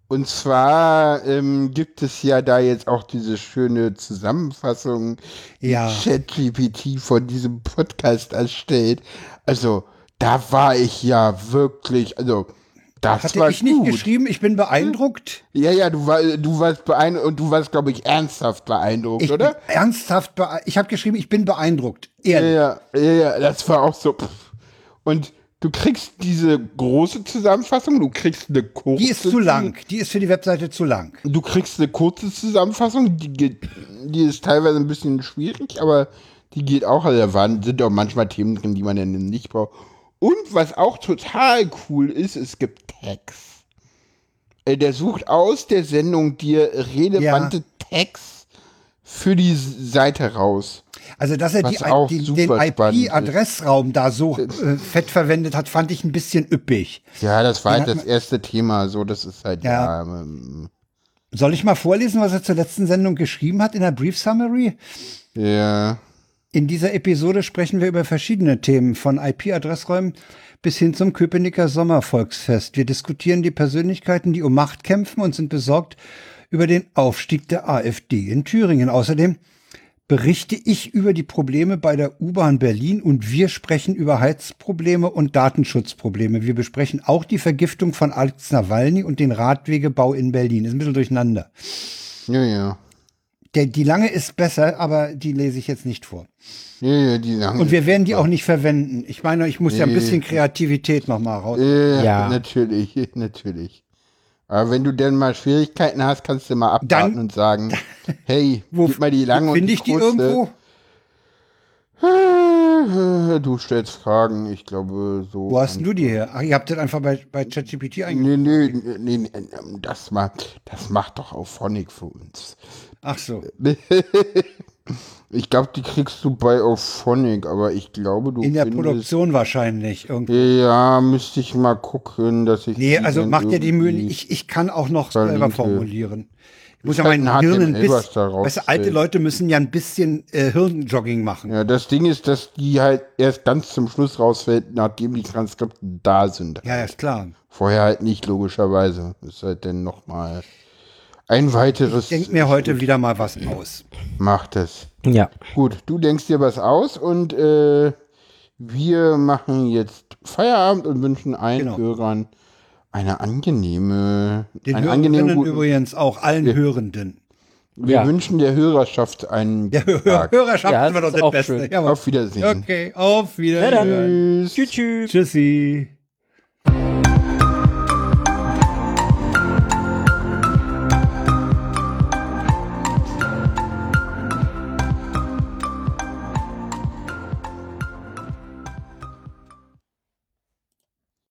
Speaker 1: und zwar ähm, gibt es ja da jetzt auch diese schöne Zusammenfassung, die
Speaker 3: Ja.
Speaker 1: ChatGPT von diesem Podcast erstellt. Also, da war ich ja wirklich, also, das
Speaker 3: Hatte
Speaker 1: war
Speaker 3: ich nicht
Speaker 1: gut.
Speaker 3: geschrieben, ich bin beeindruckt.
Speaker 1: Ja, ja, du, war, du warst beeindruckt und du warst, glaube ich, ernsthaft beeindruckt,
Speaker 3: Ich
Speaker 1: oder?
Speaker 3: Bin ernsthaft beeindruckt. Ich habe geschrieben, ich bin beeindruckt. Ehrlich.
Speaker 1: Ja, ja, ja, das war auch so. pff. Und du kriegst diese große Zusammenfassung, du kriegst eine kurze.
Speaker 3: Die ist zu lang. Die ist für die Webseite zu lang.
Speaker 1: Du kriegst eine kurze Zusammenfassung, die, geht, die ist teilweise ein bisschen schwierig, aber die geht auch. Also da waren, sind auch manchmal Themen drin, die man dann nicht braucht. Und was auch total cool ist, es gibt Tags. Äh, Der sucht aus der Sendung dir relevante Tags für die Seite raus.
Speaker 3: Also, dass er
Speaker 1: Was
Speaker 3: die,
Speaker 1: auch
Speaker 3: die, den
Speaker 1: super spannend ist.
Speaker 3: IP-Adressraum da so äh, fett verwendet hat, fand ich ein bisschen üppig.
Speaker 1: Ja, das war
Speaker 3: Den
Speaker 1: halt
Speaker 3: hat
Speaker 1: das erste Thema. So, das ist halt ja.
Speaker 3: Ja.
Speaker 1: ähm,
Speaker 3: Soll ich mal vorlesen, was er zur letzten Sendung geschrieben hat in der Brief Summary?
Speaker 1: ja.
Speaker 3: In dieser Episode sprechen wir über verschiedene Themen, von IP-Adressräumen bis hin zum Köpenicker Sommervolksfest. Wir diskutieren die Persönlichkeiten, die um Macht kämpfen und sind besorgt über den Aufstieg der AfD in Thüringen. Außerdem berichte ich über die Probleme bei der U-Bahn Berlin und wir sprechen über Heizprobleme und Datenschutzprobleme. Wir besprechen auch die Vergiftung von Alex Nawalny und den Radwegebau in Berlin. Ist ein bisschen durcheinander.
Speaker 1: Ja, ja.
Speaker 3: Der, die lange ist besser, aber die lese ich jetzt nicht vor.
Speaker 1: Ja, ja, die sagen.
Speaker 3: Und wir werden die auch nicht verwenden. Ich meine, ich muss ja ein
Speaker 1: Nee.
Speaker 3: bisschen Kreativität noch mal raus.
Speaker 1: Ja,
Speaker 2: Ja.
Speaker 1: Äh, natürlich, natürlich. Aber wenn du denn mal Schwierigkeiten hast, kannst du mal abwarten
Speaker 3: Dann-
Speaker 1: und sagen, hey,
Speaker 3: Wo
Speaker 1: gib mal die lange und
Speaker 3: Finde
Speaker 1: die
Speaker 3: ich die
Speaker 1: kurze.
Speaker 3: irgendwo?
Speaker 1: Du stellst Fragen, ich glaube so.
Speaker 3: Wo hast denn du die her? Ach, ihr habt das einfach bei, bei ChatGPT eingegeben.
Speaker 1: Nee, nee, nee, nee, nee, das, mal, das macht doch auch Phonic für uns.
Speaker 3: Ach so.
Speaker 1: Äh, Ich glaube, die kriegst du bei Auphonic, aber ich glaube, du
Speaker 3: In der
Speaker 1: findest-
Speaker 3: Produktion wahrscheinlich. Irgendwie.
Speaker 1: Ja, müsste ich mal gucken, dass ich.
Speaker 3: Nee,
Speaker 1: die
Speaker 3: also
Speaker 1: dann
Speaker 3: macht dir die Mühe.
Speaker 1: irgendwie-
Speaker 3: Ich, ich kann auch noch
Speaker 1: Verlinkte.
Speaker 3: selber formulieren. Ich muss ja
Speaker 1: kann
Speaker 3: mein
Speaker 1: einen
Speaker 3: Hirn ein
Speaker 1: HTML was
Speaker 3: bisschen.
Speaker 1: da raus-
Speaker 3: Weißt du, alte Leute müssen ja ein bisschen äh, Hirnjogging machen.
Speaker 1: Ja, das Ding ist, dass die halt erst ganz zum Schluss rausfällt, nachdem die Transkripte da sind.
Speaker 3: Ja, ja, ist klar.
Speaker 1: Vorher halt nicht, logischerweise. Ist halt dann nochmal ein weiteres.
Speaker 3: Denk mir heute wieder mal was aus.
Speaker 1: Macht es.
Speaker 2: Ja.
Speaker 1: Gut, du denkst dir was aus und äh, wir machen jetzt Feierabend und wünschen allen
Speaker 3: Genau.
Speaker 1: Hörern eine angenehme,
Speaker 3: Den
Speaker 1: einen angenehmen
Speaker 3: Hörerinnen
Speaker 1: guten.
Speaker 3: übrigens auch, allen Hörenden.
Speaker 1: Wir
Speaker 2: Ja.
Speaker 1: wünschen der Hörerschaft einen
Speaker 3: Der
Speaker 1: guten
Speaker 3: Hör
Speaker 1: Tag.
Speaker 3: Hörerschaft
Speaker 2: Ja,
Speaker 3: ist immer
Speaker 2: das
Speaker 3: noch
Speaker 2: ist
Speaker 3: das
Speaker 2: auch
Speaker 3: Beste.
Speaker 2: schön.
Speaker 1: Mm-hmm.
Speaker 3: Jawohl.
Speaker 1: Auf Wiedersehen.
Speaker 3: Okay, auf
Speaker 2: Na dann.
Speaker 3: Wiedersehen.
Speaker 1: Tschüss.
Speaker 2: Tschüss, tschüss.
Speaker 3: Tschüssi.